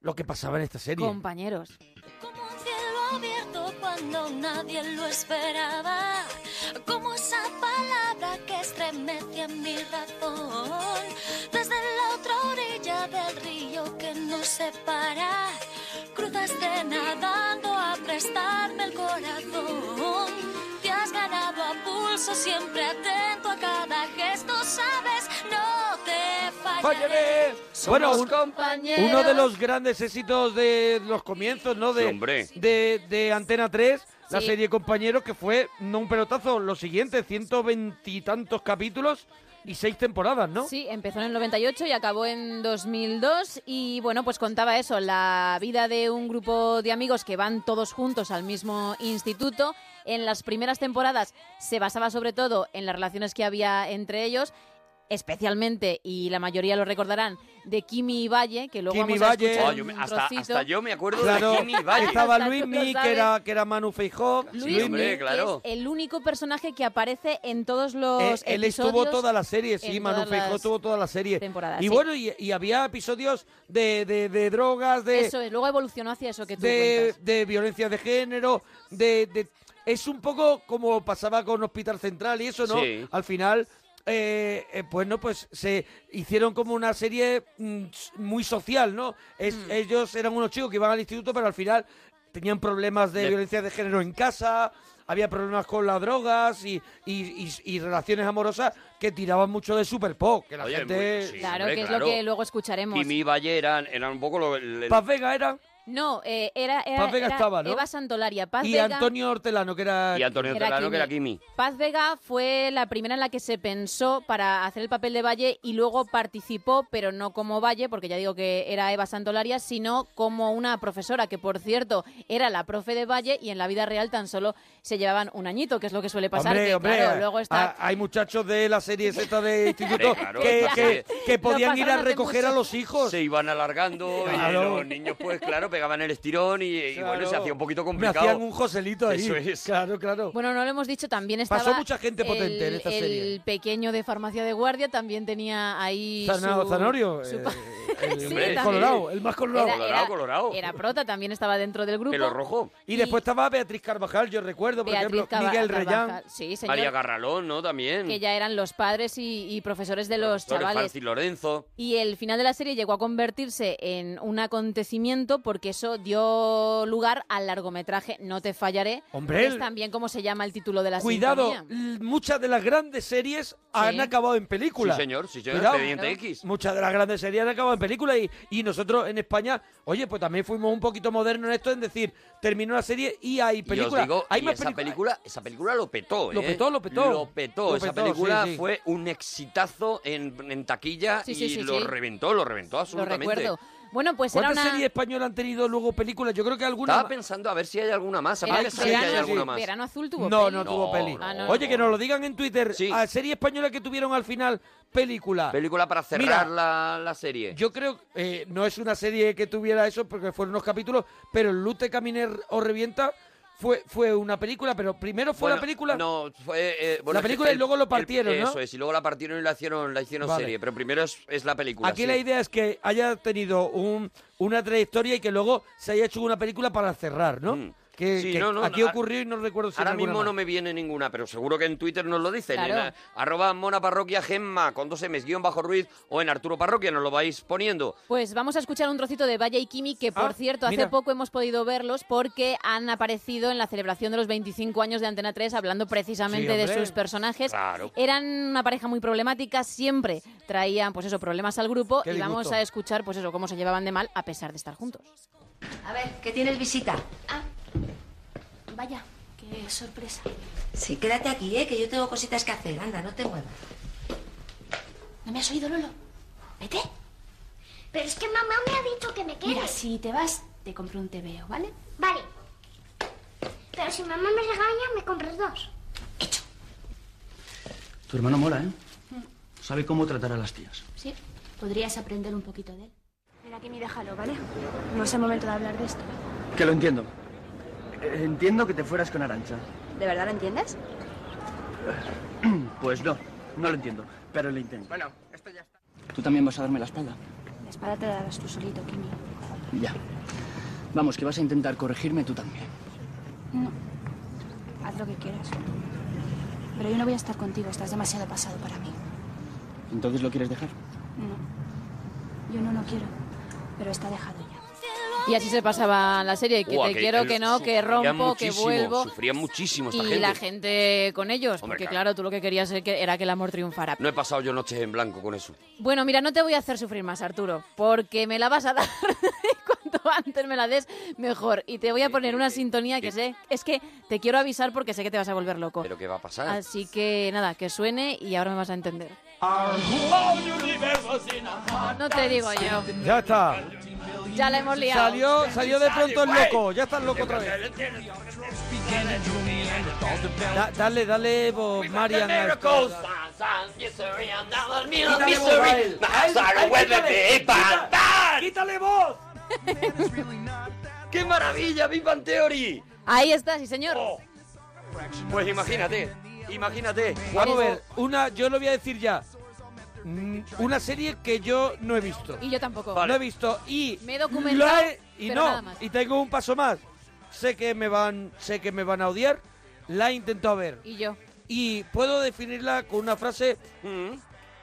S3: lo que pasaba en esta serie.
S9: Compañeros.
S2: cielo abierto cuando nadie lo esperaba. Como esa palabra que estremece a mi razón. Desde la otra orilla del río que nos separa. Cruzaste nadando a prestarme el corazón. Te has ganado a pulso, siempre atento a cada gesto. Sabes, no te fallaré.
S3: Bueno, un-
S2: compañeros.
S3: uno de los grandes éxitos de los comienzos, ¿no?
S4: Sí,
S3: De,
S4: hombre.
S3: de, de Antena 3, la
S4: Sí.
S3: serie Compañeros, que fue no un pelotazo, lo siguiente, ciento veintitantos capítulos y seis temporadas, ¿no?
S9: Sí, empezó en el 98 y acabó en 2002 y bueno, pues contaba eso, la vida de un grupo de amigos que van todos juntos al mismo instituto. En las primeras temporadas se basaba sobre todo en las relaciones que había entre ellos, especialmente, y la mayoría lo recordarán, de Kimi y Valle, que luego
S3: Kimi
S9: vamos a
S3: Valle.
S9: escuchar
S3: Oh, yo me-
S9: un
S4: Ah, hasta,
S9: trocito.
S4: hasta yo me acuerdo
S3: Claro,
S4: de Jimmy Valle.
S3: estaba
S9: Hasta tú lo
S3: Luismi, que
S9: sabes.
S3: era, que era Manu Feijó.
S9: Luismi
S4: hombre, claro.
S9: es el único personaje que aparece en todos los
S3: Eh, él
S9: episodios.
S3: estuvo toda la serie, sí,
S9: en
S3: Manu
S9: todas las
S3: Feijó tuvo toda la serie.
S9: temporadas,
S3: y
S9: sí.
S3: bueno, y, y había episodios de, de- de drogas, de,
S9: Eso es, luego evolucionó hacia eso que tú
S3: de,
S9: cuentas.
S3: de violencia de género, de, de- Es un poco como pasaba con Hospital Central y eso, ¿no?
S4: Sí.
S3: Al final, eh, eh, pues no, pues se hicieron como una
S4: Mm.
S3: serie mm, s- muy social, ¿no? Es- Ellos eran unos chicos que iban al instituto, pero al final tenían problemas de
S4: Le-
S3: violencia de género en casa, había problemas con las drogas y, y- y- y relaciones amorosas que tiraban mucho de super pop, que la
S4: Oye,
S3: gente...
S4: muy- sí,
S9: Claro,
S4: hombre,
S9: que es
S4: claro.
S9: lo que luego escucharemos.
S4: Y mi Valle eran, eran un poco lo... el- el-
S3: Paz Vega era
S9: No, eh, era, era,
S3: Paz Vega
S9: era
S3: estaba, ¿no?
S9: Eva Santolaria. Paz
S3: y
S9: Vega,
S3: Antonio Hortelano, que era...
S4: y Antonio
S9: Era
S4: Terrano, que era
S9: Kimi.
S4: Kimi.
S9: Paz Vega fue la primera en la que se pensó para hacer el papel de Valle y luego participó, pero no como Valle, porque ya digo que era Eva Santolaria, sino como una profesora, que por cierto era la profe de Valle y en la vida real tan solo se llevaban un añito, que es lo que suele pasar.
S3: hombre,
S9: que,
S3: hombre, Ah.
S9: claro, luego está
S3: ha- hay muchachos de la serie Z de instituto
S4: Hombre, claro,
S3: que,
S4: esta
S3: que-
S4: serie.
S3: que
S4: Lo
S3: podían ir
S4: pasaron
S3: a
S4: hace
S3: recoger a
S4: mucho.
S3: los hijos.
S4: Se iban alargando
S3: Claro.
S4: y los niños, pues claro, pegaban el estirón y, y bueno, se
S3: Claro.
S4: hacía un poquito
S3: Me
S4: complicado.
S3: hacían un Joselito ahí.
S4: Eso es.
S3: Claro, claro.
S9: Bueno, no lo hemos dicho, también estaba...
S3: Pasó mucha gente potente en esta
S9: el
S3: serie.
S9: pequeño de farmacia de guardia también tenía ahí
S3: Zana-
S9: su-
S3: Zanorio,
S9: su
S3: eh,
S9: pa-
S3: el,
S9: Sí,
S3: hombre, el
S9: también.
S3: colorado, el más colorado.
S9: Era- era- Era prota, también estaba dentro del grupo.
S3: Y después estaba Beatriz Carvajal, yo recuerdo, por
S9: Beatriz
S3: ejemplo,
S9: Cava-
S3: Miguel
S9: Carvajal,
S3: Reyán.
S9: Sí, señor.
S4: María Garralón, ¿no? También.
S9: que ya eran los padres y, y profesores de los
S4: Flores
S9: chavales.
S4: Fancy Lorenzo.
S9: Y el final de la serie llegó a convertirse en un acontecimiento porque eso dio lugar al largometraje No te fallaré.
S3: Hombre,
S9: que es
S3: el-
S9: también como se llama el título de la
S3: Cuidado,
S9: sinfonía.
S3: l- muchas de las grandes series han acabado en películas.
S4: Sí, señor, sí, señor, Expediente X.
S3: Muchas de las grandes series han acabado en películas y, y nosotros en España, oye, pues también fuimos un poquito modernos en esto, en decir, terminó la serie y hay
S4: Y os
S3: películas.
S4: digo,
S3: hay
S4: y
S3: más
S4: esa
S3: películas.
S4: película, esa película lo petó, ¿eh?
S3: Lo petó, lo petó.
S4: Lo petó.
S3: Lo
S4: esa
S3: petó,
S4: película
S3: sí, sí.
S4: fue un exitazo en, en taquilla
S9: Sí, sí,
S4: y
S9: sí,
S4: lo
S9: sí.
S4: reventó, lo reventó
S9: Lo
S4: absolutamente.
S9: recuerdo. Bueno, pues era
S3: ¿Cuántas
S9: una...
S3: series españolas han tenido luego películas? Yo creo que alguna.
S4: Estaba pensando a ver si hay alguna más.
S9: Era
S4: Aparte que hay
S9: verano,
S4: alguna más.
S9: Verano Azul tuvo
S3: no,
S9: peli.
S3: no tuvo peli.
S9: Ah, no, no.
S3: Oye, que nos lo digan en Twitter. A serie española que tuvieron al final película.
S4: Película para cerrar
S3: Mira,
S4: la, la serie.
S3: Yo creo, eh, no es una serie que tuviera eso porque fueron unos capítulos, pero el Lute Caminer o Revienta fue, fue una película, pero primero fue
S4: Bueno,
S3: la película.
S4: No, fue. eh, bueno,
S3: La película y luego lo partieron, ¿no?
S4: Eso es, y luego la partieron y la hicieron, la hicieron
S3: Vale.
S4: serie. Pero primero es, es la película.
S3: Aquí
S4: sí.
S3: la idea es que haya tenido un, una trayectoria y que luego se haya hecho una película para cerrar, ¿no? Que,
S4: Mm. Sí,
S3: que
S4: no, no,
S3: aquí
S4: no, ah.
S3: ocurrió y no recuerdo si en
S4: Ahora
S3: alguna
S4: mismo
S3: más.
S4: no me viene ninguna, pero seguro que en Twitter nos lo dicen.
S3: Claro.
S4: En a- arroba Mona Parroquia Gemma con dos M's guión bajo Ruiz o en Arturo Parroquia, nos lo vais poniendo.
S9: Pues vamos a escuchar un trocito de Valle y Kimi, que por
S4: Ah,
S9: cierto, hace
S4: mira.
S9: poco hemos podido verlos porque han aparecido en la celebración de los 25 años de Antena 3 hablando precisamente
S4: Sí,
S9: de
S4: hombre.
S9: sus personajes.
S4: Claro.
S9: Eran una pareja muy problemática, siempre traían pues eso, problemas al grupo
S6: Qué
S9: y vamos
S6: disgusto.
S9: a escuchar pues eso, cómo se llevaban de mal a pesar de estar juntos.
S6: A ver, que tienes visita.
S2: Vaya, qué sorpresa.
S6: Sí, quédate aquí, ¿eh? que yo tengo cositas que hacer. Anda, no te muevas.
S2: ¿No me has oído, Lolo? Vete. Pero es que mamá me ha dicho que me quede. Mira, si te vas, te compro un TVO, ¿vale? Vale. Pero si mamá me regaña, me compras dos.
S22: Tu hermano mola, ¿eh? Sabe cómo tratar a las tías.
S2: Sí, podrías aprender un poquito de él. Mira, Kimi, déjalo, ¿vale? No es el momento de hablar de esto.
S22: Que lo entiendo. Eh, Entiendo que te fueras con Arancha.
S2: ¿De verdad lo entiendes?
S22: Pues no, no lo entiendo, pero lo intento.
S2: Bueno,
S22: ¿Tú también vas a darme la espalda?
S2: la espada te la darás tú solito, Kimi.
S22: Ya. Vamos, que vas a intentar corregirme tú también.
S2: Haz lo que quieras. Pero yo no voy a estar contigo, estás demasiado pasado para mí.
S22: ¿Entonces lo quieres dejar?
S2: No. Yo no lo quiero, pero está dejado ya.
S9: Y así se pasaba la serie, que
S4: Buah,
S9: te quiero,
S4: el-
S9: que no, que
S4: sufrían
S9: rompo, que
S4: muchísimo,
S9: vuelvo.
S4: Sufrían muchísimo
S9: Y
S4: esta gente.
S9: la gente con ellos,
S4: Hombre,
S9: porque
S4: claro.
S9: claro, tú lo que querías era que- era que el amor triunfara.
S4: No he pasado yo noches en blanco con eso.
S9: Bueno, mira, no te voy a hacer sufrir más, Arturo, porque me la vas a dar. Cuanto antes me la des, mejor. Y te voy a poner una sintonía que sé. Es que te quiero avisar porque sé que te vas a volver loco.
S4: ¿Pero qué va a pasar?
S9: Así que nada, que suene y ahora me vas a entender. No te digo yo.
S3: Ya está.
S9: Ya la hemos liado.
S3: Salió, salió de pronto el loco. Ya está el loco otra vez. Da- dale, dale, Bob Marian. a esto. Quítale voz a él. ¡Quítale voz!
S4: ¡Qué maravilla, Big Bang Theory!
S9: Ahí está, sí, señor.
S4: Oh. Pues imagínate, imagínate.
S3: Vamos a ver, una, yo lo voy a decir ya. Mm, Una serie que yo no he visto.
S9: Y yo tampoco.
S3: No he visto. Y
S9: Me he documentado,
S3: lo he- y
S9: pero
S3: no,
S9: nada más.
S3: y tengo un paso más. Sé que me van, sé que me van a odiar. La he intentado ver.
S9: Y yo.
S3: Y puedo definirla con una frase.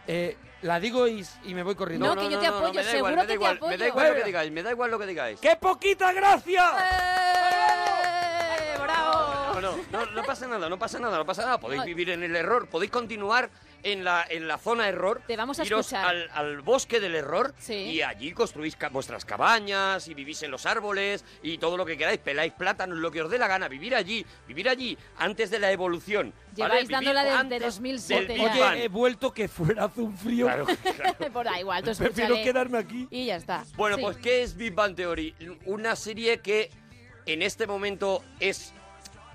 S3: eh, la digo y, y me voy corriendo.
S9: No, No, que no, yo te no, no, apoyo,
S4: me da igual, seguro me da que te igual, me da apoyo. igual lo que digáis, me da igual lo que digáis.
S3: ¡Qué poquita gracia!
S9: Eh,
S4: no, no, no, no pasa nada, no pasa nada, no pasa nada. Podéis
S9: No.
S4: vivir en el error, podéis continuar en la, en la zona error.
S9: Te vamos a
S4: iros
S9: escuchar.
S4: al, al bosque del error
S9: Sí.
S4: y allí construís ca- vuestras cabañas y vivís en los árboles y todo lo que queráis, peláis plátanos, lo que os dé la gana, vivir allí, vivir allí antes de la evolución. ¿vale?
S9: Lleváis
S4: Vivir
S9: dándola desde
S4: antes
S9: 2007
S4: del
S9: ya.
S4: Big Bang.
S9: Oye, eh,
S3: vuelto que fuera hace un frío.
S4: Claro,
S9: Por da igual, tú
S4: Prefiero
S9: escúchale.
S4: quedarme
S3: aquí.
S9: Y ya está.
S4: Bueno,
S9: Sí.
S4: pues ¿qué es Big Bang Theory? Una serie que en este momento es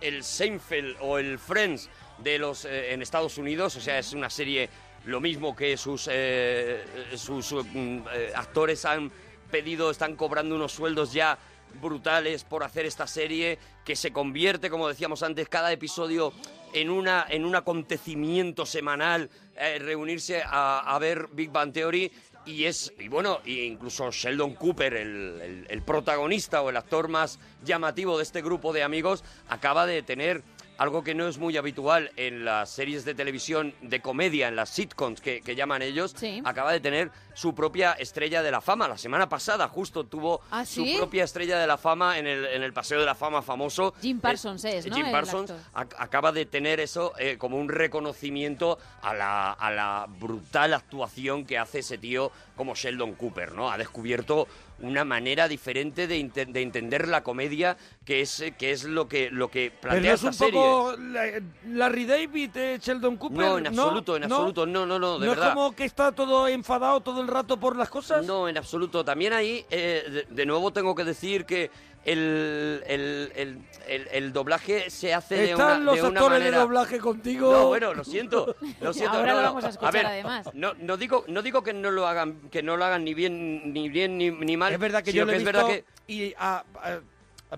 S4: el Seinfeld o el Friends de los eh, en Estados Unidos, o sea, es una serie lo mismo que sus eh, sus mm, eh, actores han pedido, están cobrando unos sueldos ya brutales por hacer esta serie que se convierte, como decíamos antes, cada episodio en, una, en un acontecimiento semanal, eh, reunirse a, a ver Big Bang Theory. Y es, y bueno, y incluso Sheldon Cooper, el, el- el protagonista o el actor más llamativo de este grupo de amigos, acaba de tener algo que no es muy habitual en las series de televisión de comedia, en las sitcoms que, que llaman ellos, acaba de tener su propia estrella de la fama. La semana pasada justo tuvo
S9: ¿Ah, sí?
S4: su propia estrella de la fama en el, en el Paseo de la Fama famoso. Eh,
S9: Jim Parsons es, ¿no?
S4: Jim
S9: El
S4: Parsons
S9: actor.
S4: ac- acaba de tener eso eh, como un reconocimiento a la, a la brutal actuación que hace ese tío como Sheldon Cooper, ¿no? Ha descubierto una manera diferente de, inte- de entender la comedia que es, eh, que es lo que, lo que
S3: Pero
S4: plantea
S3: es
S4: esta
S3: un
S4: serie.
S3: poco la- Larry David, eh, Sheldon Cooper.
S4: No, en absoluto, en absoluto, no, no, no, de
S3: ¿No
S4: verdad.
S3: es como que está todo enfadado todo el rato por las cosas?
S4: No, en absoluto. También ahí, eh, de, de nuevo, tengo que decir que el, el- el- el- el doblaje se hace de una,
S3: Están los
S4: de una
S3: actores
S4: manera...
S3: de doblaje contigo.
S4: No, bueno, lo siento, lo siento.
S9: Ahora
S4: no,
S9: lo
S4: no.
S9: vamos a escuchar,
S4: ver,
S9: además.
S4: No, no digo, no digo que no lo hagan, que no lo hagan ni bien, ni bien, ni, ni mal.
S3: Es verdad que
S4: sino
S3: yo lo he
S4: que es
S3: visto
S4: verdad que
S3: y a- a-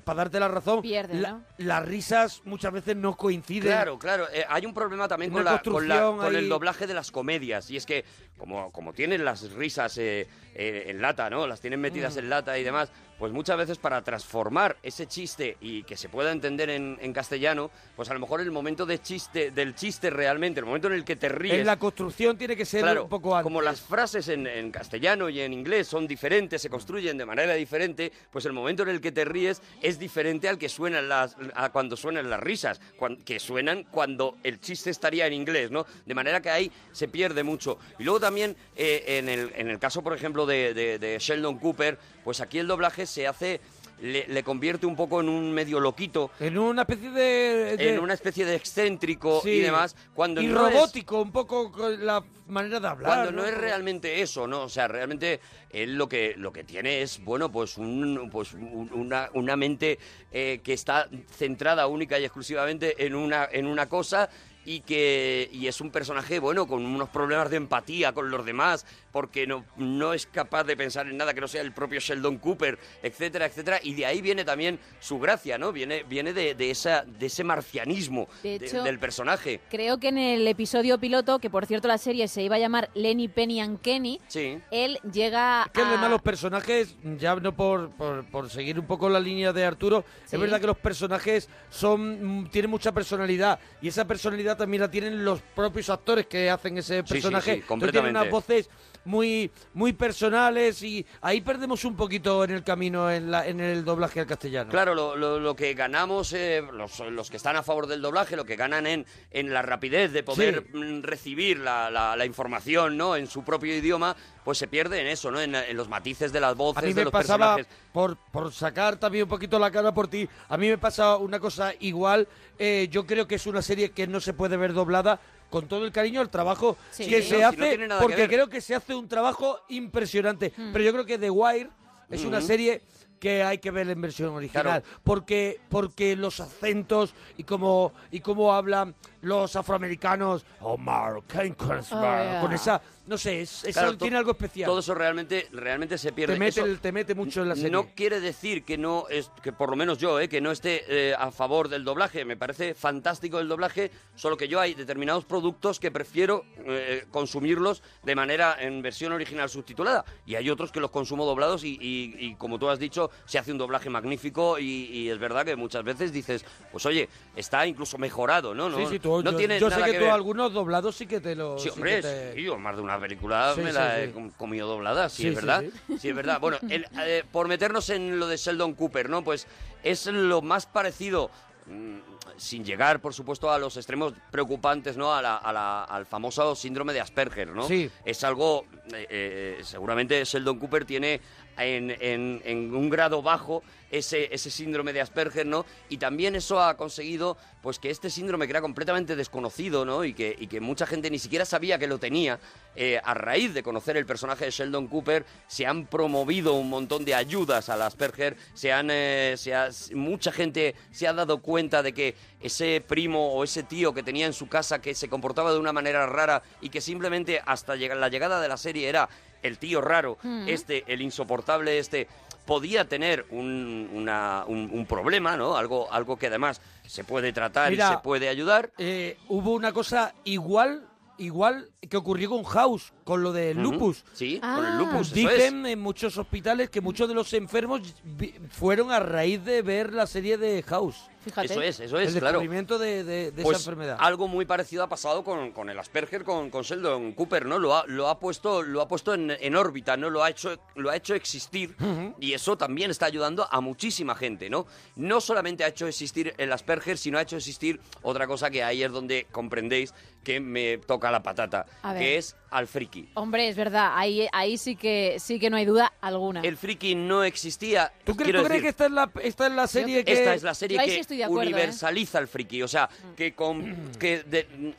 S3: para darte la razón,
S9: Pierde,
S3: la-
S9: ¿no?
S3: las risas muchas veces no coinciden.
S4: Claro, claro. Eh, hay un problema también
S3: Una
S4: con, la- con, la-
S3: construcción
S4: con
S3: ahí.
S4: el doblaje de las comedias. Y es que, como, como tienen las risas eh, eh, en lata, ¿no? Las tienen metidas
S3: Mm.
S4: en lata y demás, pues muchas veces para transformar ese chiste y que se pueda entender en, en castellano, pues a lo mejor el momento de chiste, del chiste realmente, el momento en el que te ríes.
S3: En la construcción tiene que ser
S4: Claro,
S3: un poco antes.
S4: Como las frases en, en castellano y en inglés son diferentes, se construyen de manera diferente, pues el momento en el que te ríes es diferente al que suenan las, a cuando suenan las risas, cuan- que suenan cuando el chiste estaría en inglés, ¿no? De manera que ahí se pierde mucho. Y luego también eh, en, el, en el caso, por ejemplo, de, de- de Sheldon Cooper, pues aquí el doblaje se hace, le- le convierte un poco en un medio loquito,
S3: En una especie de. de-
S4: en una especie de excéntrico
S3: Sí.
S4: y demás, cuando
S3: Y
S4: no es-
S3: robótico, un poco con la manera de hablar.
S4: cuando no, es realmente eso, ¿no? O sea, realmente él lo que, lo que tiene es, bueno, pues, un, pues un- una, una mente eh, que está centrada única y exclusivamente en una, en una cosa y que y es un personaje, bueno, con unos problemas de empatía con los demás, porque no, no es capaz de pensar en nada que no sea el propio Sheldon Cooper, etcétera, etcétera. Y de ahí viene también su gracia, ¿no? Viene, viene de, de esa, de ese marcianismo
S9: De
S4: de-
S9: hecho-
S4: del personaje.
S9: Creo que en el episodio piloto, que por cierto la serie se iba a llamar Lenny, Penny and Kenny,
S4: Sí.
S9: él llega
S3: Que
S9: a...
S3: además los personajes, ya no por, por, por seguir un poco la línea de Arturo,
S9: Sí.
S3: es verdad que los personajes son mm, tienen mucha personalidad y esa personalidad también la tienen los propios actores que hacen ese
S4: sí,
S3: personaje.
S4: sí,
S3: Entonces
S4: completamente.
S3: tienen unas voces muy, muy personales y ahí perdemos un poquito en el camino en, la, en el doblaje al castellano.
S4: Claro, lo, lo- lo que ganamos, eh, los, los que están a favor del doblaje, lo que ganan en, en la rapidez de poder
S3: Sí.
S4: mm, recibir la, la- la información ¿no? en su propio idioma, pues se pierde en eso, ¿no? en, en los matices de las voces,
S3: A mí
S4: de
S3: me
S4: los
S3: pasaba,
S4: personajes.
S3: por, por sacar también un poquito la cara por ti, a mí me pasa una cosa igual. eh, yo creo que es una serie que no se puede ver doblada con todo el cariño al trabajo
S4: Sí.
S3: que
S4: Sí,
S3: se
S4: no, si no
S3: hace,
S4: tiene nada que
S3: porque
S4: ver.
S3: creo que se hace un trabajo impresionante.
S4: Mm.
S3: Pero yo creo que The Wire es una
S4: Ujú.
S3: serie que hay que ver en versión original
S4: Mm. Claro.
S3: porque porque los acentos y cómo y cómo hablan los afroamericanos Omar Kleinkensberg,
S4: Oh, yeah.
S3: con esa no sé es, es-
S4: Claro, to-
S3: tiene algo especial
S4: Todo eso realmente, realmente se pierde.
S3: te mete,
S4: Eso-
S3: el- te mete mucho en la serie
S4: No quiere decir que no es que por lo menos yo, eh, que no esté eh, a favor del doblaje. Me parece fantástico el doblaje, solo que yo hay determinados productos que prefiero eh, consumirlos de manera en versión original subtitulada y hay otros que los consumo doblados y, y- y, como tú has dicho se hace un doblaje magnífico y, y es verdad que muchas veces dices, pues oye, está incluso mejorado, ¿no? No,
S3: sí, sí, tú,
S4: no
S3: yo,
S4: tiene
S3: yo
S4: nada
S3: sé que, tú
S4: ver.
S3: algunos doblados sí que te lo...
S4: Sí,
S3: que
S4: hombre,
S3: te-
S4: sí, yo más de una película
S3: Sí,
S4: me
S3: sí,
S4: la
S3: sí.
S4: he com- comido doblada, sí, es
S3: Sí, sí,
S4: verdad.
S3: sí.
S4: Sí, es verdad. Bueno, el- eh, por meternos en lo de Sheldon Cooper, ¿no? Pues es lo más parecido mm, sin llegar, por supuesto, a los extremos preocupantes, ¿no? A la- a la- al famoso síndrome de Asperger, ¿no?
S3: Sí.
S4: Es algo, eh, eh, seguramente Sheldon Cooper tiene en, en- en un grado bajo ese, ese síndrome de Asperger, ¿no? Y también eso ha conseguido, pues, que este síndrome que era completamente desconocido, ¿no? Y que, y que mucha gente ni siquiera sabía que lo tenía, eh, a raíz de conocer el personaje de Sheldon Cooper, se han promovido un montón de ayudas al Asperger, se han, eh, se ha- mucha gente se ha dado cuenta de que ese primo o ese tío que tenía en su casa que se comportaba de una manera rara y que simplemente hasta lleg- la llegada de la serie era el tío raro,
S1: Mm.
S4: este, el insoportable este, podía tener un, una- un- un problema, ¿no? Algo, algo que además se puede tratar y
S3: Mira,
S4: se puede ayudar.
S3: Eh, hubo una cosa igual igual que ocurrió con House, con lo del
S4: Ujú,
S3: lupus.
S4: sí, con el Ah. lupus, eso
S3: Dicen en muchos hospitales que muchos de los enfermos vi- fueron a raíz de ver la serie de House.
S4: Fíjate. Eso es, eso es,
S3: El
S4: claro.
S3: descubrimiento de, de- de
S4: Pues
S3: esa enfermedad.
S4: Algo muy parecido ha pasado con, con el Asperger, con, con Sheldon Cooper, ¿no? Lo ha, lo ha puesto, lo ha puesto en, en órbita, ¿no? Lo ha hecho, lo ha hecho existir y eso también está ayudando a muchísima gente, ¿no? No solamente ha hecho existir el Asperger, sino ha hecho existir otra cosa que ahí es donde comprendéis que me toca la patata,
S9: A ver.
S4: que es al friki.
S9: Hombre, es verdad, ahí, ahí sí, que, sí que no hay duda alguna.
S4: El friki no existía.
S3: ¿Tú, cre-
S4: quiero
S3: tú
S4: decir-
S3: crees que esta es la, esta es la serie que...
S4: Esta es la serie
S9: Yo ahí
S4: que
S9: sí estoy de acuerdo, ¿eh? Mm.
S4: universaliza el friki, o sea, que, con, que de- eh,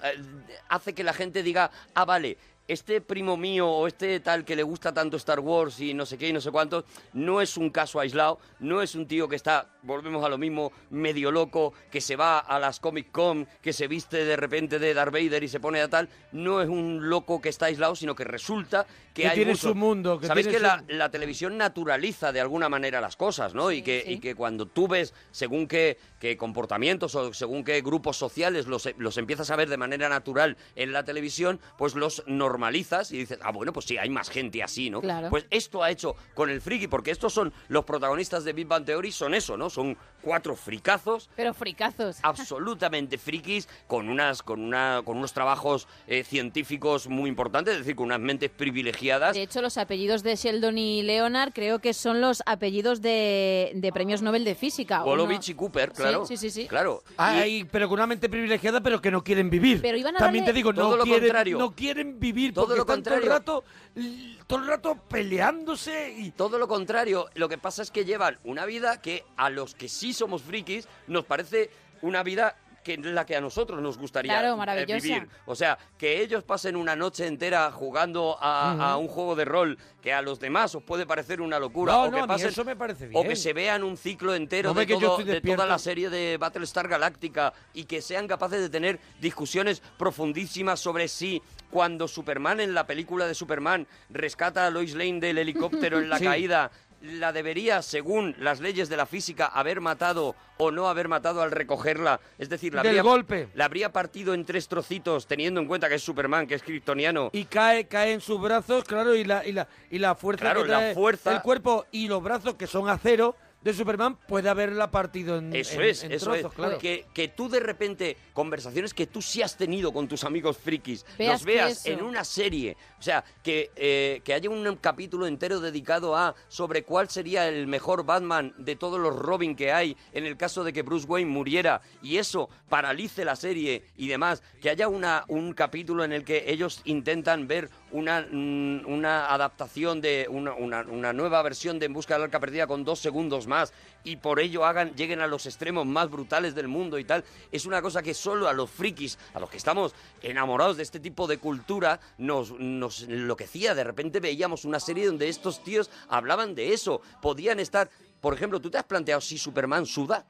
S4: hace que la gente diga, ah, vale, este primo mío o este tal que le gusta tanto Star Wars y no sé qué y no sé cuántos, no es un caso aislado, no es un tío que está, volvemos a lo mismo, medio loco, que se va a las Comic Con, que se viste de repente de Darth Vader y se pone a tal, no es un loco que está aislado, sino que resulta que,
S3: Que
S4: hay
S3: tiene
S4: mucho-
S3: su mundo, que
S4: Sabéis
S3: tiene
S4: que
S3: su-
S4: la, la televisión naturaliza de alguna manera las cosas, ¿no? y, que, y que cuando tú ves según qué, qué comportamientos o según qué grupos sociales los, los empiezas a ver de manera natural en la televisión, pues los normalizas y dices, ah, bueno, pues sí, hay más gente así, ¿no?
S9: Claro.
S4: Pues esto ha hecho con el friki, porque estos son los protagonistas de Big Bang Theory, son eso, ¿no? Son cuatro fricazos
S9: Pero fricazos.
S4: absolutamente frikis, con unas, con una, con unos trabajos eh, científicos muy importantes, es decir, con unas mentes privilegiadas.
S9: De hecho, los apellidos de Sheldon y Leonard creo que son los apellidos de, de premios Nobel de física. ¿o no?
S4: Golovich y Cooper,
S9: Ah, Sí,
S4: claro.
S9: sí, sí, sí.
S4: Claro.
S3: Ay, Ah, pero con una mente privilegiada, pero que no quieren vivir.
S9: Pero iban a
S3: También
S9: darle-
S3: te digo,
S4: Todo
S3: no
S4: lo
S3: quieren,
S4: contrario.
S3: no quieren vivir,
S4: Todo
S3: porque
S4: lo
S3: están
S4: contrario.
S3: todo el rato, todo el rato peleándose y...
S4: Todo lo contrario, lo que pasa es que llevan una vida que a los que sí somos frikis nos parece una vida que es la que a nosotros nos gustaría
S9: Claro,
S4: eh,
S9: maravillosa.
S4: vivir. O sea, que ellos pasen una noche entera jugando a,
S3: Ujú.
S4: a un juego de rol que a los demás os puede parecer una locura.
S3: No,
S4: o
S3: no,
S4: que
S3: a mí
S4: pasen-
S3: eso me parece
S4: O
S3: bien.
S4: que se vean un ciclo entero
S3: No
S4: de,
S3: ve que yo
S4: todo-
S3: estoy
S4: de
S3: despierto.
S4: toda la serie de Battlestar Galáctica y que sean capaces de tener discusiones profundísimas sobre sí. Cuando Superman en la película de Superman rescata a Lois Lane del helicóptero en la
S3: Sí.
S4: caída, la debería, según las leyes de la física, haber matado o no haber matado al recogerla. Es decir, la
S3: Del
S4: habría,
S3: golpe.
S4: la habría partido en tres trocitos, teniendo en cuenta que es Superman, que es kryptoniano.
S3: Y cae, cae en sus brazos, claro, y la, y la, y la fuerza
S4: Claro,
S3: que
S4: la
S3: trae
S4: fuerza-
S3: el cuerpo y los brazos que son acero de Superman puede haberla partido en,
S4: Eso
S3: en-
S4: es,
S3: en
S4: eso
S3: trozos,
S4: es.
S3: claro.
S4: Que, que tú de repente, conversaciones que tú sí has tenido con tus amigos frikis,
S3: Veas
S4: los
S3: que
S4: veas
S3: eso.
S4: en una serie. O sea, que, eh, que haya un capítulo entero dedicado a sobre cuál sería el mejor Batman de todos los Robin que hay en el caso de que Bruce Wayne muriera y eso paralice la serie y demás. Que haya una, un capítulo en el que ellos intentan ver una, mm, una adaptación de una, una- una nueva versión de En Busca de la Arca Perdida con dos segundos más y por ello hagan, lleguen a los extremos más brutales del mundo y tal. Es una cosa que solo a los frikis, a los que estamos enamorados de este tipo de cultura, nos, nos enloquecía. De repente veíamos una serie donde estos tíos hablaban de eso. Podían estar, por ejemplo, ¿tú te has planteado si Superman suda?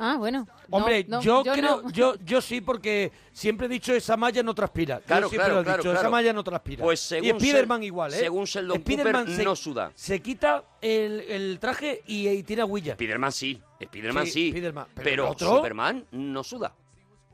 S9: Ah, bueno. No,
S3: Hombre,
S9: no,
S3: yo,
S9: no.
S3: creo, yo, yo sí, porque siempre he dicho esa malla no transpira. Yo
S4: Claro,
S3: siempre lo
S4: claro,
S3: he dicho,
S4: claro,
S3: esa
S4: claro.
S3: malla no transpira.
S4: Pues
S3: y
S4: según
S3: Spiderman
S4: Shel-
S3: igual, ¿eh?
S4: según Sheldon Cooper,
S3: Spiderman se-
S4: no suda.
S3: Se quita el, el traje y, y tira huella.
S4: Spiderman sí, Spiderman
S3: Sí,
S4: sí,
S3: Spiderman. Pero
S4: pero,
S3: el otro-
S4: Superman no suda.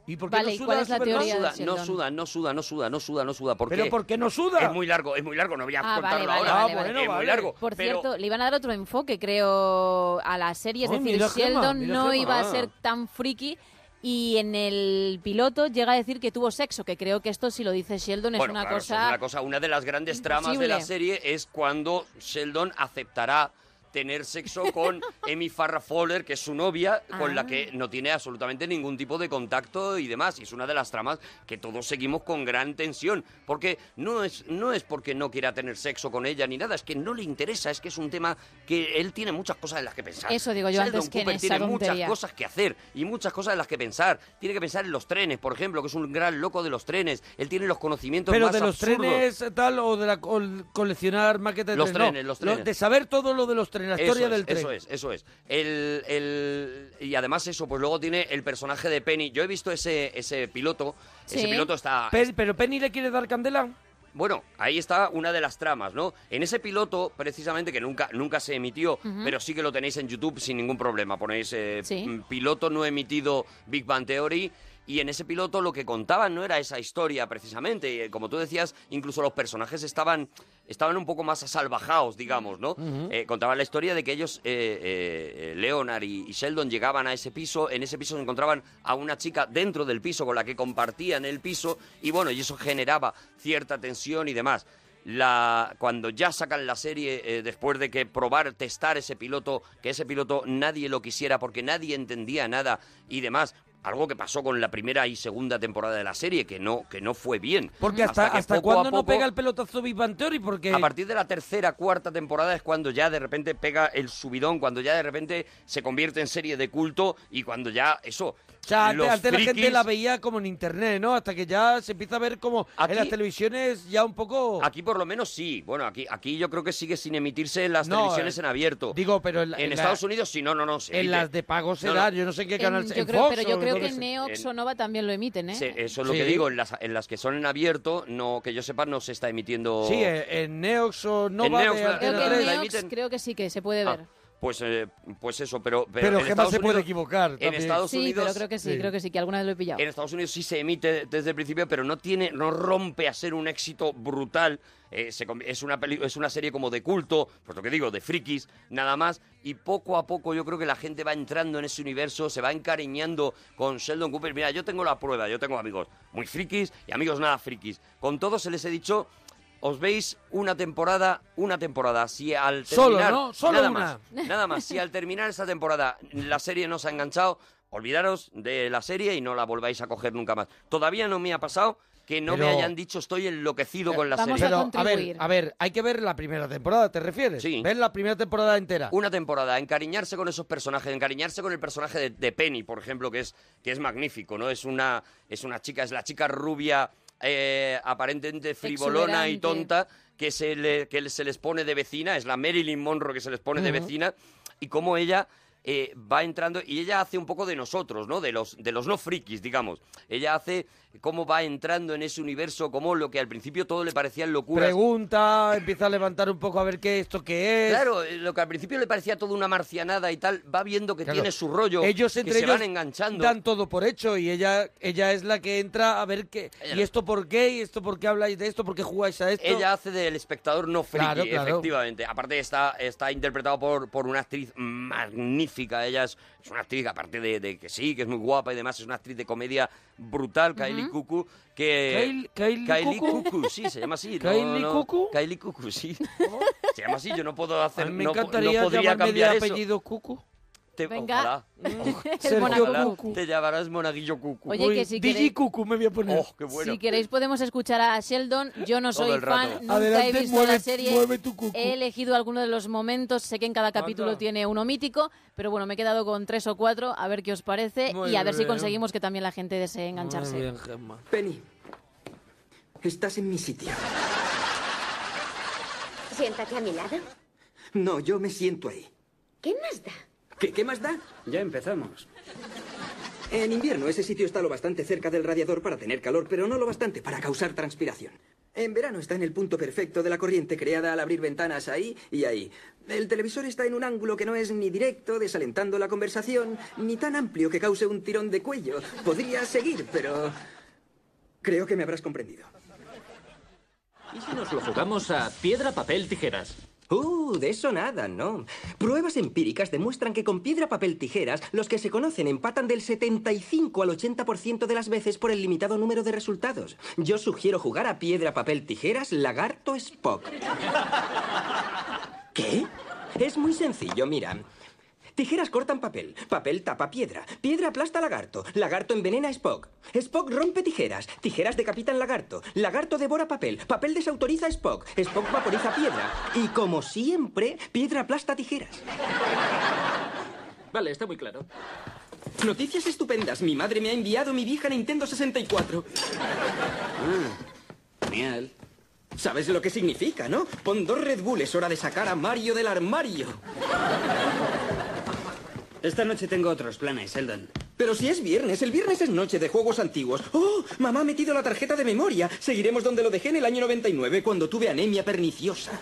S3: ¿Y por qué
S9: Vale,
S3: no
S9: ¿y
S3: suda
S9: cuál es la
S3: Superman?
S9: teoría de
S4: suda, no
S9: Sheldon?
S4: suda, no suda, no suda, no suda, no suda. ¿Por
S3: ¿Pero
S4: qué?
S3: por qué no suda?
S4: Es muy largo, es muy largo, no voy a
S9: Ah, vale,
S4: contarlo
S9: vale,
S4: ahora.
S9: vale, vale.
S4: es muy largo.
S9: Por
S4: pero-
S9: cierto, le iban a dar otro enfoque, creo, a la serie. Es
S4: Ay,
S9: decir,
S4: mira Gemma,
S9: Sheldon
S4: mira
S9: no
S4: Gemma.
S9: iba a
S4: Ah.
S9: ser tan friki. Y en el piloto llega a decir que tuvo sexo, que creo que esto, si lo dice Sheldon, es
S4: Bueno,
S9: una
S4: claro, eso
S9: cosa...
S4: es una cosa. Una de las grandes tramas de
S9: imposible.
S4: la serie es cuando Sheldon aceptará tener sexo con Emi Farrah Fowler, que es su novia, con la
S9: Ah.
S4: que no tiene absolutamente ningún tipo de contacto y demás. Y es una de las tramas que todos seguimos con gran tensión, porque no es, no es porque no quiera tener sexo con ella ni nada, es que no le interesa, es que es un tema que él tiene muchas cosas en las que pensar.
S9: Eso digo yo
S4: Sheldon
S9: antes que en
S4: Cooper
S9: esa
S4: tiene
S9: tontería.
S4: muchas cosas que hacer y muchas cosas en las que pensar. Tiene que pensar en los trenes, por ejemplo, que es un gran loco de los trenes. Él tiene los conocimientos
S3: Pero
S4: más
S3: de los
S4: absurdos.
S3: trenes eh, tal o de la col- coleccionar maquetas de
S4: Los
S3: no,
S4: trenes, los
S3: lo-
S4: trenes.
S3: de saber todo lo de los trenes, la historia
S4: eso
S3: del
S4: es,
S3: tren.
S4: Eso es, eso es. El, el- y además eso, pues luego tiene el personaje de Penny. Yo he visto ese, ese piloto. Ese
S3: Sí.
S4: piloto está...
S3: Pe- pero Penny le quiere dar candela.
S4: Bueno, ahí está una de las tramas, ¿no? En ese piloto, precisamente, que nunca, nunca se emitió,
S3: Ujú.
S4: pero sí que lo tenéis en YouTube sin ningún problema. Ponéis eh,
S9: Sí.
S4: mm, piloto no emitido Big Bang Theory. Y en ese piloto lo que contaban no era esa historia precisamente. Y, eh, Como tú decías, incluso los personajes estaban, estaban un poco más asalvajados, digamos, ¿no?
S3: Ujú.
S4: Eh, contaban la historia de que ellos, eh, eh, eh, Leonard y, y Sheldon, llegaban a ese piso. En ese piso se encontraban a una chica dentro del piso con la que compartían el piso. Y bueno, y eso generaba cierta tensión y demás. La, cuando ya sacan la serie, eh, después de que probar, testar ese piloto, que ese piloto nadie lo quisiera porque nadie entendía nada y demás. Algo que pasó con la primera y segunda temporada de la serie, que no, que no fue bien.
S3: Porque hasta,
S4: que
S3: hasta
S4: poco a
S3: cuándo no
S4: poco-
S3: pega el pelotazo Big Bang Theory, porque
S4: a partir de la tercera, cuarta temporada es cuando ya de repente pega el subidón, cuando ya de repente se convierte en serie de culto y cuando ya eso.
S3: o sea, antes,
S4: los
S3: antes la gente
S4: frikis-
S3: la veía como en internet, ¿no? Hasta que ya se empieza a ver como en las televisiones ya un poco...
S4: Aquí por lo menos sí. Bueno, aquí, aquí yo creo que sigue sin emitirse en las
S3: No,
S4: televisiones
S3: eh,
S4: en abierto.
S3: Digo, pero en, la- en la-
S4: Estados Unidos sí, no, no, no. se
S3: En
S4: emite.
S3: las de pago se
S4: No,
S3: da,
S4: no.
S3: yo no sé en qué
S9: En-
S3: canal...
S9: yo
S3: en
S9: creo,
S3: Fox
S9: pero yo
S3: o dónde
S9: creo que
S3: se-
S9: Neox
S4: en-
S9: o Nova también lo emiten, ¿eh?
S4: Sí, eso es lo
S3: Sí.
S4: que digo, en las, en las que son en abierto, no que yo sepa, no se está emitiendo.
S3: Sí, eh, en Neox o Nova
S4: Oh. Neox
S3: de
S4: la-
S3: Antena
S4: la-
S9: Creo que en
S4: la
S9: Neox
S4: emiten.
S9: creo que sí que se puede ver.
S4: Pues, eh, pues eso, pero.
S3: Pero
S4: en
S3: Gemma
S4: Estados
S3: se puede
S4: Unidos-
S3: equivocar
S4: En
S3: también.
S4: Estados
S9: sí,
S4: Unidos.
S9: pero creo que sí, creo que sí, que alguna vez lo he pillado.
S4: En Estados Unidos sí se emite desde el principio, pero no tiene, no rompe a ser un éxito brutal. Eh, se conv- es, una peli- es una serie como de culto, pues lo que digo, de frikis, nada más. Y poco a poco yo creo que la gente va entrando en ese universo, se va encariñando con Sheldon Cooper. Mira, yo tengo la prueba, yo tengo amigos muy frikis y amigos nada frikis. Con todos se les he dicho, os veis una temporada, una temporada. Si al
S3: Solo,
S4: terminar,
S3: ¿no? Solo
S4: nada
S3: una.
S4: más, Nada más, si al terminar esta temporada la serie no se ha enganchado, olvidaros de la serie y no la volváis a coger nunca más. Todavía no me ha pasado que no me
S3: Pero-
S4: hayan dicho estoy enloquecido con la serie.
S3: Pero, a ver, a ver, hay que ver la primera temporada, ¿te refieres? Sí. Ver la primera temporada entera.
S4: Una temporada, encariñarse con esos personajes, encariñarse con el personaje de, de Penny, por ejemplo, que es, que es magnífico, ¿no? Es una, es una chica, es la chica rubia, eh, aparentemente frivolona y
S1: Exuberante.
S4: tonta, que se, le, que se les pone de vecina, es la Marilyn Monroe que se les pone de
S1: Ujú.
S4: vecina, y cómo ella eh, va entrando, y ella hace un poco de nosotros, ¿no? De los, de los no frikis, digamos. Ella hace cómo va entrando en ese universo, cómo lo que al principio todo le parecían locuras,
S3: Pregunta, empieza a levantar un poco a ver qué esto qué es.
S4: Claro, eh, lo que al principio le parecía toda una marcianada y tal, va viendo que
S3: Claro.
S4: tiene su rollo,
S3: Ellos entre
S4: que se
S3: ellos
S4: van enganchando.
S3: dan todo por hecho y ella ella es la que entra a ver qué y esto por qué y esto por qué habláis de esto, por qué jugáis a esto.
S4: Ella hace del espectador no friki,
S3: Claro, claro.
S4: efectivamente. Aparte está, está interpretado por, por una actriz magnífica. Ella es, es una actriz, aparte de, de que sí, que es muy guapa y demás, es una actriz de comedia brutal, Kylie Cuckoo, que...
S3: Kylie- Kylie Cuoco?
S4: Cuoco, sí, se llama así. no,
S3: ¿Kylie
S4: no,
S3: Cuoco?
S4: Kylie Cuoco, sí. Se llama así, yo no puedo hacer...
S3: A mí me
S4: no po- no
S3: encantaría
S4: podría
S3: llamarme de
S4: cambiar eso.
S3: apellido Cucu.
S4: Te-
S9: Venga.
S4: ojalá.
S9: El
S4: Sergio
S9: Monaguillo
S4: Cucu. Te llamarás Monaguillo Cucu.
S9: Oye, que si
S3: DJ
S9: queréis-
S3: Cucu me voy a poner.
S4: Oh, qué bueno.
S9: Si queréis podemos escuchar a Sheldon. Yo no
S4: Todo
S9: soy
S4: el rato.
S9: fan, nunca he
S3: Adelante,
S9: visto
S3: mueve-
S9: la serie.
S3: mueve tu cucu.
S9: he elegido alguno de los momentos. Sé que en cada capítulo
S3: Anda.
S9: tiene uno mítico, pero bueno, me he quedado con tres o cuatro. A ver qué os parece
S7: Muy
S9: y a ver si
S7: bien.
S9: conseguimos que también la gente desee engancharse.
S7: Penny, estás en mi sitio.
S23: Siéntate a mi lado.
S7: No, yo me siento ahí.
S23: ¿Qué más da?
S7: ¿Qué, qué más da? Ya empezamos. En invierno ese sitio está lo bastante cerca del radiador para tener calor, pero no lo bastante para causar transpiración. En verano está en el punto perfecto de la corriente creada al abrir ventanas ahí y ahí. El televisor está en un ángulo que no es ni directo, desalentando la conversación, ni tan amplio que cause un tirón de cuello. Podría seguir, pero... Creo que me habrás comprendido.
S24: ¿Y si nos lo jugamos a piedra, papel, tijeras?
S7: Uh, de eso nada, no. Pruebas empíricas demuestran que con piedra, papel, tijeras, los que se conocen empatan del 75 al 80% de las veces por el limitado número de resultados. Yo sugiero jugar a piedra, papel, tijeras, lagarto, Spock. ¿Qué?
S1: Es muy sencillo, mira. Tijeras cortan papel, papel tapa piedra, piedra aplasta lagarto, lagarto envenena a Spock, Spock rompe tijeras, tijeras decapitan lagarto, lagarto devora papel, papel desautoriza a Spock, Spock vaporiza piedra y como siempre, piedra aplasta tijeras.
S24: Vale, está muy claro.
S1: Noticias estupendas, mi madre me ha enviado mi vieja Nintendo 64. Ah, genial. ¿Sabes lo que significa, no? Pon dos Red Bull, es hora de sacar a Mario del armario.
S5: Esta noche tengo otros planes, Eldon.
S1: Pero si es viernes, el viernes es noche de juegos antiguos. ¡Oh! Mamá ha metido la tarjeta de memoria. Seguiremos donde lo dejé en el año 99, cuando tuve anemia perniciosa.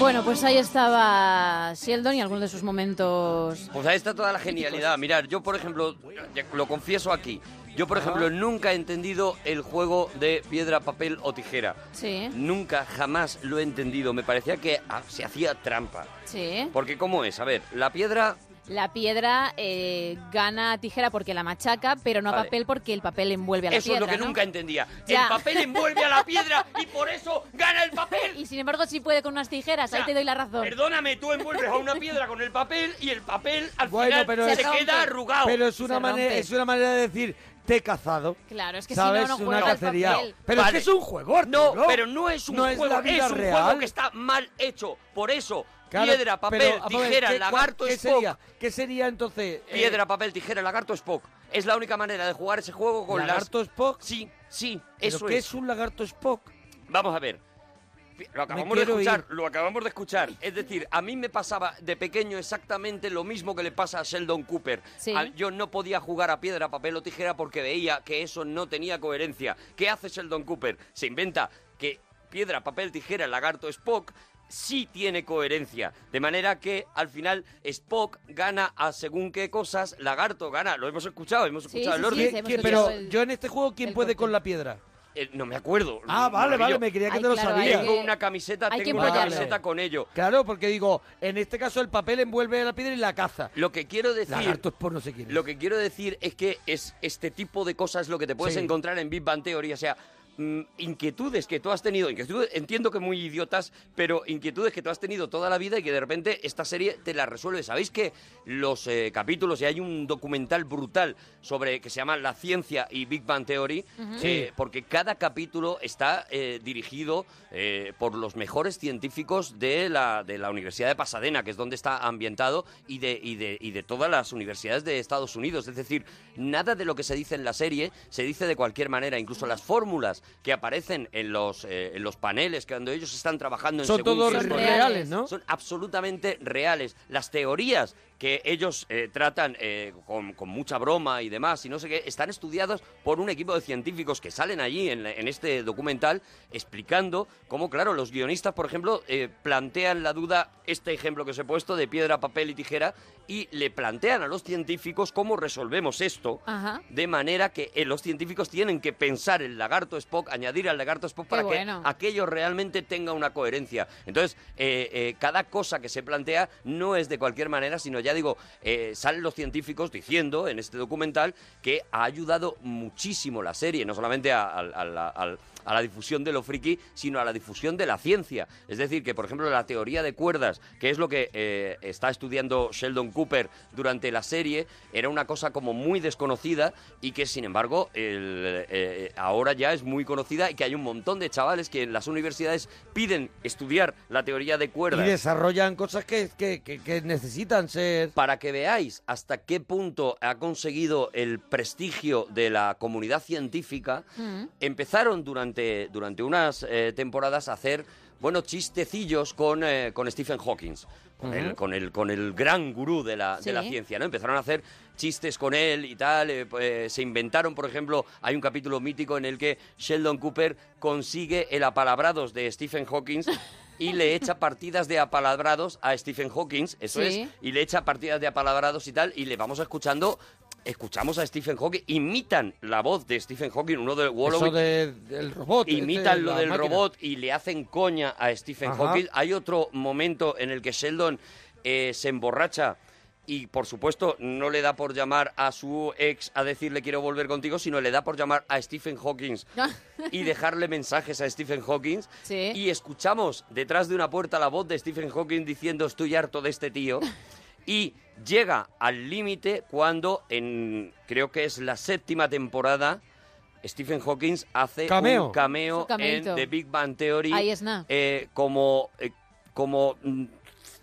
S9: Bueno, pues ahí estaba Sheldon y algunos de sus momentos.
S4: Pues ahí está toda la genialidad. Mirar, yo por ejemplo, ya lo confieso aquí, yo por ejemplo nunca he entendido el juego de piedra, papel o tijera.
S9: Sí,
S4: Nunca, jamás lo he entendido. Me parecía que ah, se hacía trampa.
S9: sí.
S4: Porque ¿cómo es? A ver, la piedra...
S9: La piedra eh, gana a tijera porque la machaca, pero no a
S4: Vale.
S9: papel porque el papel envuelve a la
S4: Eso
S9: piedra.
S4: es lo que
S9: ¿no?
S4: nunca entendía.
S9: Ya.
S4: El papel envuelve a la piedra y por eso gana el papel.
S9: Y sin embargo, sí puede con unas tijeras, ahí te doy la razón.
S4: Perdóname, tú envuelves a una piedra con el papel y el papel al
S3: Bueno,
S4: final
S3: pero
S4: se,
S3: es-
S4: queda arrugado.
S3: Pero es una, manera, es una manera de decir, te he cazado.
S9: Claro, es que si no,
S3: ¿Sabes?
S9: no
S3: una
S9: juega al
S3: cacería.
S9: papel.
S3: Pero
S4: Vale.
S3: es que es un juego,
S4: No,
S3: Arturo.
S4: pero no es un
S3: No es
S4: juego,
S3: la
S4: es,
S3: vida
S4: un
S3: real.
S4: juego que está mal hecho. Por eso,
S3: Claro,
S4: piedra, papel,
S3: pero, vamos a ver,
S4: tijera,
S3: ¿qué- cuál-
S4: lagarto,
S3: ¿qué
S4: Spock.
S3: sería? ¿Qué sería entonces? eh,
S4: Piedra, papel, tijera, lagarto, Spock. Es la única manera de jugar ese juego con
S3: ¿Lagarto Spock?
S4: Sí, sí,
S3: ¿Pero
S4: eso
S3: qué
S4: es.
S3: es un lagarto Spock?
S4: Vamos a ver. Lo acabamos de
S3: quiero
S4: escuchar,
S3: ir.
S4: lo acabamos de escuchar. Es decir, a mí me pasaba de pequeño exactamente lo mismo que le pasa a Sheldon Cooper.
S9: Sí.
S4: A- yo no podía jugar a piedra, papel o tijera porque veía que eso no tenía coherencia. ¿Qué hace Sheldon Cooper? Se inventa que piedra, papel, tijera, lagarto, Spock sí tiene coherencia. De manera que al final Spock gana a según qué cosas, lagarto gana. Lo hemos escuchado, hemos escuchado el orden.
S3: ¿Qué- qué- pero yo en este juego, ¿quién puede con la piedra?
S4: Eh, no me acuerdo.
S3: Ah, vale, vale, me creía que Ay, te lo claro, sabías. hay
S4: Tengo
S3: que-
S4: una camiseta,
S3: hay que
S4: tengo una
S3: buscarlo.
S4: camiseta con ello.
S3: Claro, porque digo, en este caso el papel envuelve a la piedra y la caza.
S4: Lo que quiero decir,
S3: Lagarto Spock no sé quién. es.
S4: lo que quiero decir es que es este tipo de cosas lo que te puedes
S3: Sí.
S4: encontrar en Big Bang Theory, o sea, mm, inquietudes que tú has tenido, inquietudes, entiendo que muy idiotas, pero inquietudes que tú has tenido toda la vida y que de repente esta serie te las resuelve. Sabéis que los eh, capítulos y hay un documental brutal sobre que se llama La ciencia y Big Bang Theory,
S3: Ujú.
S4: eh,
S3: Sí.
S4: porque cada capítulo está eh, dirigido eh, por los mejores científicos de la, de la Universidad de Pasadena, que es donde está ambientado, y de, y, de, y de todas las universidades de Estados Unidos. Es decir, nada de lo que se dice en la serie se dice de cualquier manera. Incluso las fórmulas que aparecen en los, eh, en los paneles, que cuando ellos están trabajando en
S3: Son
S4: según
S3: todos
S4: qué
S3: Son
S4: cosas,
S3: reales, ¿no?
S4: Son absolutamente reales. Las teorías que ellos eh, tratan eh, con, con mucha broma y demás, y no sé qué, están estudiadas por un equipo de científicos que salen allí en, la- en este documental explicando cómo, claro, los guionistas, por ejemplo, eh, plantean la duda, este ejemplo que os he puesto de piedra, papel y tijera, y le plantean a los científicos cómo resolvemos esto.
S9: Ajá.
S4: De manera que eh, los científicos tienen que pensar el lagarto Spock, añadir al lagarto Spock para
S9: bueno.
S4: que aquello realmente tenga una coherencia. Entonces, eh, eh, cada cosa que se plantea no es de cualquier manera, sino ya digo, eh, salen los científicos diciendo en este documental que ha ayudado muchísimo la serie, no solamente a, al- al- al- a la difusión de lo friki, sino a la difusión de la ciencia. Es decir, que por ejemplo la teoría de cuerdas, que es lo que eh, está estudiando Sheldon Cooper durante la serie, era una cosa como muy desconocida y que sin embargo el, eh, ahora ya es muy conocida y que hay un montón de chavales que en las universidades piden estudiar la teoría de
S3: Y
S4: cuerdas.
S3: desarrollan cosas que, que- que- que necesitan ser...
S4: Para que veáis hasta qué punto ha conseguido el prestigio de la comunidad científica, empezaron durante, durante unas eh, temporadas a hacer, bueno, chistecillos con, eh, con Stephen Hawking, con,
S3: Ujú.
S4: el, con, el, con el gran gurú de la, de la
S3: Sí.
S4: ciencia, ¿no? Empezaron a hacer chistes con él y tal, eh, pues, se inventaron, por ejemplo, hay un capítulo mítico en el que Sheldon Cooper consigue el apalabrados de Stephen Hawking y le echa partidas de apalabrados a Stephen Hawking, eso
S9: Sí.
S4: es, y le echa partidas de apalabrados y tal, y le vamos escuchando... Escuchamos a Stephen Hawking, imitan la voz de Stephen Hawking, uno de Wallaby,
S3: Eso de- del robot.
S4: imitan
S3: este,
S4: lo
S3: la
S4: del
S3: máquina.
S4: robot y le hacen coña a Stephen
S3: Ajá.
S4: Hawking. Hay otro momento en el que Sheldon eh, se emborracha y, y por supuesto no le da por llamar a su ex a decirle quiero volver contigo, sino le da por llamar a Stephen Hawking y dejarle mensajes a Stephen Hawking.
S9: Sí.
S4: Y escuchamos detrás de una puerta la voz de Stephen Hawking diciendo estoy harto de este tío. Y llega al límite cuando en creo que es la séptima temporada. Stephen Hawking hace
S3: Cameo.
S4: un cameo
S9: Su
S4: en
S9: cameíto.
S4: The Big Bang Theory
S9: Ahí es nada.
S4: eh, como, eh, como mm,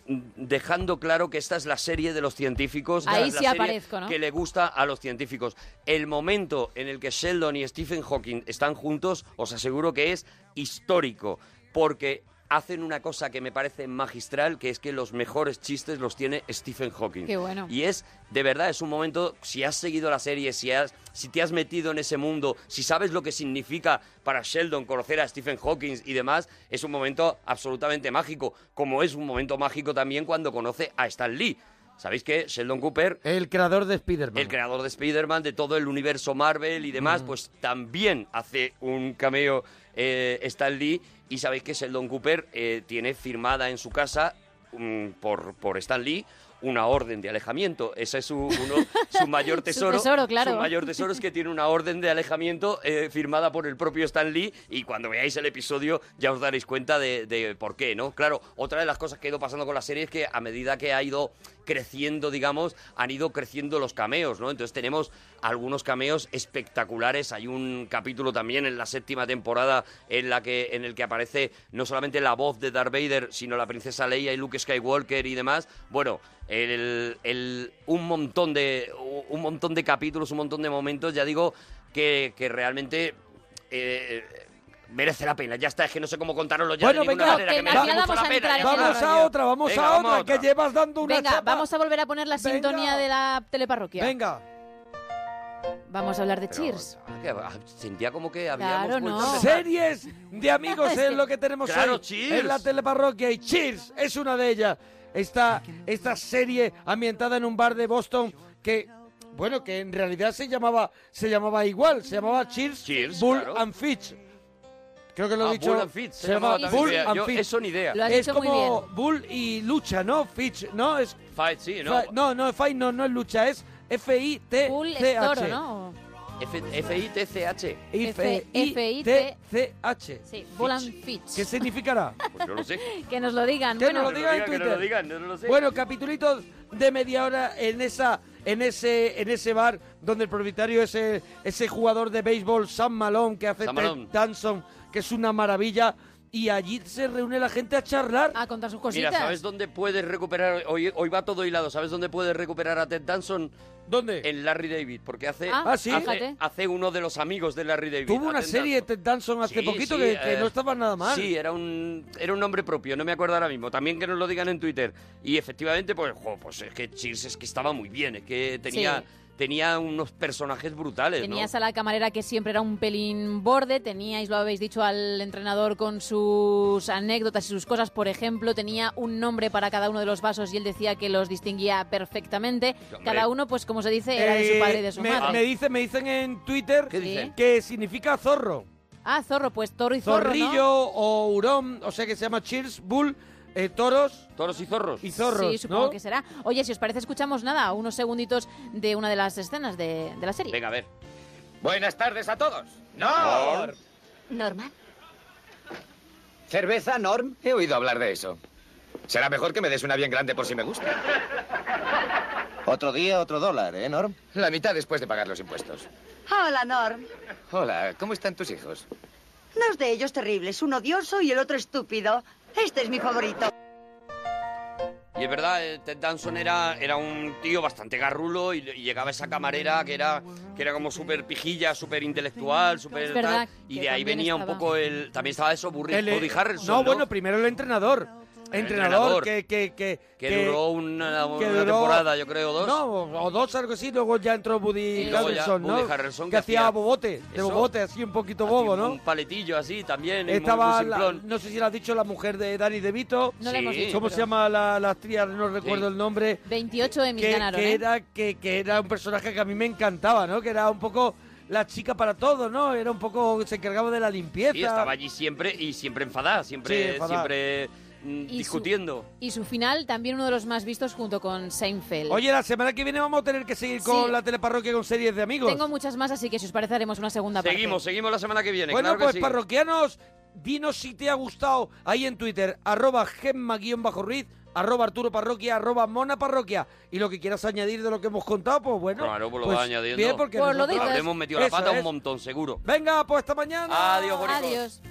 S4: mm, dejando claro que esta es la serie de los científicos. la-
S9: Ahí
S4: la
S9: sí
S4: serie
S9: aparezco, ¿no?
S4: Que le gusta a los científicos. El momento en el que Sheldon y Stephen Hawking están juntos, os aseguro que es histórico, porque hacen una cosa que me parece magistral, que es que los mejores chistes los tiene Stephen Hawking.
S9: Qué bueno.
S4: Y es, de verdad, es un momento, si has seguido la serie, si, has, si te has metido en ese mundo, si sabes lo que significa para Sheldon conocer a Stephen Hawking y demás, es un momento absolutamente mágico, como es un momento mágico también cuando conoce a Stan Lee. ¿Sabéis que Sheldon Cooper
S3: El creador de Spider-Man.
S4: el creador de Spider-Man, de todo el universo Marvel y demás, pues también hace un cameo eh, Stan Lee. Y sabéis que Sheldon Cooper eh, tiene firmada en su casa mm, por, por Stan Lee una orden de alejamiento. Ese es su, uno- su mayor
S9: Su
S4: tesoro.
S9: tesoro, claro.
S4: Su mayor tesoro es que tiene una orden de alejamiento eh, firmada por el propio Stan Lee. Y cuando veáis el episodio ya os daréis cuenta de, de por qué, ¿no? Claro, otra de las cosas que ha ido pasando con la serie es que a medida que ha ido creciendo, digamos, han ido creciendo los cameos, ¿no? Entonces tenemos algunos cameos espectaculares. Hay un capítulo también en la séptima temporada en la que en el que aparece no solamente la voz de Darth Vader, sino la princesa Leia y Luke Skywalker y demás. Bueno, el, el- un montón de un montón de capítulos, un montón de momentos, ya digo que, que realmente eh, merece la pena. Ya está, es que no sé cómo contaroslo ya
S3: Bueno,
S4: de ninguna
S3: venga,
S4: manera, que
S3: que
S4: merece
S3: al final
S4: mucho la
S3: vamos a
S4: pena,
S3: entrar
S4: ya
S3: en
S4: está.
S3: Vamos a otra, vamos
S4: Venga,
S3: a
S4: vamos
S3: otra, que llevas dando una
S9: Venga,
S3: chapa.
S9: vamos a volver a poner la sintonía de la teleparroquia.
S3: Venga.
S9: Vamos a hablar de
S4: Pero,
S9: Cheers.
S4: ah, que, ah, Sentía como que habíamos
S9: Claro,
S4: vuelto a
S9: no.
S4: empezar.
S3: Series de amigos es lo que tenemos
S4: Claro,
S3: hoy
S4: Cheers.
S3: en la teleparroquia y Cheers es una de ellas. Esta, esta serie ambientada en un bar de Boston que, bueno, que en realidad se llamaba, se llamaba igual, se llamaba Cheers, Bull
S4: claro.
S3: and Fitch. Creo que lo he
S4: Ah,
S3: dicho.
S4: Bull and Fitch, se llamaba también.
S3: Bull
S4: Yo-
S3: and Fitch.
S4: eso ni idea. Lo has
S3: es
S4: dicho muy
S3: como Bull y lucha, ¿no? Fitch, ¿no? Es,
S4: Fight, sí, ¿no?
S3: Fa- no, no, Fight no, no es lucha, es F-I-T-C-H.
S9: Bull es toro, ¿no?
S4: F-I-T-C-H.
S9: F-
S3: F-I-T-C-H.
S9: Sí, Bull and
S3: ¿Qué
S9: Fitch.
S3: significará?
S4: Pues no lo sé.
S9: Que nos lo digan.
S3: Que
S9: bueno.
S3: nos lo digan en Twitter. Bueno, capitulitos de media hora en esa en ese en ese bar donde el propietario es eh, ese jugador de béisbol Sam Malone que hace
S4: Sam
S3: Ted
S4: Malone.
S3: Danson, que es una maravilla y allí se reúne la gente a charlar,
S9: a contar sus
S4: Mira, ¿sabes dónde puedes recuperar? Hoy, hoy va todo hilado. ¿Sabes dónde puedes recuperar a Ted Danson?
S3: ¿Dónde?
S4: En Larry David, porque hace,
S3: Ah, Ah, ¿sí?
S4: hace,
S3: fíjate.
S4: hace uno de los amigos de Larry David.
S3: Tuvo
S4: a
S3: una
S4: Ted
S3: serie de
S4: Danson.
S3: Ted Danson hace
S4: Sí,
S3: poquito
S4: sí,
S3: que, que
S4: eh,
S3: no estaba nada mal.
S4: Sí, era un, era un nombre propio, no me acuerdo ahora mismo. También que nos lo digan en Twitter. Y efectivamente, pues, jo, pues es que Cheers es que estaba muy bien, es que tenía,
S9: Sí.
S4: tenía unos personajes brutales, ¿no?
S9: Tenías a la camarera que siempre era un pelín borde, teníais, lo habéis dicho, al entrenador con sus anécdotas y sus cosas, por ejemplo, tenía un nombre para cada uno de los vasos y él decía que los distinguía perfectamente.
S3: Hombre.
S9: Cada uno, pues como se dice, era de su
S3: Eh,
S9: padre y de su
S3: me,
S9: madre.
S3: Me, dice, me dicen en Twitter
S9: dicen?
S3: que significa zorro.
S9: Ah, zorro, pues toro y zorro,
S3: Zorrillo
S9: ¿no?
S3: o hurón, o sea que se llama Cheers, Bull, eh, toros.
S4: Toros y zorros.
S3: Y zorros.
S9: sí, supongo
S3: ¿no?
S9: que será. Oye, si os parece, escuchamos nada, unos segunditos de una de las escenas de, de la serie.
S4: Venga, a ver.
S8: Buenas tardes a todos.
S24: Norm.
S23: Norman.
S8: ¿Cerveza, Norm? He oído hablar de eso. Será mejor que me des una bien grande por si me gusta. Otro día, otro dólar, ¿eh, Norm? La mitad después de pagar los impuestos.
S21: Hola, Norm.
S8: Hola, ¿cómo están tus hijos?
S21: Dos de ellos terribles, uno odioso y el otro estúpido. Este es mi favorito.
S4: Y es verdad, eh, Ted Danson era, era un tío bastante garrulo y, y llegaba esa camarera que era, que era como súper pijilla, súper intelectual, súper
S3: Es verdad,
S4: tal, Y
S3: que
S4: de ahí
S3: también
S4: venía un
S3: estaba-
S4: poco el... También estaba eso, Burry,
S3: El, eh,
S4: Woody Harrelson,
S3: no,
S4: ¿no?
S3: bueno, primero el entrenador.
S4: entrenador.
S3: Entrenador, que, que, que,
S4: Que duró una-
S3: que
S4: una temporada, yo creo, dos.
S3: No, o o dos, algo así. Luego ya entró
S4: Y
S3: Buddy
S4: luego ya
S3: Harrelson, ¿no?
S4: Woody Harrelson,
S3: que,
S4: que hacía
S3: hacía bobote, de
S4: eso.
S3: bobote, así un poquito bobo, ¿no?
S4: Un paletillo así también, y muy-
S3: Estaba,
S4: muy
S3: la-
S4: simplón.
S3: no sé si lo has dicho, la mujer de Dani DeVito.
S9: No la hemos Sí. dicho,
S3: ¿Cómo
S9: pero-
S3: se llama la, la actriz? Ahora No recuerdo el nombre.
S9: 28 Emmys
S3: que,
S9: ganaron,
S3: que
S9: ¿eh?
S3: era, que, que era un personaje que a mí me encantaba, ¿no? Que era un poco la chica para todo, ¿no? Era un poco, se encargaba de la limpieza.
S4: Sí, estaba allí siempre y siempre enfadada, siempre,
S3: Sí, enfadada.
S4: siempre mm,
S9: su-
S4: discutiendo.
S9: Y su final también uno de los más vistos junto con Seinfeld.
S3: Oye, la semana que viene vamos a tener que seguir con
S9: Sí.
S3: la teleparroquia con series de amigos.
S9: Tengo muchas más, así que si os parece haremos una segunda parte.
S4: Seguimos, seguimos la semana que viene.
S3: Bueno,
S4: claro que
S3: pues
S4: sí.
S3: parroquianos, dinos si te ha gustado ahí en Twitter, arroba gemma-ruiz, arroba arturo parroquia, arroba mona parroquia. Y lo que quieras añadir de lo que hemos contado, pues bueno.
S4: Claro, pues lo
S3: pues
S4: va añadiendo.
S3: Bien, porque
S4: Habremos metido la
S3: Eso
S4: pata un
S3: es.
S4: montón, seguro.
S3: Venga, pues hasta mañana.
S4: Adiós, bonitos.
S9: Adiós.